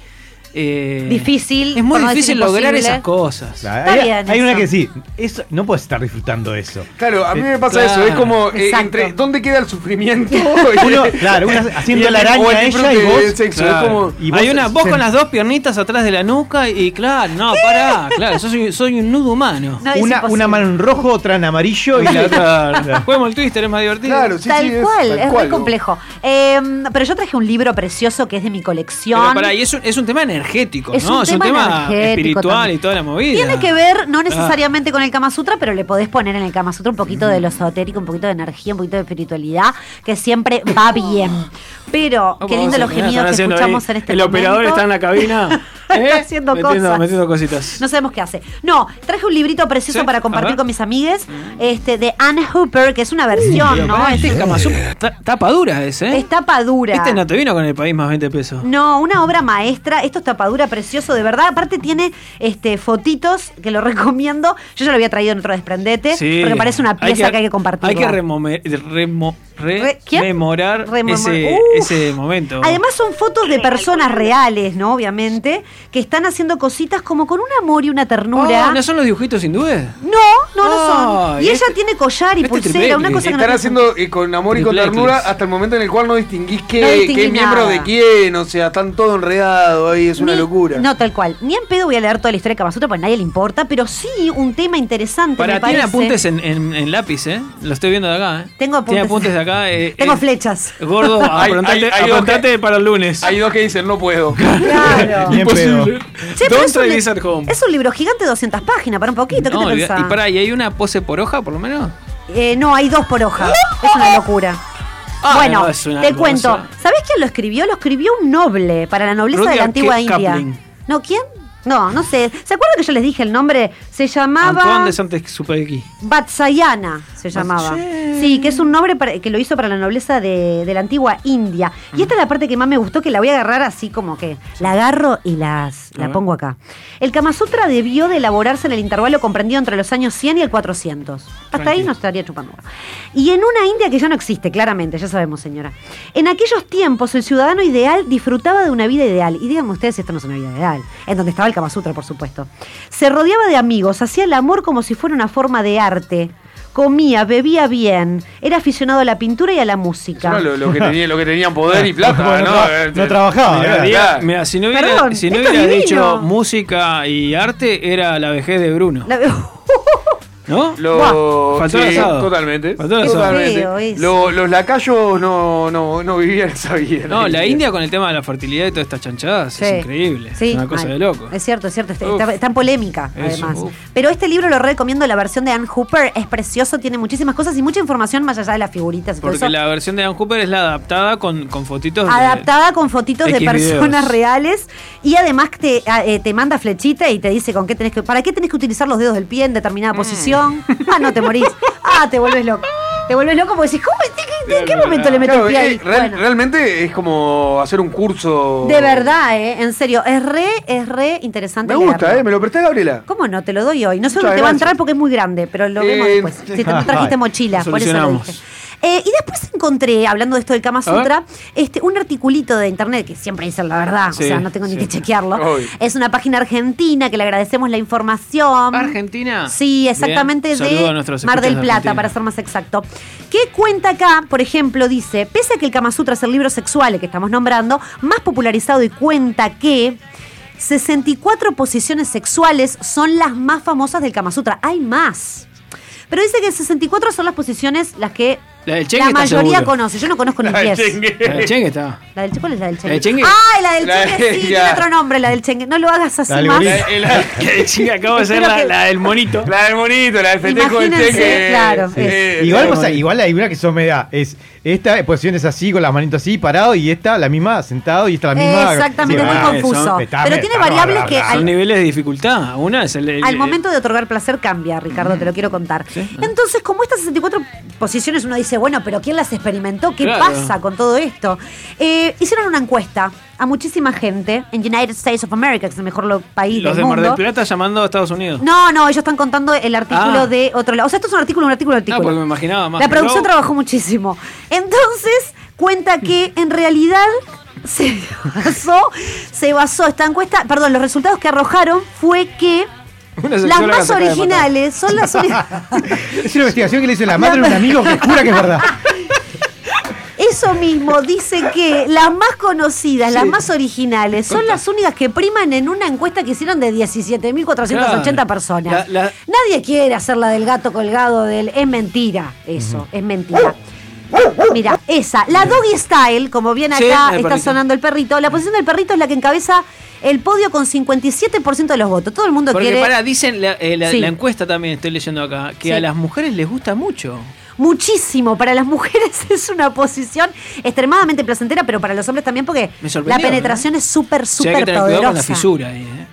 [SPEAKER 2] eh,
[SPEAKER 4] Difícil.
[SPEAKER 2] Es
[SPEAKER 4] por
[SPEAKER 2] muy
[SPEAKER 4] no decir
[SPEAKER 2] difícil lograr
[SPEAKER 4] imposible.
[SPEAKER 2] esas cosas.
[SPEAKER 4] Está
[SPEAKER 1] hay
[SPEAKER 4] bien
[SPEAKER 1] hay
[SPEAKER 4] eso.
[SPEAKER 1] una que sí, eso, no puedes estar disfrutando eso.
[SPEAKER 19] Claro, a mí me pasa
[SPEAKER 1] Claro.
[SPEAKER 19] eso. Es como eh,
[SPEAKER 1] Exacto.
[SPEAKER 19] entre dónde queda el sufrimiento.
[SPEAKER 1] Uno, claro, uno haciendo
[SPEAKER 19] Y el-
[SPEAKER 1] la araña
[SPEAKER 19] o el
[SPEAKER 1] a ella
[SPEAKER 19] disfrute
[SPEAKER 1] y vos-
[SPEAKER 19] del sexo, es
[SPEAKER 1] claro.
[SPEAKER 19] como-
[SPEAKER 1] Y vos-
[SPEAKER 2] Hay una vos
[SPEAKER 1] sí.
[SPEAKER 2] con las dos piernitas atrás de la nuca y claro, no, pará, claro, soy, soy un nudo humano.
[SPEAKER 4] No, es
[SPEAKER 1] una,
[SPEAKER 4] imposible.
[SPEAKER 1] una mano en rojo, otra en amarillo y la otra.
[SPEAKER 2] Juguemos el twister, es más divertido.
[SPEAKER 4] tal cual, es, muy complejo. Eh, pero yo traje un libro precioso que es de mi colección.
[SPEAKER 2] Pero pará, y es un, es un tema energético,
[SPEAKER 4] Es
[SPEAKER 2] ¿no?
[SPEAKER 4] un
[SPEAKER 2] es un
[SPEAKER 4] tema
[SPEAKER 2] tema
[SPEAKER 4] energético
[SPEAKER 2] espiritual
[SPEAKER 4] también.
[SPEAKER 2] y toda la movida.
[SPEAKER 4] Tiene que ver,
[SPEAKER 2] Ah.
[SPEAKER 4] no necesariamente con el Kama Sutra, pero le podés poner en el
[SPEAKER 2] Mm.
[SPEAKER 4] Kama
[SPEAKER 2] Oh.
[SPEAKER 4] Sutra un poquito de lo esotérico, un poquito de energía, un poquito de espiritualidad, que siempre va bien. Pero, qué lindo los gemidos que escuchamos en este
[SPEAKER 2] El
[SPEAKER 4] momento.
[SPEAKER 2] operador está en la cabina. ¿Eh?
[SPEAKER 4] Está haciendo
[SPEAKER 2] metiendo,
[SPEAKER 4] cosas.
[SPEAKER 2] metiendo cositas.
[SPEAKER 4] No sabemos qué hace. No, traje un librito precioso para
[SPEAKER 2] A
[SPEAKER 4] compartir
[SPEAKER 2] ver. Mm. Uh,
[SPEAKER 4] con mis amigues, este, de Anne Hooper, que es una versión,
[SPEAKER 2] Pero
[SPEAKER 4] ¿no?
[SPEAKER 2] pará,
[SPEAKER 4] Es,
[SPEAKER 2] este Kama Sutra- ta- tapa dura ese, ¿eh?
[SPEAKER 4] es tapa dura.
[SPEAKER 2] Este no te vino con el país más 20 pesos.
[SPEAKER 4] No, una obra maestra. Esto es tapadura precioso, de verdad. Aparte tiene este, fotitos que lo recomiendo. Yo ya lo había traído en otro desprendete,
[SPEAKER 2] Sí.
[SPEAKER 4] porque me parece una
[SPEAKER 2] Hay
[SPEAKER 4] pieza que, hay que compartir.
[SPEAKER 2] Hay que remome- remo- re- rememorar
[SPEAKER 4] Rememor-
[SPEAKER 2] ese,
[SPEAKER 4] Uh.
[SPEAKER 2] ese momento.
[SPEAKER 4] Además son fotos de personas reales, ¿no? Obviamente, que están haciendo cositas como con un amor y una ternura.
[SPEAKER 2] Ah, ¿No son los dibujitos sin duda?
[SPEAKER 4] No, no, no son.
[SPEAKER 2] Ay,
[SPEAKER 4] Y ella
[SPEAKER 2] este-
[SPEAKER 4] tiene collar y pulsera, una cosa que no
[SPEAKER 19] Están
[SPEAKER 4] tiene
[SPEAKER 19] haciendo eh, con amor y con
[SPEAKER 2] Tripletes.
[SPEAKER 19] ternura hasta el momento en el cual no distinguís qué,
[SPEAKER 4] No
[SPEAKER 19] qué
[SPEAKER 4] distinguís
[SPEAKER 19] miembro
[SPEAKER 4] nada.
[SPEAKER 19] de quién, o sea, están todo enredado ahí, es una
[SPEAKER 4] Ni-
[SPEAKER 19] locura.
[SPEAKER 4] No, tal cual. Ni en pedo voy a leer toda la historia de Kama Sutra porque a nadie le importa, pero sí un tema interesante. me
[SPEAKER 2] Para, tiene
[SPEAKER 4] parece.
[SPEAKER 2] apuntes en, en- en lápiz, ¿eh? Lo estoy viendo de acá, ¿eh?
[SPEAKER 4] Tengo apuntes.
[SPEAKER 2] Tiene apuntes de acá. eh,
[SPEAKER 4] Tengo
[SPEAKER 2] eh,
[SPEAKER 4] flechas.
[SPEAKER 2] Gordo,
[SPEAKER 19] Hay- hay-
[SPEAKER 2] aprontate,
[SPEAKER 19] hay dos
[SPEAKER 2] aprontate para el lunes.
[SPEAKER 19] Hay dos que dicen, no puedo.
[SPEAKER 4] Claro.
[SPEAKER 2] Imposible.
[SPEAKER 4] Che, pero
[SPEAKER 2] Don't
[SPEAKER 4] es, un
[SPEAKER 2] try
[SPEAKER 4] li-
[SPEAKER 2] this at home.
[SPEAKER 4] es un libro gigante de 200 páginas, para un poquito, ¿qué
[SPEAKER 2] No,
[SPEAKER 4] te
[SPEAKER 2] olvida-
[SPEAKER 4] pensás?
[SPEAKER 2] y para, ¿y hay una pose por hoja, por lo menos?
[SPEAKER 4] Eh, no, hay dos por hoja. Es una locura.
[SPEAKER 2] Ah,
[SPEAKER 4] bueno,
[SPEAKER 2] no, es una
[SPEAKER 4] te
[SPEAKER 2] cosa.
[SPEAKER 4] cuento. ¿Sabés quién lo escribió? Lo escribió un noble para la nobleza de la
[SPEAKER 2] Rudyard
[SPEAKER 4] antigua
[SPEAKER 2] Kip
[SPEAKER 4] India.
[SPEAKER 2] Kaplan.
[SPEAKER 4] ¿No? ¿Quién? No, no sé. ¿Se acuerdan que yo les dije el nombre? Se llamaba...
[SPEAKER 2] Antoine de Saint-Exupéry.
[SPEAKER 4] Vatsayana se llamaba. Sí, que es un nombre para- que lo hizo para la nobleza de, de la antigua India.
[SPEAKER 12] Mm.
[SPEAKER 4] Y esta es la parte que más me gustó, que la voy a agarrar así como que la agarro y las,
[SPEAKER 12] A
[SPEAKER 4] la
[SPEAKER 12] ver.
[SPEAKER 4] pongo acá. El Kama Sutra debió de elaborarse en el intervalo comprendido entre los años 100 y el 400. Hasta ahí
[SPEAKER 12] Tranquilo.
[SPEAKER 4] no estaría chupando. Y en una India que ya no existe, claramente, ya sabemos, señora. En aquellos tiempos, el ciudadano ideal disfrutaba de una vida ideal. Y díganme ustedes si esto no es una vida ideal. En donde estaba el Kama Sutra, por supuesto. Se rodeaba de amigos, hacía el amor como si fuera una forma de arte. Comía, bebía bien, era aficionado a la pintura y a la música.
[SPEAKER 19] No, lo, lo que tenía, lo que tenían poder y plata,
[SPEAKER 2] Bueno,
[SPEAKER 19] ¿no?
[SPEAKER 2] Ah, no-
[SPEAKER 19] Eh,
[SPEAKER 1] no trabajaba,
[SPEAKER 19] mirá,
[SPEAKER 1] claro.
[SPEAKER 19] mirá.
[SPEAKER 2] Mira, si no hubiera,
[SPEAKER 4] Perdón,
[SPEAKER 2] si no
[SPEAKER 4] esto es
[SPEAKER 2] hubiera
[SPEAKER 4] divino.
[SPEAKER 2] dicho música y arte, era la vejez de Bruno. ¿No?
[SPEAKER 19] Lo,
[SPEAKER 2] Faltó el
[SPEAKER 19] sí,
[SPEAKER 2] asado.
[SPEAKER 19] Totalmente.
[SPEAKER 2] Faltó el asado.
[SPEAKER 19] Totalmente.
[SPEAKER 2] Qué feo eso.
[SPEAKER 19] Lo- los lacayos no, no, no vivían esa vida.
[SPEAKER 2] No, la India con el tema de la fertilidad y todas estas chanchadas
[SPEAKER 4] Sí.
[SPEAKER 2] es increíble.
[SPEAKER 4] Sí,
[SPEAKER 2] es una cosa
[SPEAKER 4] mal.
[SPEAKER 2] de loco.
[SPEAKER 4] Es cierto, es cierto. Está,
[SPEAKER 2] Uf.
[SPEAKER 4] está- está en polémica,
[SPEAKER 2] Eso,
[SPEAKER 4] además.
[SPEAKER 2] uf.
[SPEAKER 4] Pero este libro lo recomiendo, la versión de Anne Hooper. Es precioso, tiene muchísimas cosas y mucha información más allá de las figuritas. y todo
[SPEAKER 2] Porque
[SPEAKER 4] eso.
[SPEAKER 2] la versión de Dan Hooper es la adaptada con, con fotitos. de-
[SPEAKER 4] Adaptada con fotitos de
[SPEAKER 2] X
[SPEAKER 4] personas
[SPEAKER 2] videos.
[SPEAKER 4] reales y además te, a- eh, te manda flechita y te dice con qué tenés que, para qué tenés que utilizar los dedos del pie en
[SPEAKER 19] Mm.
[SPEAKER 4] determinada posición. Ah, no, te morís. Ah, te volvés loco. Te volvés loco porque decís, ¿cómo, ¿en qué, en qué momento le meto
[SPEAKER 19] Claro,
[SPEAKER 4] el pie
[SPEAKER 19] eh,
[SPEAKER 4] ahí?
[SPEAKER 19] real-
[SPEAKER 4] Bueno.
[SPEAKER 19] Realmente es como hacer un curso.
[SPEAKER 4] De verdad, ¿eh? En serio, es re, es re interesante.
[SPEAKER 19] Me gusta,
[SPEAKER 4] leerlo.
[SPEAKER 19] ¿eh? ¿Me lo prestás, Gabriela?
[SPEAKER 4] ¿Cómo no? Te lo doy hoy. No solo
[SPEAKER 19] Muchas
[SPEAKER 4] te va a
[SPEAKER 19] gracias.
[SPEAKER 4] entrar porque es muy grande, pero lo vemos
[SPEAKER 19] Eh,
[SPEAKER 4] después. Si te no trajiste
[SPEAKER 19] ay,
[SPEAKER 4] mochila,
[SPEAKER 19] lo
[SPEAKER 4] por eso lo
[SPEAKER 19] solucionamos.
[SPEAKER 4] dije. Eh, y después encontré, hablando de esto del Kama
[SPEAKER 12] A ver.
[SPEAKER 4] Sutra, este, un articulito de internet que siempre dicen la verdad,
[SPEAKER 12] Sí,
[SPEAKER 4] o sea, no tengo ni
[SPEAKER 12] sí.
[SPEAKER 4] que chequearlo.
[SPEAKER 12] Obvio.
[SPEAKER 4] Es una página argentina que le agradecemos la información.
[SPEAKER 2] ¿Argentina?
[SPEAKER 4] Sí, exactamente
[SPEAKER 2] Bien. Saludo a
[SPEAKER 4] de
[SPEAKER 2] nuestros
[SPEAKER 4] Mar del
[SPEAKER 2] escuchas de
[SPEAKER 4] Plata,
[SPEAKER 2] Argentina.
[SPEAKER 4] para ser más exacto. Que cuenta acá, por ejemplo, dice, pese a que el Kama Sutra es el libro sexual que estamos nombrando, más popularizado y cuenta que 64 posiciones sexuales son las más famosas del Kama Sutra. Hay más. Pero dice que 64 son las posiciones las que
[SPEAKER 2] La del Chengue
[SPEAKER 4] la
[SPEAKER 2] está
[SPEAKER 4] mayoría
[SPEAKER 2] seguro.
[SPEAKER 4] conoce. Yo no conozco ni 10.
[SPEAKER 2] La del Chengue está.
[SPEAKER 4] La del Che- ¿Cuál es la del
[SPEAKER 2] del
[SPEAKER 4] Chengue?
[SPEAKER 2] Chengue?
[SPEAKER 4] ¡Ay, la del
[SPEAKER 2] La
[SPEAKER 4] Chengue!
[SPEAKER 2] de-
[SPEAKER 4] Sí, tiene
[SPEAKER 2] ya.
[SPEAKER 4] otro nombre, la del Chengue. No lo hagas así
[SPEAKER 2] La del
[SPEAKER 4] más.
[SPEAKER 2] gorila. La- la- la- Chengue, acabo de ser
[SPEAKER 4] Espero
[SPEAKER 2] la,
[SPEAKER 4] que-
[SPEAKER 2] la del monito.
[SPEAKER 19] La del monito, la del eh,
[SPEAKER 4] festejo del Imagínense, Chengue. claro, Sí. es-
[SPEAKER 1] igual,
[SPEAKER 4] es-
[SPEAKER 1] pasa- igual hay una que son media. Es, esta posición es así, con las manitos así, parado, y esta la misma sentado y esta la misma.
[SPEAKER 4] Exactamente,
[SPEAKER 1] Sí,
[SPEAKER 4] muy
[SPEAKER 1] ah,
[SPEAKER 4] confuso.
[SPEAKER 1] son- está- Ah,
[SPEAKER 4] Pero tiene variables que
[SPEAKER 2] Son
[SPEAKER 4] al-
[SPEAKER 2] niveles de dificultad. Una es el. el-
[SPEAKER 4] Al
[SPEAKER 2] el-
[SPEAKER 4] momento de otorgar placer cambia, Ricardo, te lo quiero contar. Entonces, como estas 64 posiciones, uno dice, bueno, pero ¿quién las experimentó? ¿Qué
[SPEAKER 12] Claro.
[SPEAKER 4] pasa con todo esto? Eh, hicieron una encuesta a muchísima gente en United States of America, que es el mejor lo- país
[SPEAKER 2] Los
[SPEAKER 4] del
[SPEAKER 2] de Mar
[SPEAKER 4] mundo.
[SPEAKER 2] del Plata llamando a Estados Unidos.
[SPEAKER 4] No, no, ellos están contando el artículo
[SPEAKER 2] Ah.
[SPEAKER 4] de otro lado. O sea, esto es un artículo, un artículo, un
[SPEAKER 2] No,
[SPEAKER 4] artículo.
[SPEAKER 2] porque me imaginaba más.
[SPEAKER 4] La producción
[SPEAKER 2] Hello.
[SPEAKER 4] trabajó muchísimo. Entonces, cuenta que en realidad se basó, se basó esta encuesta, perdón, los resultados que arrojaron fue que
[SPEAKER 1] Una
[SPEAKER 4] las
[SPEAKER 1] sexóloga
[SPEAKER 4] más
[SPEAKER 1] se acaba de matar.
[SPEAKER 4] originales son las uni-
[SPEAKER 1] Es una investigación que le hizo la madre a un amigo que jura que es verdad.
[SPEAKER 4] Eso mismo dice que las más conocidas, las más originales, son las únicas que priman en una encuesta que hicieron de 17.480
[SPEAKER 12] Claro.
[SPEAKER 4] personas.
[SPEAKER 12] La- la-
[SPEAKER 4] Nadie quiere hacer la del gato colgado del... Es mentira eso,
[SPEAKER 12] Ujú.
[SPEAKER 4] es mentira. Mira, esa, la doggy style, como bien
[SPEAKER 12] Sí,
[SPEAKER 4] acá
[SPEAKER 12] el
[SPEAKER 4] está
[SPEAKER 12] perrito.
[SPEAKER 4] sonando el perrito, la posición del perrito es la que encabeza el podio con 57% de los votos. Todo el mundo
[SPEAKER 2] Porque
[SPEAKER 4] quiere...
[SPEAKER 2] pará, dicen la, eh, la-
[SPEAKER 4] Sí.
[SPEAKER 2] la encuesta también, estoy leyendo acá, que
[SPEAKER 4] Sí.
[SPEAKER 2] a las mujeres les gusta mucho.
[SPEAKER 4] muchísimo. Para las mujeres es una posición extremadamente placentera, pero para los hombres también porque
[SPEAKER 2] Me
[SPEAKER 4] la
[SPEAKER 2] sorprendió,
[SPEAKER 4] penetración es súper,
[SPEAKER 2] Sí, hay que
[SPEAKER 4] súper
[SPEAKER 2] tener cuidado con la
[SPEAKER 4] poderosa.
[SPEAKER 2] fisura ahí, ¿eh?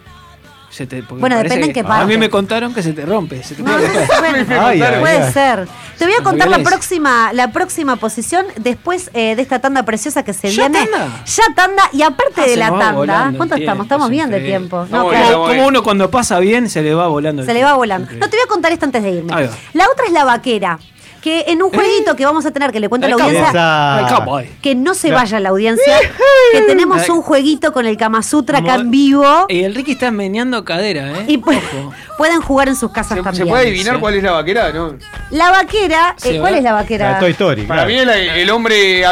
[SPEAKER 2] Se te- porque
[SPEAKER 4] Bueno,
[SPEAKER 2] parece
[SPEAKER 4] depende en
[SPEAKER 2] que-
[SPEAKER 4] qué parte.
[SPEAKER 2] A mí me contaron que se te rompe. Se te
[SPEAKER 4] No, no
[SPEAKER 2] puede
[SPEAKER 4] sé, bueno,
[SPEAKER 2] romper. Ay, ay,
[SPEAKER 4] puede
[SPEAKER 2] ay.
[SPEAKER 4] ser. Te voy a
[SPEAKER 2] No
[SPEAKER 4] contar la
[SPEAKER 2] violencia.
[SPEAKER 4] próxima, la próxima posición después eh, de esta tanda preciosa que se
[SPEAKER 2] ¿Ya
[SPEAKER 4] viene.
[SPEAKER 2] tanda?
[SPEAKER 4] Ya tanda. Y aparte
[SPEAKER 2] Ah,
[SPEAKER 4] de
[SPEAKER 2] se
[SPEAKER 4] la
[SPEAKER 2] nos va
[SPEAKER 4] tanda,
[SPEAKER 2] volando el
[SPEAKER 4] ¿cuánto
[SPEAKER 2] tiempo,
[SPEAKER 4] estamos? Estamos
[SPEAKER 2] es
[SPEAKER 4] bien de
[SPEAKER 2] increíble.
[SPEAKER 4] tiempo.
[SPEAKER 2] No,
[SPEAKER 4] No,
[SPEAKER 2] como-
[SPEAKER 4] claro.
[SPEAKER 2] como uno cuando pasa bien se le va volando. el
[SPEAKER 4] Se le
[SPEAKER 2] tiempo.
[SPEAKER 4] va volando. No te voy a contar esta antes de irme.
[SPEAKER 2] Ahí va. ¿Eh?
[SPEAKER 4] La otra es la vaquera. Que en un jueguito que vamos a tener, que le cuento a la
[SPEAKER 2] Del
[SPEAKER 4] audiencia,
[SPEAKER 2] cowboy. Del cowboy.
[SPEAKER 4] que no se
[SPEAKER 2] Claro.
[SPEAKER 4] vaya la audiencia, que tenemos
[SPEAKER 2] Ay.
[SPEAKER 4] un jueguito con el Kama Sutra acá
[SPEAKER 2] Mod-
[SPEAKER 4] en vivo
[SPEAKER 2] Y el Ricky está meneando cadera, ¿eh?
[SPEAKER 4] y pu- pueden jugar en sus casas también.
[SPEAKER 19] ¿Se puede adivinar cuál es la vaquera? No.
[SPEAKER 4] La vaquera, eh,
[SPEAKER 19] Se
[SPEAKER 4] ¿cuál
[SPEAKER 19] va.
[SPEAKER 4] es la vaquera?
[SPEAKER 1] Story.
[SPEAKER 19] Para mí el, el hombre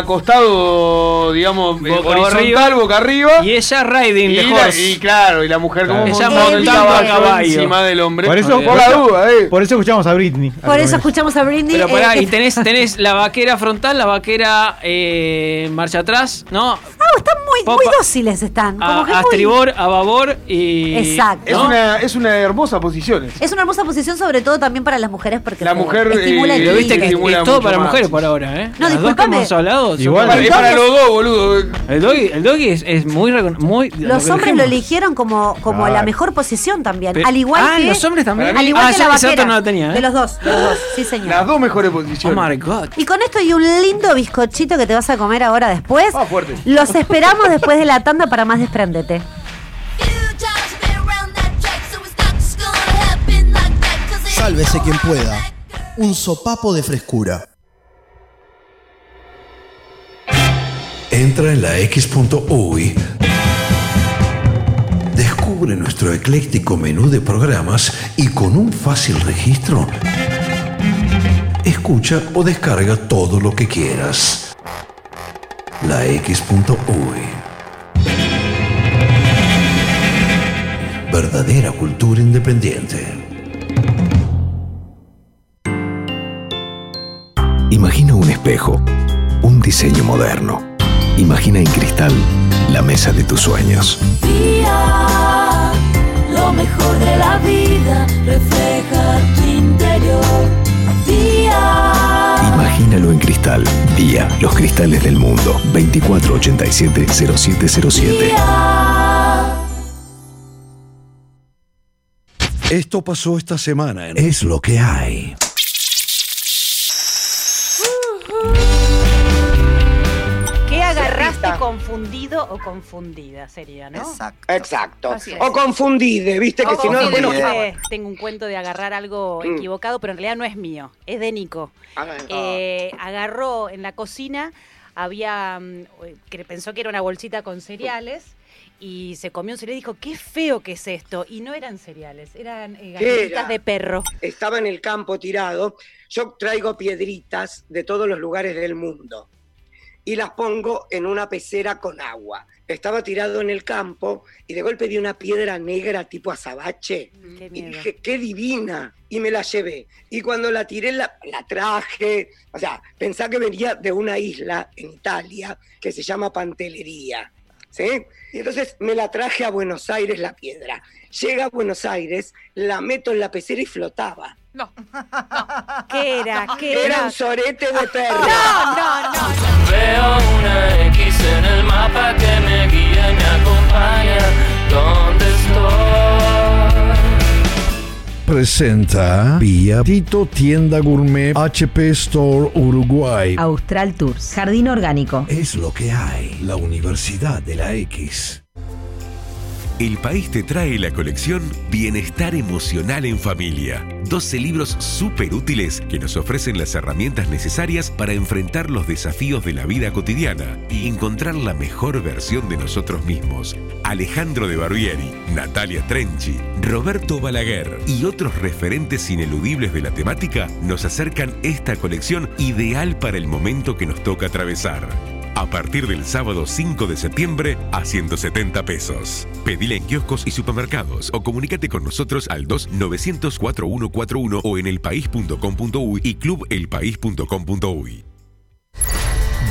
[SPEAKER 19] acostado, digamos, eh,
[SPEAKER 2] Boca
[SPEAKER 19] horizontal,
[SPEAKER 2] arriba.
[SPEAKER 19] boca arriba.
[SPEAKER 2] Y ella riding
[SPEAKER 19] Y,
[SPEAKER 2] the
[SPEAKER 19] la-
[SPEAKER 2] horse.
[SPEAKER 19] y claro, y la mujer como
[SPEAKER 2] Claro. Ella
[SPEAKER 19] montando
[SPEAKER 2] montando
[SPEAKER 19] el
[SPEAKER 2] a
[SPEAKER 19] caballo
[SPEAKER 2] caballo.
[SPEAKER 19] encima del hombre.
[SPEAKER 1] Por eso,
[SPEAKER 19] por la duda.
[SPEAKER 1] por eso escuchamos a Britney. al
[SPEAKER 4] Por eso
[SPEAKER 1] comienzo.
[SPEAKER 4] escuchamos a Britney.
[SPEAKER 2] eh. Pero
[SPEAKER 4] eh,
[SPEAKER 2] pará,
[SPEAKER 4] que-
[SPEAKER 2] y tenés, tenés la vaquera frontal, la vaquera eh, marcha atrás, ¿no?
[SPEAKER 4] Ah, están muy, muy
[SPEAKER 2] Popa-
[SPEAKER 4] dóciles están.
[SPEAKER 2] A,
[SPEAKER 4] Ah, como que
[SPEAKER 2] a
[SPEAKER 4] muy-
[SPEAKER 2] estribor, a babor Ah, y.
[SPEAKER 4] Exacto.
[SPEAKER 19] Es,
[SPEAKER 2] ¿no?
[SPEAKER 19] una, es una hermosa posición. esa.
[SPEAKER 4] Es una hermosa posición, sobre todo también para las mujeres, porque
[SPEAKER 19] La
[SPEAKER 4] te
[SPEAKER 19] mujer,
[SPEAKER 4] estimula
[SPEAKER 19] eh,
[SPEAKER 4] el
[SPEAKER 2] Pero viste que es,
[SPEAKER 19] estimula
[SPEAKER 2] es todo
[SPEAKER 19] mucho
[SPEAKER 2] para
[SPEAKER 19] más.
[SPEAKER 2] mujeres por ahora, ¿eh? Las
[SPEAKER 4] No,
[SPEAKER 2] dos que
[SPEAKER 4] discúlpame.
[SPEAKER 2] hemos hablado. son
[SPEAKER 1] Igual.
[SPEAKER 2] para-
[SPEAKER 19] Es para los dos, boludo.
[SPEAKER 2] El doggy, el doggy es, es muy, recon- muy.
[SPEAKER 4] Los
[SPEAKER 2] que
[SPEAKER 4] hombres lo
[SPEAKER 2] dijimos.
[SPEAKER 4] eligieron como, como
[SPEAKER 2] Claro.
[SPEAKER 4] la mejor posición también.
[SPEAKER 2] Pero-
[SPEAKER 4] al igual
[SPEAKER 2] Ah,
[SPEAKER 4] que.
[SPEAKER 2] los hombres también.
[SPEAKER 4] Al igual
[SPEAKER 2] Ah,
[SPEAKER 4] que
[SPEAKER 2] yo
[SPEAKER 4] la
[SPEAKER 2] ese
[SPEAKER 4] vaquera.
[SPEAKER 2] dato no lo tenía, ¿eh?
[SPEAKER 4] De los dos, de los dos. Sí, señor.
[SPEAKER 19] Las dos mejores posiciones.
[SPEAKER 2] Oh my god.
[SPEAKER 4] Y con esto y un lindo bizcochito que te vas a comer ahora después.
[SPEAKER 19] Ah, fuerte.
[SPEAKER 4] Los esperamos después de la tanda para más desprendete.
[SPEAKER 5] Sálvese quien pueda. Un sopapo de frescura.
[SPEAKER 9] Entra en la X.UI. Descubre nuestro ecléctico menú de programas y con un fácil registro, escucha o descarga todo lo que quieras. La X.UI. Verdadera cultura independiente.
[SPEAKER 6] Imagina un espejo, un diseño moderno. Imagina en cristal la mesa de tus sueños.
[SPEAKER 20] Día, lo mejor de la vida refleja tu interior. Día,
[SPEAKER 6] Imagínalo en cristal. Día, los cristales del mundo. 2487-0707.
[SPEAKER 9] Esto pasó esta semana en Es lo que hay.
[SPEAKER 22] ¿Qué agarraste confundido o confundida sería, no? Exacto.
[SPEAKER 16] Exacto.
[SPEAKER 22] Así es.
[SPEAKER 16] O confundide, viste que
[SPEAKER 22] O
[SPEAKER 16] si no, bueno, ah,
[SPEAKER 22] confundida, eh, tengo un cuento de agarrar algo
[SPEAKER 16] Mm. Ah,
[SPEAKER 22] equivocado, pero en realidad no es mío, es de Nico. Eh, agarró en la cocina, había mm, que pensó que era una bolsita con cereales y se comió un cereal y dijo, qué feo que es esto. Y no eran cereales, eran eh,
[SPEAKER 16] ¿Qué
[SPEAKER 22] galletitas
[SPEAKER 16] era?
[SPEAKER 22] de perro.
[SPEAKER 16] Estaba en el campo tirado. Yo traigo piedritas de todos los lugares del mundo y las pongo en una pecera con agua. Estaba tirado en el campo y de golpe vi una piedra negra tipo azabache.
[SPEAKER 22] Qué
[SPEAKER 16] Y
[SPEAKER 22] miedo.
[SPEAKER 16] dije, qué divina. Y me la llevé. Y cuando la tiré, la, la traje. O sea, pensá que venía de una isla en Italia que se llama Pantelería. ¿Sí? Y entonces me la traje a Buenos Aires la piedra. Llega a Buenos Aires, la meto en la pecera y flotaba.
[SPEAKER 22] ¿Qué era? ¿Qué
[SPEAKER 16] Era
[SPEAKER 22] era?
[SPEAKER 16] un sorete de perro.
[SPEAKER 22] No, no, no.
[SPEAKER 23] Veo una X en el mapa que me guía y me acompaña. ¿Dónde estoy?
[SPEAKER 9] Presenta Vía Tito Tienda Gourmet HP Store Uruguay.
[SPEAKER 24] Austral Tours, Jardín Orgánico.
[SPEAKER 9] Es lo que hay. La Universidad de la E. X.
[SPEAKER 7] El país te trae la colección Bienestar Emocional en Familia. 12 libros súper útiles que nos ofrecen las herramientas necesarias para enfrentar los desafíos de la vida cotidiana y encontrar la mejor versión de nosotros mismos. Alejandro de Barbieri, Natalia Trenchi, Roberto Balaguer y otros referentes ineludibles de la temática nos acercan esta colección ideal para el momento que nos toca atravesar. A partir del sábado 5 de septiembre a 170 pesos. Pedila en kioscos y supermercados o comunícate con nosotros al 2-900-4141 o en elpaís.com.uy y clubelpaís.com.uy.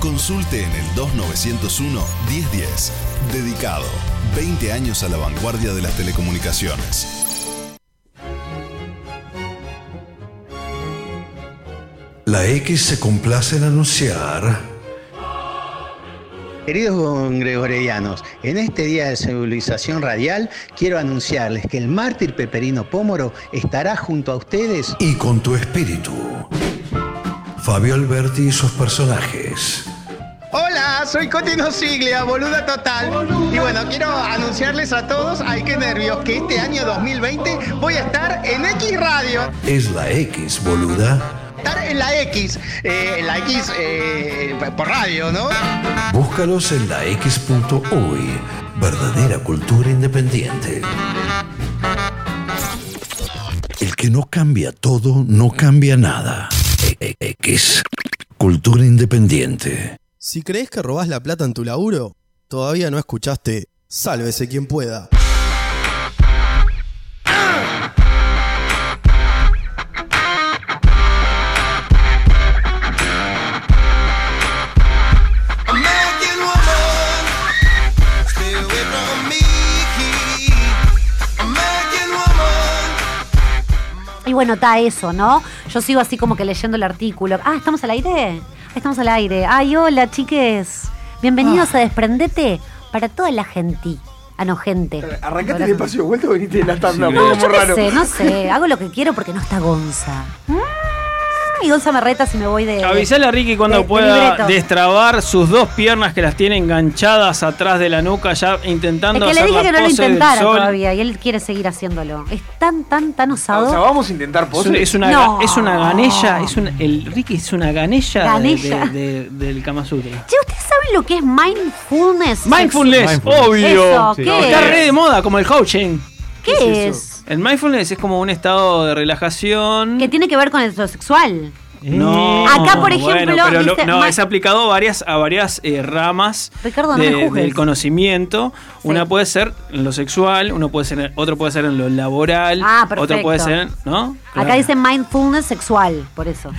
[SPEAKER 8] Consulte en el 2901-1010. Dedicado. 20 años a la vanguardia de las telecomunicaciones.
[SPEAKER 9] La X se complace en anunciar.
[SPEAKER 10] Queridos gregorianos, en este día de civilización radial quiero anunciarles que el mártir Peperino Pómoro estará junto a ustedes
[SPEAKER 9] y con tu espíritu. Fabio Alberti y sus personajes.
[SPEAKER 11] Hola, soy Cotino Siglia, boluda total. Y bueno, quiero anunciarles a todos, ay qué nervios, que este año 2020 voy a estar en X Radio.
[SPEAKER 9] Es la X, boluda.
[SPEAKER 11] Estar en la X, eh, en la X eh, por radio, ¿no?
[SPEAKER 9] Búscalos en la X.uy. Verdadera cultura independiente. El que no cambia todo, no cambia nada. E- e- X. Cultura independiente.
[SPEAKER 5] Si crees que robás la plata en tu laburo, todavía no escuchaste Sálvese quien pueda.
[SPEAKER 18] American woman, stay away from me. American woman.
[SPEAKER 4] Y bueno, está eso, ¿no? Yo sigo así como que leyendo el artículo. Ah, ¿estamos al aire? Ah, Estamos al aire. Ay, hola, chiques. Bienvenidos
[SPEAKER 24] Ah.
[SPEAKER 4] a Desprendete para toda la gente. Ah, no, gente.
[SPEAKER 19] Arrancate el espacio de vuelta o veniste de la tanda,
[SPEAKER 4] No,
[SPEAKER 19] porque
[SPEAKER 4] yo
[SPEAKER 19] es
[SPEAKER 4] qué
[SPEAKER 19] raro.
[SPEAKER 4] sé, no sé. Hago lo que quiero porque no está Gonza. Mm, Y Gonza me reta si me voy de...
[SPEAKER 2] Avisale a Ricky cuando
[SPEAKER 4] de- de
[SPEAKER 2] pueda
[SPEAKER 4] libreto.
[SPEAKER 2] destrabar sus dos piernas que las tiene enganchadas atrás de la nuca, ya
[SPEAKER 4] Es
[SPEAKER 2] intentando
[SPEAKER 4] que le
[SPEAKER 2] hacer
[SPEAKER 4] dije
[SPEAKER 2] la
[SPEAKER 4] que no lo
[SPEAKER 2] pose del
[SPEAKER 4] intentara
[SPEAKER 2] sol.
[SPEAKER 4] todavía y él quiere seguir haciéndolo. Es tan, tan, tan osado.
[SPEAKER 19] O sea, vamos a intentar
[SPEAKER 2] Es,
[SPEAKER 19] poses.
[SPEAKER 2] un- es una,
[SPEAKER 4] No.
[SPEAKER 2] ga- es una ganella, es un- el Ricky es una ganella, de-
[SPEAKER 4] Ganella.
[SPEAKER 2] de- de- del Kama Sutra.
[SPEAKER 4] Che, ¿ustedes saben lo que es mindfulness?
[SPEAKER 2] Mindfulness,
[SPEAKER 4] Mindfulness.
[SPEAKER 2] obvio.
[SPEAKER 4] Eso, ¿qué
[SPEAKER 2] Está
[SPEAKER 4] es?
[SPEAKER 2] re de moda, como el coaching.
[SPEAKER 4] ¿Qué ¿Qué es es?
[SPEAKER 2] El mindfulness es como un estado de relajación.
[SPEAKER 4] Que tiene que ver con el sexual.
[SPEAKER 19] Eh.
[SPEAKER 2] No,
[SPEAKER 4] Acá, por
[SPEAKER 2] bueno,
[SPEAKER 4] ejemplo,
[SPEAKER 2] pero lo-
[SPEAKER 4] dice
[SPEAKER 2] no,
[SPEAKER 4] ma-
[SPEAKER 2] es aplicado varias, a varias eh, ramas
[SPEAKER 4] Ricardo, no
[SPEAKER 2] de-
[SPEAKER 4] me juzgues.
[SPEAKER 2] del conocimiento. Una puede ser en lo sexual, uno puede ser, en- otro puede ser en lo laboral,
[SPEAKER 4] Ah,
[SPEAKER 2] otro
[SPEAKER 4] perfecto.
[SPEAKER 2] puede ser, en- ¿no?
[SPEAKER 4] Acá dice mindfulness sexual, por eso.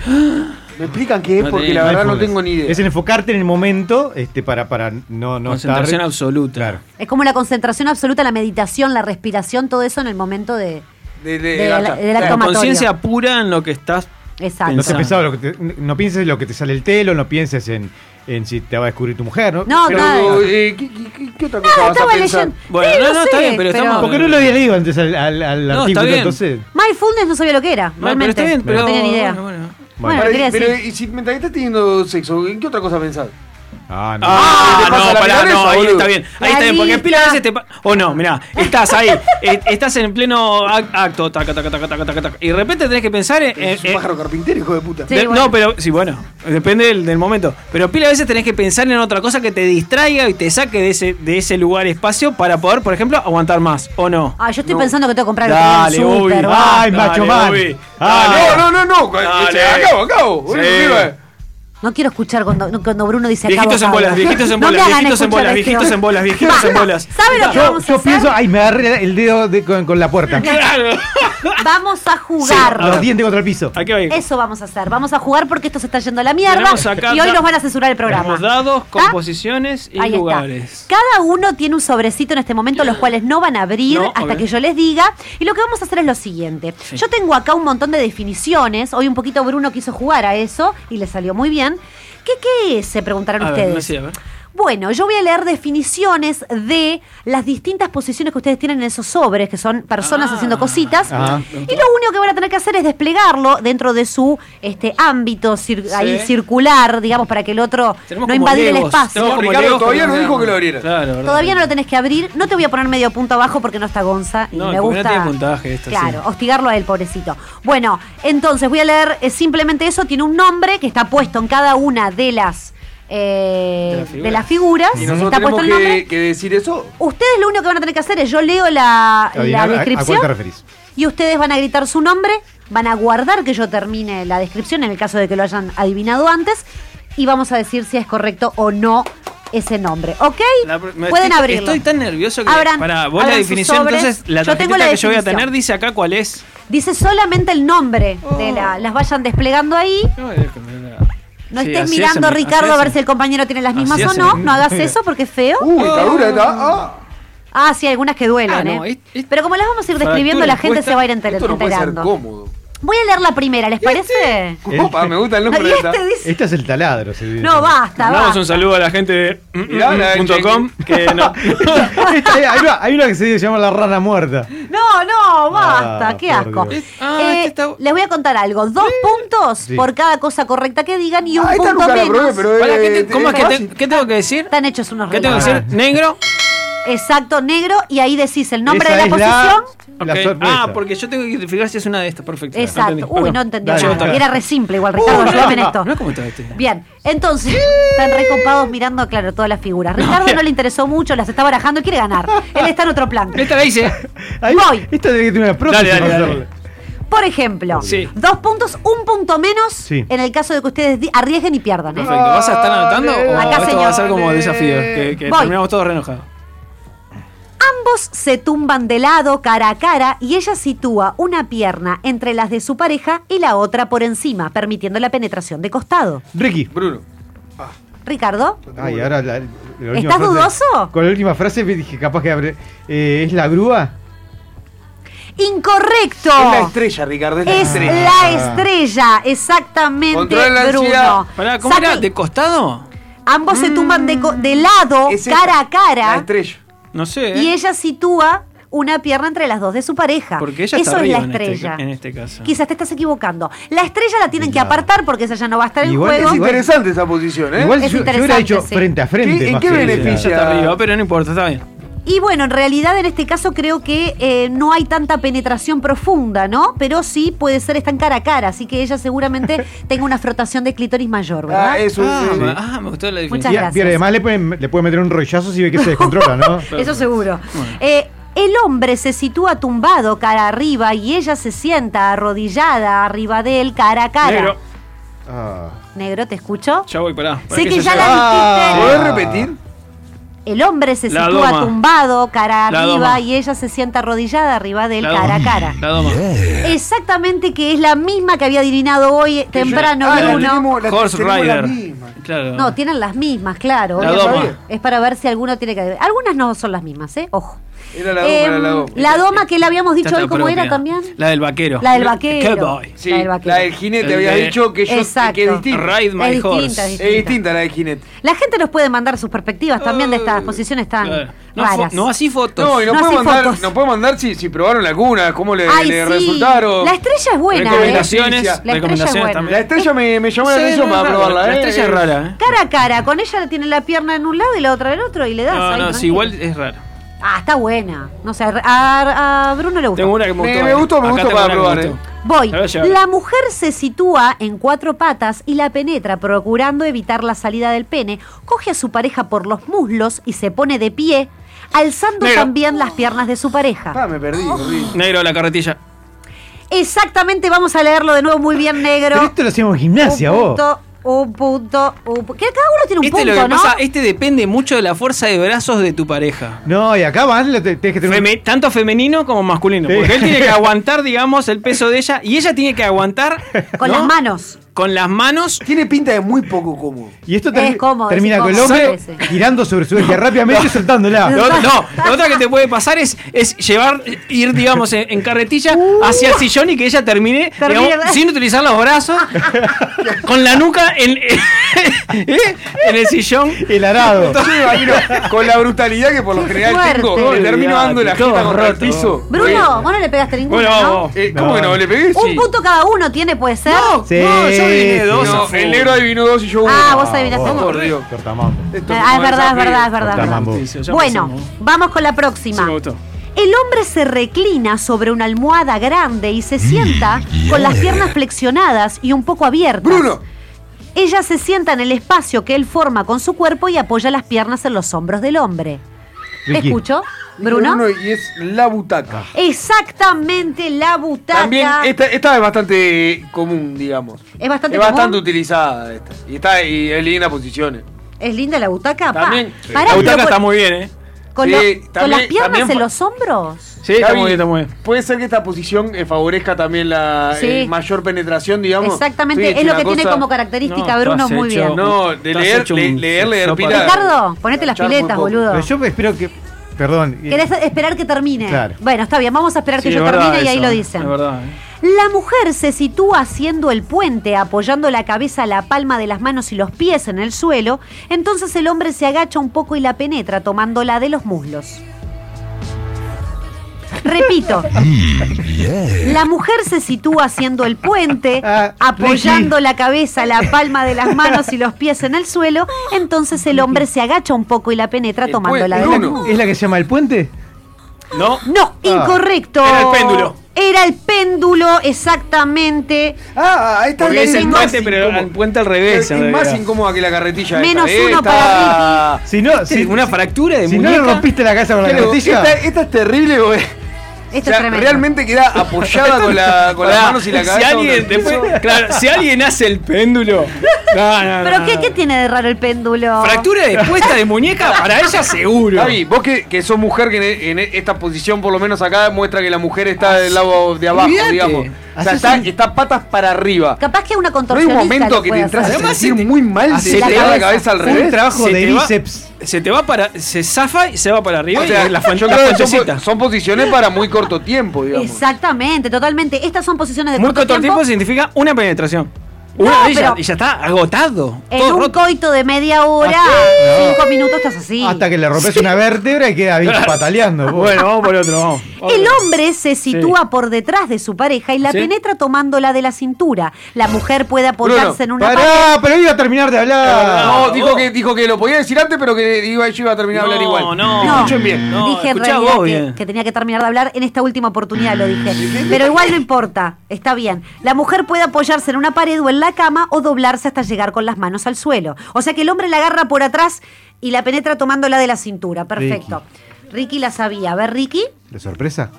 [SPEAKER 19] ¿Me explican qué es?
[SPEAKER 2] No
[SPEAKER 19] porque
[SPEAKER 2] tenía
[SPEAKER 19] la verdad no
[SPEAKER 2] mindfulness.
[SPEAKER 19] tengo ni idea.
[SPEAKER 1] Es en enfocarte en el momento este, para, para no, no
[SPEAKER 2] Concentración
[SPEAKER 1] absoluta. Claro.
[SPEAKER 4] Es como la concentración absoluta, la meditación, la respiración, todo eso en el momento de.
[SPEAKER 19] De,
[SPEAKER 4] de la-
[SPEAKER 19] gata.
[SPEAKER 4] del acto
[SPEAKER 2] Como
[SPEAKER 4] amatorio.
[SPEAKER 2] conciencia pura en lo que estás.
[SPEAKER 4] Exacto.
[SPEAKER 1] No, te pensaba lo que te- no pienses lo que te sale el telo, no pienses en, en si te va a descubrir tu mujer. No,
[SPEAKER 4] No, nada.
[SPEAKER 19] eh, ¿qué, qué- qué- qué otra cosa vas a
[SPEAKER 4] estaba
[SPEAKER 19] pensar?
[SPEAKER 4] leyendo. Bueno, Sí, no, no no, está sé, bien, pero pero- estamos-
[SPEAKER 1] ¿Por qué no lo había leído antes al, al- al
[SPEAKER 4] No, está
[SPEAKER 1] artículo?
[SPEAKER 4] bien.
[SPEAKER 1] Entonces,
[SPEAKER 4] Mindfulness no sabía lo que era,
[SPEAKER 1] pero
[SPEAKER 4] realmente.
[SPEAKER 1] está bien,
[SPEAKER 4] no
[SPEAKER 1] pero-
[SPEAKER 4] tenía ni idea.
[SPEAKER 1] bueno, bueno.
[SPEAKER 4] Bueno,
[SPEAKER 19] Para-
[SPEAKER 4] quería
[SPEAKER 19] pero
[SPEAKER 4] decir.
[SPEAKER 19] y si mientras estás teniendo sexo, ¿en qué otra cosa pensás?
[SPEAKER 1] Ah,
[SPEAKER 19] no.
[SPEAKER 2] Ah,
[SPEAKER 19] ¿Qué te pasa
[SPEAKER 2] no,
[SPEAKER 19] la
[SPEAKER 2] pará,
[SPEAKER 19] milanesa,
[SPEAKER 2] no, ahí
[SPEAKER 19] boludo?
[SPEAKER 2] está bien. Ahí está bien, porque
[SPEAKER 19] Clarita.
[SPEAKER 2] pila de veces te. pa- O no, mirá, estás ahí, eh, estás en pleno ac- acto, taca, taca, taca, taca, taca, taca, y de repente tenés que pensar en.
[SPEAKER 19] Es un
[SPEAKER 2] en-
[SPEAKER 19] pájaro carpintero, hijo de puta.
[SPEAKER 2] De- No, pero sí, bueno, depende del, del momento. Pero pila a veces tenés que pensar en otra cosa que te distraiga y te saque de ese, de ese lugar espacio para poder, por ejemplo, aguantar más, ¿o no?
[SPEAKER 4] Ah, yo estoy pensando que tengo que comprar
[SPEAKER 2] Dale,
[SPEAKER 4] el
[SPEAKER 2] Ubi.
[SPEAKER 4] súper. va.
[SPEAKER 2] Ay, macho man.
[SPEAKER 19] Ah, no, no, no, no.
[SPEAKER 2] Dale.
[SPEAKER 19] Acabo, acabo. boludo, eh.
[SPEAKER 2] Sí.
[SPEAKER 19] viva.
[SPEAKER 4] No quiero escuchar cuando, no, cuando Bruno dice acá.
[SPEAKER 2] Viejitos en bolas, viejitos en bolas, viejitos en bolas, viejitos en bolas, viejitos en bolas.
[SPEAKER 4] ¿Saben lo que
[SPEAKER 1] yo,
[SPEAKER 4] vamos a
[SPEAKER 1] yo
[SPEAKER 4] hacer?
[SPEAKER 1] pienso, ay, me agarré el dedo de- con, con la puerta.
[SPEAKER 4] Vamos a
[SPEAKER 1] A
[SPEAKER 4] jugar.
[SPEAKER 1] los dientes contra el piso.
[SPEAKER 2] ¿A qué va a ir?
[SPEAKER 4] Eso vamos a hacer. Vamos a jugar porque esto se está yendo a la mierda.
[SPEAKER 2] Tenemos acá
[SPEAKER 4] Y hoy
[SPEAKER 2] ya-
[SPEAKER 4] nos van a censurar el programa. ¿Ah?
[SPEAKER 2] Tenemos dados, composiciones y
[SPEAKER 4] Ahí está.
[SPEAKER 2] lugares.
[SPEAKER 4] Cada uno tiene un sobrecito en este momento, los cuales no van a abrir
[SPEAKER 2] No,
[SPEAKER 4] hasta
[SPEAKER 2] ok.
[SPEAKER 4] que yo les diga. Y lo que vamos a hacer es lo siguiente.
[SPEAKER 2] Sí.
[SPEAKER 4] Yo tengo acá un montón de definiciones. Hoy un poquito Bruno quiso jugar a eso y le salió muy bien. ¿Qué, qué es? Se preguntarán
[SPEAKER 2] A ver,
[SPEAKER 4] ustedes.
[SPEAKER 2] Messi, a ver.
[SPEAKER 4] Bueno, yo voy a leer definiciones de las distintas posiciones que ustedes tienen en esos sobres, que son personas haciendo cositas.
[SPEAKER 1] Ah.
[SPEAKER 4] Y lo único que van a tener que hacer es desplegarlo dentro de su este ámbito cir- ahí circular, digamos, para que el otro
[SPEAKER 2] Tenemos como
[SPEAKER 4] no invada el
[SPEAKER 2] legos,
[SPEAKER 4] espacio.
[SPEAKER 2] tenemos como
[SPEAKER 19] Ricardo
[SPEAKER 2] legos
[SPEAKER 19] todavía no
[SPEAKER 2] nos
[SPEAKER 19] dijo que lo
[SPEAKER 2] damos.
[SPEAKER 19] abriera.
[SPEAKER 2] Claro, verdad.
[SPEAKER 4] Todavía no lo tenés que abrir. No te voy a poner medio punto abajo porque no está Gonza. Y
[SPEAKER 2] No,
[SPEAKER 4] me
[SPEAKER 2] porque no
[SPEAKER 4] gusta.
[SPEAKER 2] tiene puntaje esto,
[SPEAKER 4] Claro,
[SPEAKER 2] sí.
[SPEAKER 4] hostigarlo a él, pobrecito. Bueno, entonces voy a leer eh, simplemente eso. Tiene un nombre que está puesto en cada una de las eh,
[SPEAKER 19] De las
[SPEAKER 4] de las figuras.
[SPEAKER 19] Y nosotros
[SPEAKER 4] Está puesto
[SPEAKER 19] tenemos
[SPEAKER 4] el nombre.
[SPEAKER 19] que, que decir eso.
[SPEAKER 4] Ustedes lo único que van a tener que hacer es yo leo la, la
[SPEAKER 1] Adivinar a- ¿A
[SPEAKER 4] descripción
[SPEAKER 1] cuál te referís?
[SPEAKER 4] y ustedes van a gritar su nombre, van a guardar que yo termine la descripción en el caso de que lo hayan adivinado antes y vamos a decir si es correcto o no ese nombre, ¿ok?
[SPEAKER 2] Me estoy-
[SPEAKER 4] Pueden abrirlo.
[SPEAKER 2] Estoy tan nervioso que.
[SPEAKER 4] Abran-
[SPEAKER 2] pará, vos la
[SPEAKER 4] abran sus
[SPEAKER 2] definición,
[SPEAKER 4] sobres.
[SPEAKER 2] entonces, la
[SPEAKER 4] Yo
[SPEAKER 2] tarjeta
[SPEAKER 4] tengo la
[SPEAKER 2] que yo voy a
[SPEAKER 4] definición.
[SPEAKER 2] tener dice acá cuál es.
[SPEAKER 4] Dice solamente el nombre de la,
[SPEAKER 19] Oh.
[SPEAKER 4] las vayan desplegando ahí. No
[SPEAKER 2] Sí,
[SPEAKER 4] estés
[SPEAKER 2] así
[SPEAKER 4] mirando,
[SPEAKER 2] hacen,
[SPEAKER 4] Ricardo, a ver
[SPEAKER 2] así Oh.
[SPEAKER 4] si el compañero tiene las mismas o
[SPEAKER 2] hacen.
[SPEAKER 4] no. No hagas eso porque es feo.
[SPEAKER 19] está dura, está-
[SPEAKER 4] Ah, sí, algunas que duelen,
[SPEAKER 19] Ah, no,
[SPEAKER 4] ¿eh? Pero como las vamos a ir describiendo, la gente se va a ir enter-
[SPEAKER 19] Esto no puede ser
[SPEAKER 4] enterando.
[SPEAKER 19] cómodo. este?
[SPEAKER 4] Voy a leer la primera, ¿les parece?
[SPEAKER 2] Este.
[SPEAKER 19] Opa, me gusta el nombre
[SPEAKER 4] Ahí
[SPEAKER 19] de esta.
[SPEAKER 4] este dice-
[SPEAKER 1] Este es el taladro. se dice.
[SPEAKER 4] No, basta,
[SPEAKER 2] Damos
[SPEAKER 4] basta.
[SPEAKER 2] un saludo a la gente de mm,
[SPEAKER 1] Mirá, la de
[SPEAKER 2] .com que no.
[SPEAKER 1] Esta, eh, hay, una, hay una que se llama la rana muerta.
[SPEAKER 4] No, no, basta,
[SPEAKER 1] Ah,
[SPEAKER 4] qué
[SPEAKER 1] por
[SPEAKER 4] asco.
[SPEAKER 1] Dios.
[SPEAKER 19] este
[SPEAKER 4] Eh, Les voy a contar algo. Dos puntos
[SPEAKER 1] Sí.
[SPEAKER 4] por cada cosa correcta que digan y un
[SPEAKER 19] Ah, esta
[SPEAKER 4] punto
[SPEAKER 19] nunca la
[SPEAKER 4] menos.
[SPEAKER 19] probé, pero,
[SPEAKER 2] Pará, ¿qué te- cómo es que te- qué tengo que decir?
[SPEAKER 4] Están hechos unos
[SPEAKER 2] ¿Qué tengo que
[SPEAKER 4] relatos.
[SPEAKER 2] decir? ¿Negro?
[SPEAKER 4] Exacto, negro, y ahí decís el nombre
[SPEAKER 2] Esa
[SPEAKER 4] de la
[SPEAKER 2] es
[SPEAKER 4] posición.
[SPEAKER 1] la
[SPEAKER 2] Ok.
[SPEAKER 1] sorpresa.
[SPEAKER 2] Ah, porque yo tengo que identificar si es una de estas. Perfecto.
[SPEAKER 4] Exacto. Uy, no entendí
[SPEAKER 2] Dale,
[SPEAKER 4] nada.
[SPEAKER 2] dale.
[SPEAKER 4] Era re simple igual, Ricardo,
[SPEAKER 2] Uh,
[SPEAKER 4] ayúdame en
[SPEAKER 2] no,
[SPEAKER 4] esto.
[SPEAKER 2] No, ¿cómo está este?
[SPEAKER 4] Bien, entonces, están recompados mirando, claro, todas las figuras. Ricardo no le interesó mucho, las está barajando, quiere ganar. Él está en otro plan.
[SPEAKER 2] Esta la hice.
[SPEAKER 4] Voy.
[SPEAKER 1] Esta tiene que tener una prótesis.
[SPEAKER 2] Dale, dale,
[SPEAKER 1] para
[SPEAKER 2] dale.
[SPEAKER 1] hacerla.
[SPEAKER 4] Por ejemplo,
[SPEAKER 2] Sí.
[SPEAKER 4] dos puntos, un punto menos
[SPEAKER 1] Sí.
[SPEAKER 4] en el caso de que ustedes di- arriesguen y pierdan. ¿eh?
[SPEAKER 2] Perfecto. ¿Vas a estar anotando o
[SPEAKER 4] Acá,
[SPEAKER 2] esto va a
[SPEAKER 4] señor.
[SPEAKER 2] ser como desafío? Que, que
[SPEAKER 4] Voy.
[SPEAKER 2] terminamos todos re enojados.
[SPEAKER 4] Ambos se tumban de lado, cara a cara, y ella sitúa una pierna entre las de su pareja y la otra por encima, permitiendo la penetración de costado.
[SPEAKER 1] Ricky.
[SPEAKER 19] Bruno.
[SPEAKER 4] Ricardo,
[SPEAKER 1] Ay, ahora la, la última
[SPEAKER 4] ¿Estás
[SPEAKER 1] frase-
[SPEAKER 4] dudoso?
[SPEAKER 1] Con la última frase me dije, capaz que abre. eh, ¿Es la grúa?
[SPEAKER 4] incorrecto.
[SPEAKER 19] Es la estrella, Ricardo. Es la
[SPEAKER 4] Es
[SPEAKER 19] estrella. Ah.
[SPEAKER 4] la estrella, exactamente,
[SPEAKER 19] Controla la ansiedad.
[SPEAKER 4] Bruno.
[SPEAKER 2] Pará, ¿cómo
[SPEAKER 4] Saque-
[SPEAKER 2] era? ¿De costado?
[SPEAKER 4] Ambos se tumban de, co- de lado, cara a
[SPEAKER 19] La
[SPEAKER 4] cara,
[SPEAKER 19] estrella. ¿eh?
[SPEAKER 2] No sé. ¿eh?
[SPEAKER 4] y ella sitúa una pierna entre las dos de su pareja.
[SPEAKER 2] Porque ella
[SPEAKER 4] Eso
[SPEAKER 2] está
[SPEAKER 4] es
[SPEAKER 2] arriba
[SPEAKER 4] la
[SPEAKER 2] en este-
[SPEAKER 4] estrella.
[SPEAKER 2] en este caso.
[SPEAKER 4] Quizás te estás equivocando. La estrella la tienen que apartar porque esa ya no va a estar en
[SPEAKER 1] Igual-
[SPEAKER 4] juego.
[SPEAKER 1] es igual-
[SPEAKER 19] Interesante esa posición, ¿eh?
[SPEAKER 1] Igual
[SPEAKER 4] Es
[SPEAKER 1] yo, yo hubiera
[SPEAKER 4] interesante,
[SPEAKER 1] hecho
[SPEAKER 4] sí.
[SPEAKER 1] frente a frente.
[SPEAKER 19] ¿En
[SPEAKER 1] más
[SPEAKER 19] qué
[SPEAKER 1] que-
[SPEAKER 19] beneficia?
[SPEAKER 2] Está arriba, pero no importa, está bien.
[SPEAKER 4] Y bueno, en realidad en este caso creo que eh, no hay tanta penetración profunda, ¿no? Pero sí puede ser tan cara a cara, así que ella seguramente tenga una frotación de clítoris mayor, ¿verdad?
[SPEAKER 19] Ah, es un.
[SPEAKER 2] Ah,
[SPEAKER 19] sí.
[SPEAKER 2] me- ah, me gustó la
[SPEAKER 1] Y-
[SPEAKER 2] definición.
[SPEAKER 4] Muchas gracias.
[SPEAKER 1] Y además le pueden- le puede meter un rollazo si ve que se descontrola, ¿no?
[SPEAKER 4] Eso seguro. Eh, el hombre se sitúa tumbado cara arriba y ella se sienta arrodillada arriba de él cara a cara.
[SPEAKER 2] Negro.
[SPEAKER 1] Ah.
[SPEAKER 4] Negro, ¿te escucho?
[SPEAKER 2] Ya voy, pará. pará
[SPEAKER 4] Sé que
[SPEAKER 2] yo
[SPEAKER 4] ya
[SPEAKER 2] sé-
[SPEAKER 4] la dijiste.
[SPEAKER 19] Ah, ¿Podés repetir?
[SPEAKER 4] El hombre se
[SPEAKER 2] La
[SPEAKER 4] sitúa
[SPEAKER 2] doma.
[SPEAKER 4] tumbado cara
[SPEAKER 2] La
[SPEAKER 4] arriba
[SPEAKER 2] doma.
[SPEAKER 4] y ella se sienta arrodillada arriba de él
[SPEAKER 2] La
[SPEAKER 4] cara a
[SPEAKER 2] doma.
[SPEAKER 4] cara.
[SPEAKER 2] La doma. Eh.
[SPEAKER 4] Exactamente que es la misma que había adivinado hoy temprano
[SPEAKER 19] Ah, la
[SPEAKER 4] Bruno.
[SPEAKER 19] tenemos- la
[SPEAKER 2] Horse
[SPEAKER 19] tenemos la
[SPEAKER 2] Rider.
[SPEAKER 19] misma.
[SPEAKER 2] Claro.
[SPEAKER 4] No, tienen las mismas, claro.
[SPEAKER 2] La
[SPEAKER 4] obviamente.
[SPEAKER 2] doma.
[SPEAKER 4] Es para ver si alguno tiene que... Algunas no son las mismas, ¿eh? Ojo.
[SPEAKER 19] Era la doma,
[SPEAKER 4] Em,
[SPEAKER 19] era la doma.
[SPEAKER 4] la doma que le habíamos dicho
[SPEAKER 2] Ya está,
[SPEAKER 4] hoy cómo
[SPEAKER 2] pero
[SPEAKER 4] era
[SPEAKER 2] mira.
[SPEAKER 4] también.
[SPEAKER 2] La del vaquero.
[SPEAKER 4] La del vaquero.
[SPEAKER 2] Cowboy.
[SPEAKER 19] Sí,
[SPEAKER 4] La del vaquero.
[SPEAKER 19] la del jinete
[SPEAKER 2] El
[SPEAKER 19] había
[SPEAKER 2] de-
[SPEAKER 19] dicho que yo
[SPEAKER 4] Exacto.
[SPEAKER 19] que es distinta.
[SPEAKER 2] Ride my
[SPEAKER 4] Es distinta,
[SPEAKER 2] horse.
[SPEAKER 4] es
[SPEAKER 19] Es distinta la del jinete.
[SPEAKER 4] La gente nos puede mandar sus perspectivas también de estas posiciones tan
[SPEAKER 2] Claro. No, fo-
[SPEAKER 4] raras.
[SPEAKER 2] no así fotos.
[SPEAKER 19] No, y nos
[SPEAKER 4] No
[SPEAKER 19] puede
[SPEAKER 4] hace
[SPEAKER 19] mandar,
[SPEAKER 4] fotos.
[SPEAKER 19] nos puede mandar si, si probaron la cuna, cómo le,
[SPEAKER 4] Ay,
[SPEAKER 19] le
[SPEAKER 4] sí.
[SPEAKER 19] resultaron.
[SPEAKER 4] La estrella es buena, ¿eh?
[SPEAKER 2] Recomendaciones,
[SPEAKER 4] La estrella es
[SPEAKER 2] recomendaciones
[SPEAKER 4] buena.
[SPEAKER 2] también.
[SPEAKER 19] La estrella me, me llamó la
[SPEAKER 2] Sí,
[SPEAKER 19] atención
[SPEAKER 2] no,
[SPEAKER 19] para
[SPEAKER 2] no,
[SPEAKER 19] probarla,
[SPEAKER 2] La
[SPEAKER 19] ¿eh?
[SPEAKER 2] estrella es rara, ¿eh?
[SPEAKER 4] Cara a cara, con ella tiene la pierna en un lado y la otra en otro y le das.
[SPEAKER 2] No,
[SPEAKER 4] ahí,
[SPEAKER 2] no, sí,
[SPEAKER 4] tranquilo.
[SPEAKER 2] igual es rara.
[SPEAKER 4] Ah, está buena. No sé, a, a Bruno le gusta.
[SPEAKER 2] Tengo una que me
[SPEAKER 19] Me-
[SPEAKER 2] gustó.
[SPEAKER 19] me
[SPEAKER 2] eh.
[SPEAKER 19] gustó, me
[SPEAKER 2] Acá
[SPEAKER 19] gustó
[SPEAKER 2] tengo
[SPEAKER 19] para
[SPEAKER 2] una que me
[SPEAKER 19] probar,
[SPEAKER 1] eh.
[SPEAKER 2] gustó.
[SPEAKER 4] Voy.
[SPEAKER 2] La voy a llevar.
[SPEAKER 4] La mujer se sitúa en cuatro patas y la penetra, procurando evitar la salida del pene. Coge a su pareja por los muslos y se pone de pie, alzando
[SPEAKER 2] Negro.
[SPEAKER 4] también las piernas de su pareja.
[SPEAKER 19] Ah, me perdí,
[SPEAKER 4] Oh.
[SPEAKER 19] perdí.
[SPEAKER 2] Negro, la carretilla.
[SPEAKER 4] Exactamente, vamos a leerlo de nuevo muy bien,
[SPEAKER 1] Pero
[SPEAKER 4] negro.
[SPEAKER 1] esto lo hacíamos en gimnasia,
[SPEAKER 4] un
[SPEAKER 1] vos.
[SPEAKER 4] punto, un punto, un punto. Que cada uno tiene un
[SPEAKER 2] Este,
[SPEAKER 4] punto,
[SPEAKER 2] lo que
[SPEAKER 4] ¿no?
[SPEAKER 2] pasa, este depende mucho de la fuerza de brazos de tu pareja.
[SPEAKER 1] No, y acá van, lo te- tenés que tener. un-
[SPEAKER 2] Feme- tanto femenino como masculino.
[SPEAKER 1] Sí.
[SPEAKER 2] Porque él tiene que aguantar, digamos, el peso de ella y ella tiene que aguantar
[SPEAKER 4] Con
[SPEAKER 2] ¿no?
[SPEAKER 4] las manos.
[SPEAKER 2] Con las manos.
[SPEAKER 19] Tiene pinta de muy poco cómodo.
[SPEAKER 1] Y esto
[SPEAKER 4] Es
[SPEAKER 1] termi-
[SPEAKER 4] cómodo,
[SPEAKER 1] termina
[SPEAKER 4] es
[SPEAKER 1] con el
[SPEAKER 4] incómodo,
[SPEAKER 1] hombre Ah.
[SPEAKER 4] sí, sí.
[SPEAKER 1] girando sobre su eje rápidamente y soltándola.
[SPEAKER 2] Lo otro- no, la otra que te puede pasar es, es llevar, ir, digamos, en, en carretilla hacia el sillón y que ella termine,
[SPEAKER 4] Uh. Termine.
[SPEAKER 2] digamos, sin utilizar los brazos, con la nuca en, ¿eh? en el sillón.
[SPEAKER 1] El arado.
[SPEAKER 19] Entonces me imagino, con la brutalidad que por lo general
[SPEAKER 4] Fuerte.
[SPEAKER 19] tengo, le termino dando la
[SPEAKER 2] Todo
[SPEAKER 19] jeta contra el
[SPEAKER 2] roto.
[SPEAKER 19] piso.
[SPEAKER 4] Bruno, vos no le pegaste ninguno,
[SPEAKER 2] Bueno,
[SPEAKER 4] ¿no?
[SPEAKER 2] vamos.
[SPEAKER 19] Eh, ¿Cómo que no? ¿Le pegué?
[SPEAKER 4] Un
[SPEAKER 19] Sí.
[SPEAKER 4] punto cada uno tiene, puede ser.
[SPEAKER 1] Sí,
[SPEAKER 2] no, yo vine
[SPEAKER 1] sí,
[SPEAKER 2] dos.
[SPEAKER 1] no.
[SPEAKER 19] No, el negro adivinó dos y yo uno.
[SPEAKER 4] Ah, vos adivinaste
[SPEAKER 1] vos.
[SPEAKER 4] uno.
[SPEAKER 19] Por Dios.
[SPEAKER 1] Cortamambo.
[SPEAKER 19] Esto
[SPEAKER 4] Ah, es
[SPEAKER 19] como
[SPEAKER 4] verdad, es
[SPEAKER 19] desafío.
[SPEAKER 4] verdad, es verdad. es
[SPEAKER 1] Corta,
[SPEAKER 4] verdad.
[SPEAKER 1] mambo.
[SPEAKER 2] Ya
[SPEAKER 4] Bueno,
[SPEAKER 2] pasamos.
[SPEAKER 4] vamos con la
[SPEAKER 2] Sí,
[SPEAKER 4] próxima.
[SPEAKER 2] me gustó.
[SPEAKER 4] El hombre se reclina sobre una almohada grande y se sienta con las piernas flexionadas y un poco abiertas.
[SPEAKER 19] Bruno.
[SPEAKER 4] Ella se sienta en el espacio que él forma con su cuerpo y apoya las piernas en los hombros del hombre. ¿Te
[SPEAKER 3] Ricky.
[SPEAKER 4] escucho, Bruno?
[SPEAKER 3] y es la butaca.
[SPEAKER 4] Exactamente, la butaca.
[SPEAKER 3] También esta, esta es bastante común, digamos.
[SPEAKER 4] es bastante
[SPEAKER 3] es bastante
[SPEAKER 4] común.
[SPEAKER 3] utilizada esta. Y está y es linda posiciones.
[SPEAKER 4] ¿Es linda la butaca? Pa.
[SPEAKER 3] También.
[SPEAKER 4] Ah. Pará,
[SPEAKER 3] la
[SPEAKER 4] pero
[SPEAKER 3] butaca
[SPEAKER 4] con-
[SPEAKER 3] está muy bien, ¿eh?
[SPEAKER 4] Con,
[SPEAKER 3] Sí,
[SPEAKER 4] lo-
[SPEAKER 3] también-
[SPEAKER 4] ¿Con las piernas
[SPEAKER 3] también
[SPEAKER 4] en
[SPEAKER 3] fa-
[SPEAKER 4] los hombros?
[SPEAKER 2] Sí,
[SPEAKER 4] está
[SPEAKER 3] Gaby,
[SPEAKER 4] muy bien, está muy
[SPEAKER 3] Puede ser que esta posición eh, favorezca también la
[SPEAKER 4] Sí.
[SPEAKER 3] eh, mayor penetración, digamos.
[SPEAKER 4] Exactamente,
[SPEAKER 3] Estoy
[SPEAKER 4] es
[SPEAKER 3] hecho
[SPEAKER 4] lo que
[SPEAKER 3] una
[SPEAKER 4] tiene
[SPEAKER 3] cosa-
[SPEAKER 4] como característica Bruno muy bien.
[SPEAKER 3] No, de
[SPEAKER 1] estás
[SPEAKER 3] leer,
[SPEAKER 1] hecho
[SPEAKER 3] le-
[SPEAKER 1] un
[SPEAKER 3] leer, leer,
[SPEAKER 1] sexópata.
[SPEAKER 3] pila.
[SPEAKER 4] Ricardo, ponete las piletas, boludo.
[SPEAKER 1] Pero yo espero que. Perdón. eh,
[SPEAKER 4] Querés esperar que termine.
[SPEAKER 1] Claro.
[SPEAKER 4] Bueno, está bien, vamos a esperar que
[SPEAKER 1] sí,
[SPEAKER 4] yo
[SPEAKER 1] es verdad
[SPEAKER 4] termine y ahí
[SPEAKER 1] eso,
[SPEAKER 4] lo dicen.
[SPEAKER 1] es verdad, eh.
[SPEAKER 4] La mujer se sitúa haciendo el puente, apoyando la cabeza, la palma de las manos y los pies en el suelo. Entonces el hombre se agacha un poco y la penetra, tomándola de los muslos. Repito, la mujer se sitúa haciendo el puente,
[SPEAKER 3] Ah,
[SPEAKER 4] apoyando la cabeza, la palma de las manos y los pies en el suelo. Entonces el hombre se agacha un poco y la penetra, tomándola de los muslos.
[SPEAKER 1] ¿Es la que se llama el puente?
[SPEAKER 2] No. Ah.
[SPEAKER 4] No, incorrecto.
[SPEAKER 1] Era el péndulo.
[SPEAKER 4] Era el péndulo, exactamente.
[SPEAKER 3] Ah, ahí está
[SPEAKER 2] Porque es el puente, pero al puente al revés.
[SPEAKER 3] Es
[SPEAKER 2] en
[SPEAKER 3] más
[SPEAKER 2] realidad.
[SPEAKER 3] incómoda que la carretilla.
[SPEAKER 4] Menos
[SPEAKER 3] esta.
[SPEAKER 4] uno
[SPEAKER 3] Esta-
[SPEAKER 4] para
[SPEAKER 1] Si no, si,
[SPEAKER 3] una fractura de
[SPEAKER 1] si no le rompiste la casa con la
[SPEAKER 3] Claro,
[SPEAKER 1] cartilla.
[SPEAKER 3] Esta, esta es terrible, güey.
[SPEAKER 4] Esto
[SPEAKER 3] O sea,
[SPEAKER 4] es tremendo.
[SPEAKER 3] realmente queda apoyada con, la- con las
[SPEAKER 2] Pará,
[SPEAKER 3] manos y la cabeza.
[SPEAKER 2] Si alguien,
[SPEAKER 3] contra el piso.
[SPEAKER 2] después- claro, si alguien hace el péndulo. No, no,
[SPEAKER 4] ¿Pero
[SPEAKER 2] no,
[SPEAKER 4] qué,
[SPEAKER 2] no.
[SPEAKER 4] qué tiene de raro el péndulo?
[SPEAKER 2] Fractura expuesta de muñeca para ella seguro.
[SPEAKER 3] Gaby, vos que, que sos mujer, que en, en esta posición, por lo menos acá, muestra que la mujer está del lado de abajo,
[SPEAKER 4] Olvídate.
[SPEAKER 3] digamos. O sea,
[SPEAKER 4] Haces
[SPEAKER 3] está,
[SPEAKER 4] un-
[SPEAKER 3] está patas para arriba.
[SPEAKER 4] Capaz que
[SPEAKER 3] No hay
[SPEAKER 4] una
[SPEAKER 3] un
[SPEAKER 4] contorsionista. lo
[SPEAKER 3] momento que
[SPEAKER 4] puede
[SPEAKER 3] te entras
[SPEAKER 4] hacer.
[SPEAKER 3] a sentir muy mal de
[SPEAKER 2] Ah, se
[SPEAKER 3] te
[SPEAKER 2] te
[SPEAKER 3] da
[SPEAKER 2] va-
[SPEAKER 3] la cabeza al
[SPEAKER 2] un
[SPEAKER 3] revés.
[SPEAKER 2] trabajo
[SPEAKER 3] Se
[SPEAKER 2] de
[SPEAKER 3] te va-
[SPEAKER 2] bíceps. Se te va para. Se zafa y se va para arriba.
[SPEAKER 3] O sea,
[SPEAKER 2] y la fan-
[SPEAKER 3] yo
[SPEAKER 2] la
[SPEAKER 3] creo que son,
[SPEAKER 2] fantasita.
[SPEAKER 3] po- son posiciones para muy corto tiempo, digamos.
[SPEAKER 4] Exactamente, totalmente. Estas son posiciones de
[SPEAKER 2] Muy
[SPEAKER 4] corto
[SPEAKER 2] corto tiempo significa una penetración. Una
[SPEAKER 4] No,
[SPEAKER 2] de ellas
[SPEAKER 4] pero-
[SPEAKER 2] y ya está agotado.
[SPEAKER 4] En
[SPEAKER 2] Todo
[SPEAKER 4] un
[SPEAKER 2] roto.
[SPEAKER 4] coito de media hora,
[SPEAKER 1] Ah, no.
[SPEAKER 4] cinco minutos estás así.
[SPEAKER 1] Hasta que le rompes
[SPEAKER 4] Sí.
[SPEAKER 1] una vértebra y queda bien pataleando.
[SPEAKER 2] Bueno, vamos por otro, vamos.
[SPEAKER 4] El hombre se sitúa por detrás de su pareja y la
[SPEAKER 1] Sí.
[SPEAKER 4] penetra tomándola de la cintura. La mujer puede apoyarse en una Oh.
[SPEAKER 1] Pará, pero iba a terminar de hablar.
[SPEAKER 3] No, dijo que, dijo que lo podía decir antes, pero que iba, yo iba a terminar de hablar igual.
[SPEAKER 2] no.
[SPEAKER 3] Escuchen bien.
[SPEAKER 4] dije en realidad que, que tenía que terminar de hablar en esta última oportunidad, lo dije. Pero igual no importa, está bien. La mujer puede apoyarse en una pared o en la cama o doblarse hasta llegar con las manos al suelo. O sea que el hombre la agarra por atrás y la penetra tomándola de la cintura. Perfecto. Ricky, la sabía. A ver, Ricky.
[SPEAKER 1] ¿De sorpresa?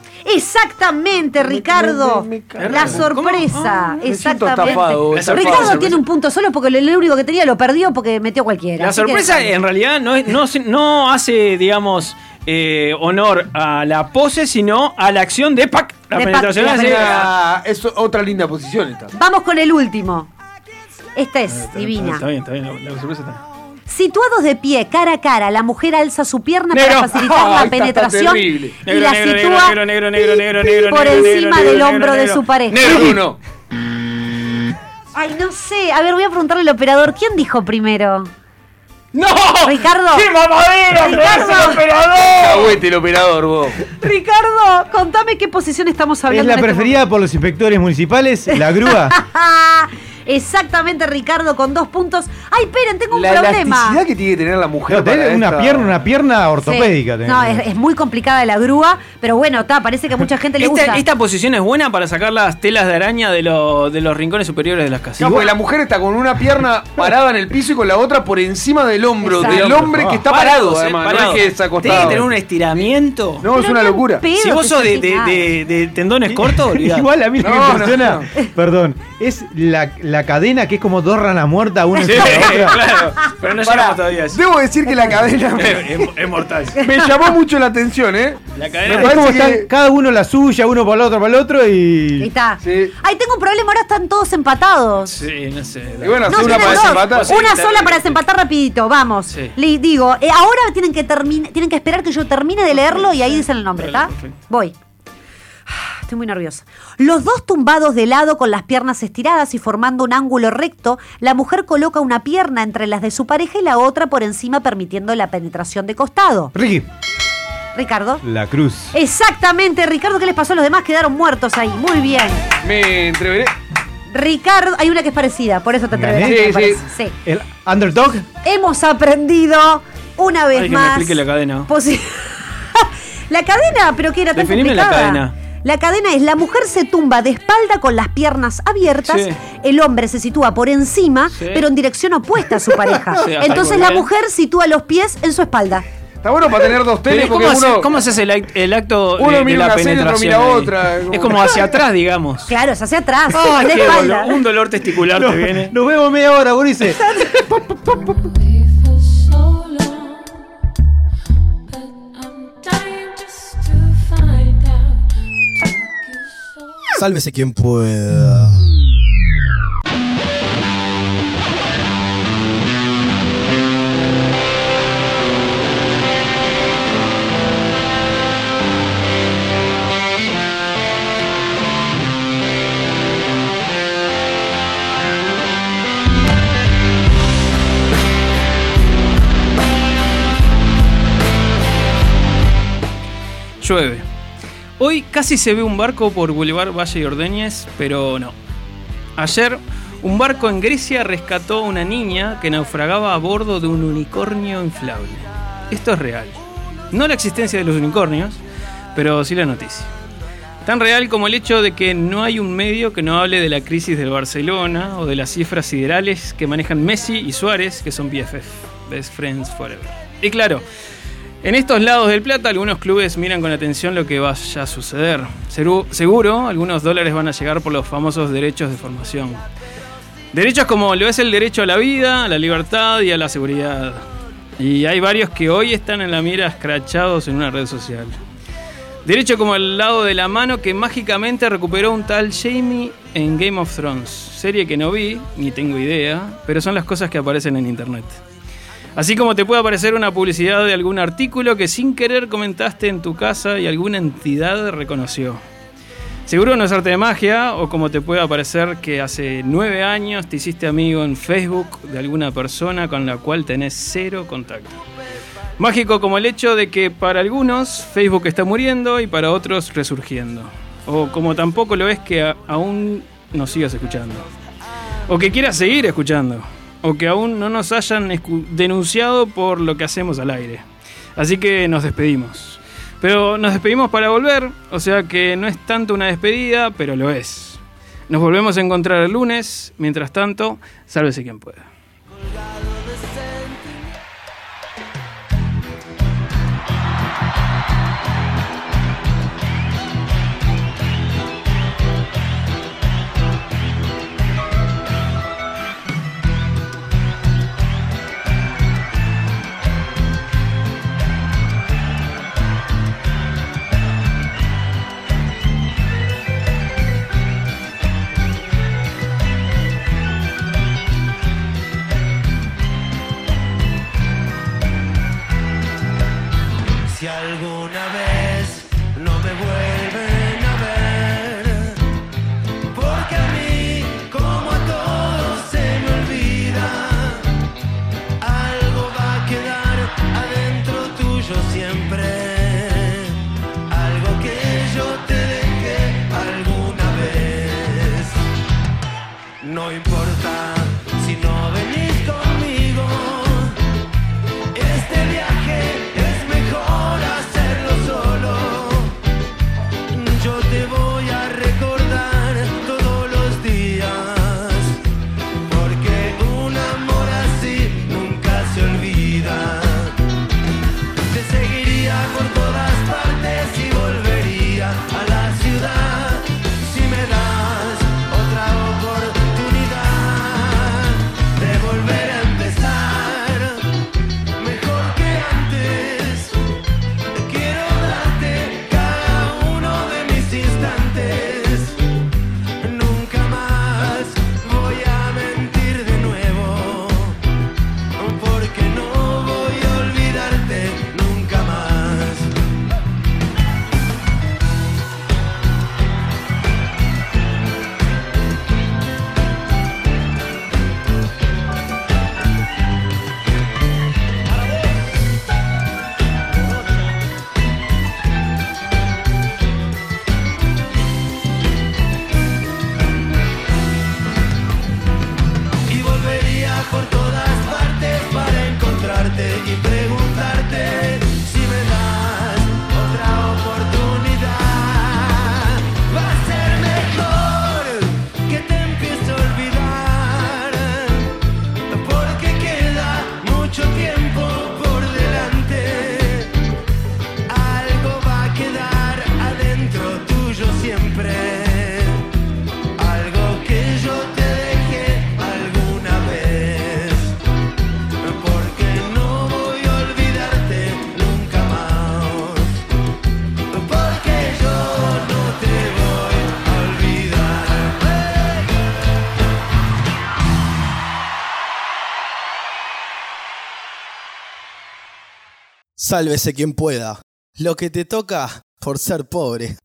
[SPEAKER 4] Exactamente, Ricardo. la
[SPEAKER 2] Ah,
[SPEAKER 4] sorpresa.
[SPEAKER 3] siento
[SPEAKER 4] Exactamente.
[SPEAKER 3] estafado. La sorpresa,
[SPEAKER 4] Ricardo
[SPEAKER 3] la
[SPEAKER 4] tiene un punto solo porque lo, lo único que tenía lo perdió porque metió cualquiera.
[SPEAKER 2] La
[SPEAKER 4] Así que
[SPEAKER 2] sorpresa
[SPEAKER 4] déjalo.
[SPEAKER 2] en realidad no, es- no, se- no hace, digamos, eh, honor a la pose, sino a la acción de ¡pac! La
[SPEAKER 4] De pac,
[SPEAKER 2] penetración
[SPEAKER 4] la
[SPEAKER 2] hace-
[SPEAKER 4] penetración.
[SPEAKER 3] Ah, es otra linda posición esta.
[SPEAKER 4] Vamos con el último. Esta es
[SPEAKER 2] Ah, Está-
[SPEAKER 4] divina.
[SPEAKER 2] Está bien, está bien, la, la sorpresa está bien.
[SPEAKER 4] Situados de pie, cara a cara, la mujer alza su pierna
[SPEAKER 2] Negro.
[SPEAKER 4] para facilitar
[SPEAKER 2] Ay,
[SPEAKER 4] la
[SPEAKER 2] está- está
[SPEAKER 4] penetración
[SPEAKER 2] terrible.
[SPEAKER 4] y
[SPEAKER 2] Negro,
[SPEAKER 4] la
[SPEAKER 2] negro,
[SPEAKER 4] sitúa
[SPEAKER 2] negro, negro, negro, negro, negro,
[SPEAKER 4] por
[SPEAKER 2] negro,
[SPEAKER 4] encima
[SPEAKER 2] negro,
[SPEAKER 4] del
[SPEAKER 2] negro,
[SPEAKER 4] hombro de
[SPEAKER 2] negro.
[SPEAKER 4] su pareja.
[SPEAKER 2] Negro
[SPEAKER 3] uno.
[SPEAKER 4] Ay, no sé. A ver, voy a preguntarle al operador, ¿quién dijo primero?
[SPEAKER 2] ¡No!
[SPEAKER 4] ¡Ricardo!
[SPEAKER 2] ¡Qué mamadera!
[SPEAKER 4] ¡Ricardo!
[SPEAKER 2] ¡Gracias, operador!
[SPEAKER 3] Cagüete el operador, vos.
[SPEAKER 4] ¡Ricardo! Contame qué posición estamos
[SPEAKER 1] Es
[SPEAKER 4] hablando.
[SPEAKER 1] la
[SPEAKER 4] en este
[SPEAKER 1] preferida por los inspectores municipales, la grúa.
[SPEAKER 4] Exactamente, Ricardo, con dos puntos. ¡Ay, esperen, tengo un
[SPEAKER 3] La
[SPEAKER 4] problema!
[SPEAKER 3] elasticidad que tiene que tener la mujer.
[SPEAKER 1] No, tenés
[SPEAKER 3] para
[SPEAKER 1] una
[SPEAKER 3] esta-
[SPEAKER 1] pierna, una pierna ortopédica.
[SPEAKER 4] Sí.
[SPEAKER 1] tenés.
[SPEAKER 4] No, es, es muy complicada la grúa, pero bueno, está, parece que a mucha gente le gusta.
[SPEAKER 2] Esta, esta posición es buena para sacar las telas de araña de, lo- de los rincones superiores de las casas.
[SPEAKER 3] Claro, porque la mujer está con una pierna parada en el piso y con la otra por encima del hombro
[SPEAKER 2] Exacto.
[SPEAKER 3] del hombre que está parado,
[SPEAKER 2] Parados, eh,
[SPEAKER 3] además.
[SPEAKER 2] parados.
[SPEAKER 3] No es que está acostado.
[SPEAKER 2] Tiene que tener un estiramiento.
[SPEAKER 3] No, es una locura.
[SPEAKER 2] Si vos sos de, de- de- de tendones cortos, olvidate.
[SPEAKER 1] Igual a mí lo que
[SPEAKER 2] No,
[SPEAKER 1] me
[SPEAKER 2] no,
[SPEAKER 1] impresiona,
[SPEAKER 2] no.
[SPEAKER 1] perdón, es la, la cadena que es como dos ranas muertas, una
[SPEAKER 2] Sí,
[SPEAKER 1] encima de la otra.
[SPEAKER 2] claro. Pero no llegamos todavía a eso.
[SPEAKER 3] Debo decir que la cadena me,
[SPEAKER 2] Es, es mortal.
[SPEAKER 3] me llamó mucho la atención, ¿eh?
[SPEAKER 2] La
[SPEAKER 1] Es
[SPEAKER 2] cadena.
[SPEAKER 1] como
[SPEAKER 3] parece
[SPEAKER 1] están
[SPEAKER 3] que-
[SPEAKER 1] cada uno la suya, uno para el otro, para el otro
[SPEAKER 4] Ahí
[SPEAKER 1] y.
[SPEAKER 4] está. Ay, tengo un problema, ahora están todos empatados.
[SPEAKER 2] Sí, no sé.
[SPEAKER 3] Y bueno,
[SPEAKER 4] No,
[SPEAKER 3] hacer una
[SPEAKER 4] tienen
[SPEAKER 3] para
[SPEAKER 4] dos.
[SPEAKER 3] desempatar.
[SPEAKER 4] Una sola para desempatar rapidito, vamos.
[SPEAKER 3] Sí.
[SPEAKER 4] Le digo, eh, ahora tienen que termin- tienen que esperar que yo termine de leerlo y ahí dicen el nombre, ¿está? Voy. Ah, Estoy muy nerviosa. Los dos tumbados de lado con las piernas estiradas y formando un ángulo recto, la mujer coloca una pierna entre las de su pareja y la otra por encima permitiendo la penetración de costado.
[SPEAKER 1] Ricky,
[SPEAKER 4] Ricardo.
[SPEAKER 1] la cruz.
[SPEAKER 4] Exactamente, Ricardo, ¿qué les pasó a los demás? Quedaron muertos ahí. Muy bien.
[SPEAKER 3] Me entreveré.
[SPEAKER 4] Ricardo, hay una que es parecida, por eso te
[SPEAKER 1] Gané.
[SPEAKER 4] atreverás.
[SPEAKER 1] Sí,
[SPEAKER 4] me
[SPEAKER 1] sí.
[SPEAKER 4] parece. Sí.
[SPEAKER 1] El underdog.
[SPEAKER 4] Hemos aprendido una vez
[SPEAKER 2] Ay, que me
[SPEAKER 4] más.
[SPEAKER 2] explique la cadena.
[SPEAKER 4] posi- la cadena, pero que era tan
[SPEAKER 2] Definime la
[SPEAKER 4] complicada.
[SPEAKER 2] cadena.
[SPEAKER 4] La cadena es la mujer se tumba de espalda con las piernas abiertas,
[SPEAKER 3] Sí.
[SPEAKER 4] el hombre se sitúa por encima, pero en dirección opuesta a su pareja.
[SPEAKER 2] Sí, hasta ahí
[SPEAKER 4] Entonces
[SPEAKER 2] muy
[SPEAKER 4] la
[SPEAKER 2] bien.
[SPEAKER 4] mujer sitúa los pies en su espalda.
[SPEAKER 19] Está bueno para tener dos teles
[SPEAKER 2] Pero
[SPEAKER 19] porque
[SPEAKER 2] ¿cómo, hace-
[SPEAKER 19] uno.
[SPEAKER 2] cómo haces el, act- el acto de-
[SPEAKER 19] uno
[SPEAKER 2] de,
[SPEAKER 19] mira
[SPEAKER 2] la
[SPEAKER 19] una serie, otro
[SPEAKER 2] penetración?
[SPEAKER 19] mira
[SPEAKER 2] ahí?
[SPEAKER 19] otra, como-
[SPEAKER 2] Es como hacia atrás, digamos.
[SPEAKER 4] Claro, es hacia atrás,
[SPEAKER 2] Ah,
[SPEAKER 4] de
[SPEAKER 2] qué
[SPEAKER 4] espalda.
[SPEAKER 2] dolor, un dolor testicular te viene.
[SPEAKER 1] Nos vemos media hora, Burice.
[SPEAKER 20] Solo, but I'm dying just to find out.
[SPEAKER 5] Sálvese quien pueda.
[SPEAKER 2] Llueve. Hoy casi se ve un barco por Boulevard Valle y Ordóñez, pero no. Ayer, un barco en Grecia rescató a una niña que naufragaba a bordo de un unicornio inflable. Esto es real. No la existencia de los unicornios, pero sí la noticia. Tan real como el hecho de que no hay un medio que no hable de la crisis del Barcelona o de las cifras siderales que manejan Messi y Suárez, que son BFF, Best Friends Forever. Y claro, en estos lados del plata, algunos clubes miran con atención lo que vaya a suceder. Seru- Seguro, algunos dólares van a llegar por los famosos derechos de formación. Derechos como lo es el derecho a la vida, a la libertad y a la seguridad. Y hay varios que hoy están en la mira escrachados en una red social. Derecho como el lado de la mano que mágicamente recuperó un tal Jamie en Game of Thrones, serie que no vi, ni tengo idea, pero son las cosas que aparecen en internet. Así como te puede aparecer una publicidad de algún artículo que sin querer comentaste en tu casa y alguna entidad reconoció. Seguro no es arte de magia, o como te puede aparecer que hace nueve años te hiciste amigo en Facebook de alguna persona con la cual tenés cero contacto. Mágico como el hecho de que para algunos Facebook está muriendo y para otros resurgiendo. O como tampoco lo es que a- aún nos sigas escuchando. O que quieras seguir escuchando. O que aún no nos hayan escu- denunciado por lo que hacemos al aire. Así que nos despedimos. Pero nos despedimos para volver, o sea que no es tanto una despedida, pero lo es. Nos volvemos a encontrar el lunes, mientras tanto, sálvese quien pueda.
[SPEAKER 18] Si alguna vez no me vuelven a ver, porque a mí, como a todos, se me olvida. Algo va a quedar adentro tuyo siempre. Algo que yo te dejé alguna vez. No importa si no venís conmigo. Este viaje es mejor hacerlo solo. Yo te voy a recordar todos los días, porque un amor así nunca se olvida. Te seguiría por todas partes y volvería a la ciudad si me das otra oportunidad de volver a empezar mejor que antes. Quiero darte cada uno de mis instantes. Nunca más voy a mentir de nuevo, porque no voy a olvidarte nunca más. siempre algo que yo te dejé alguna vez. Porque no voy a olvidarte nunca más. Porque yo no te voy a olvidar.
[SPEAKER 5] Sálvese quien pueda. Lo que te toca por ser pobre.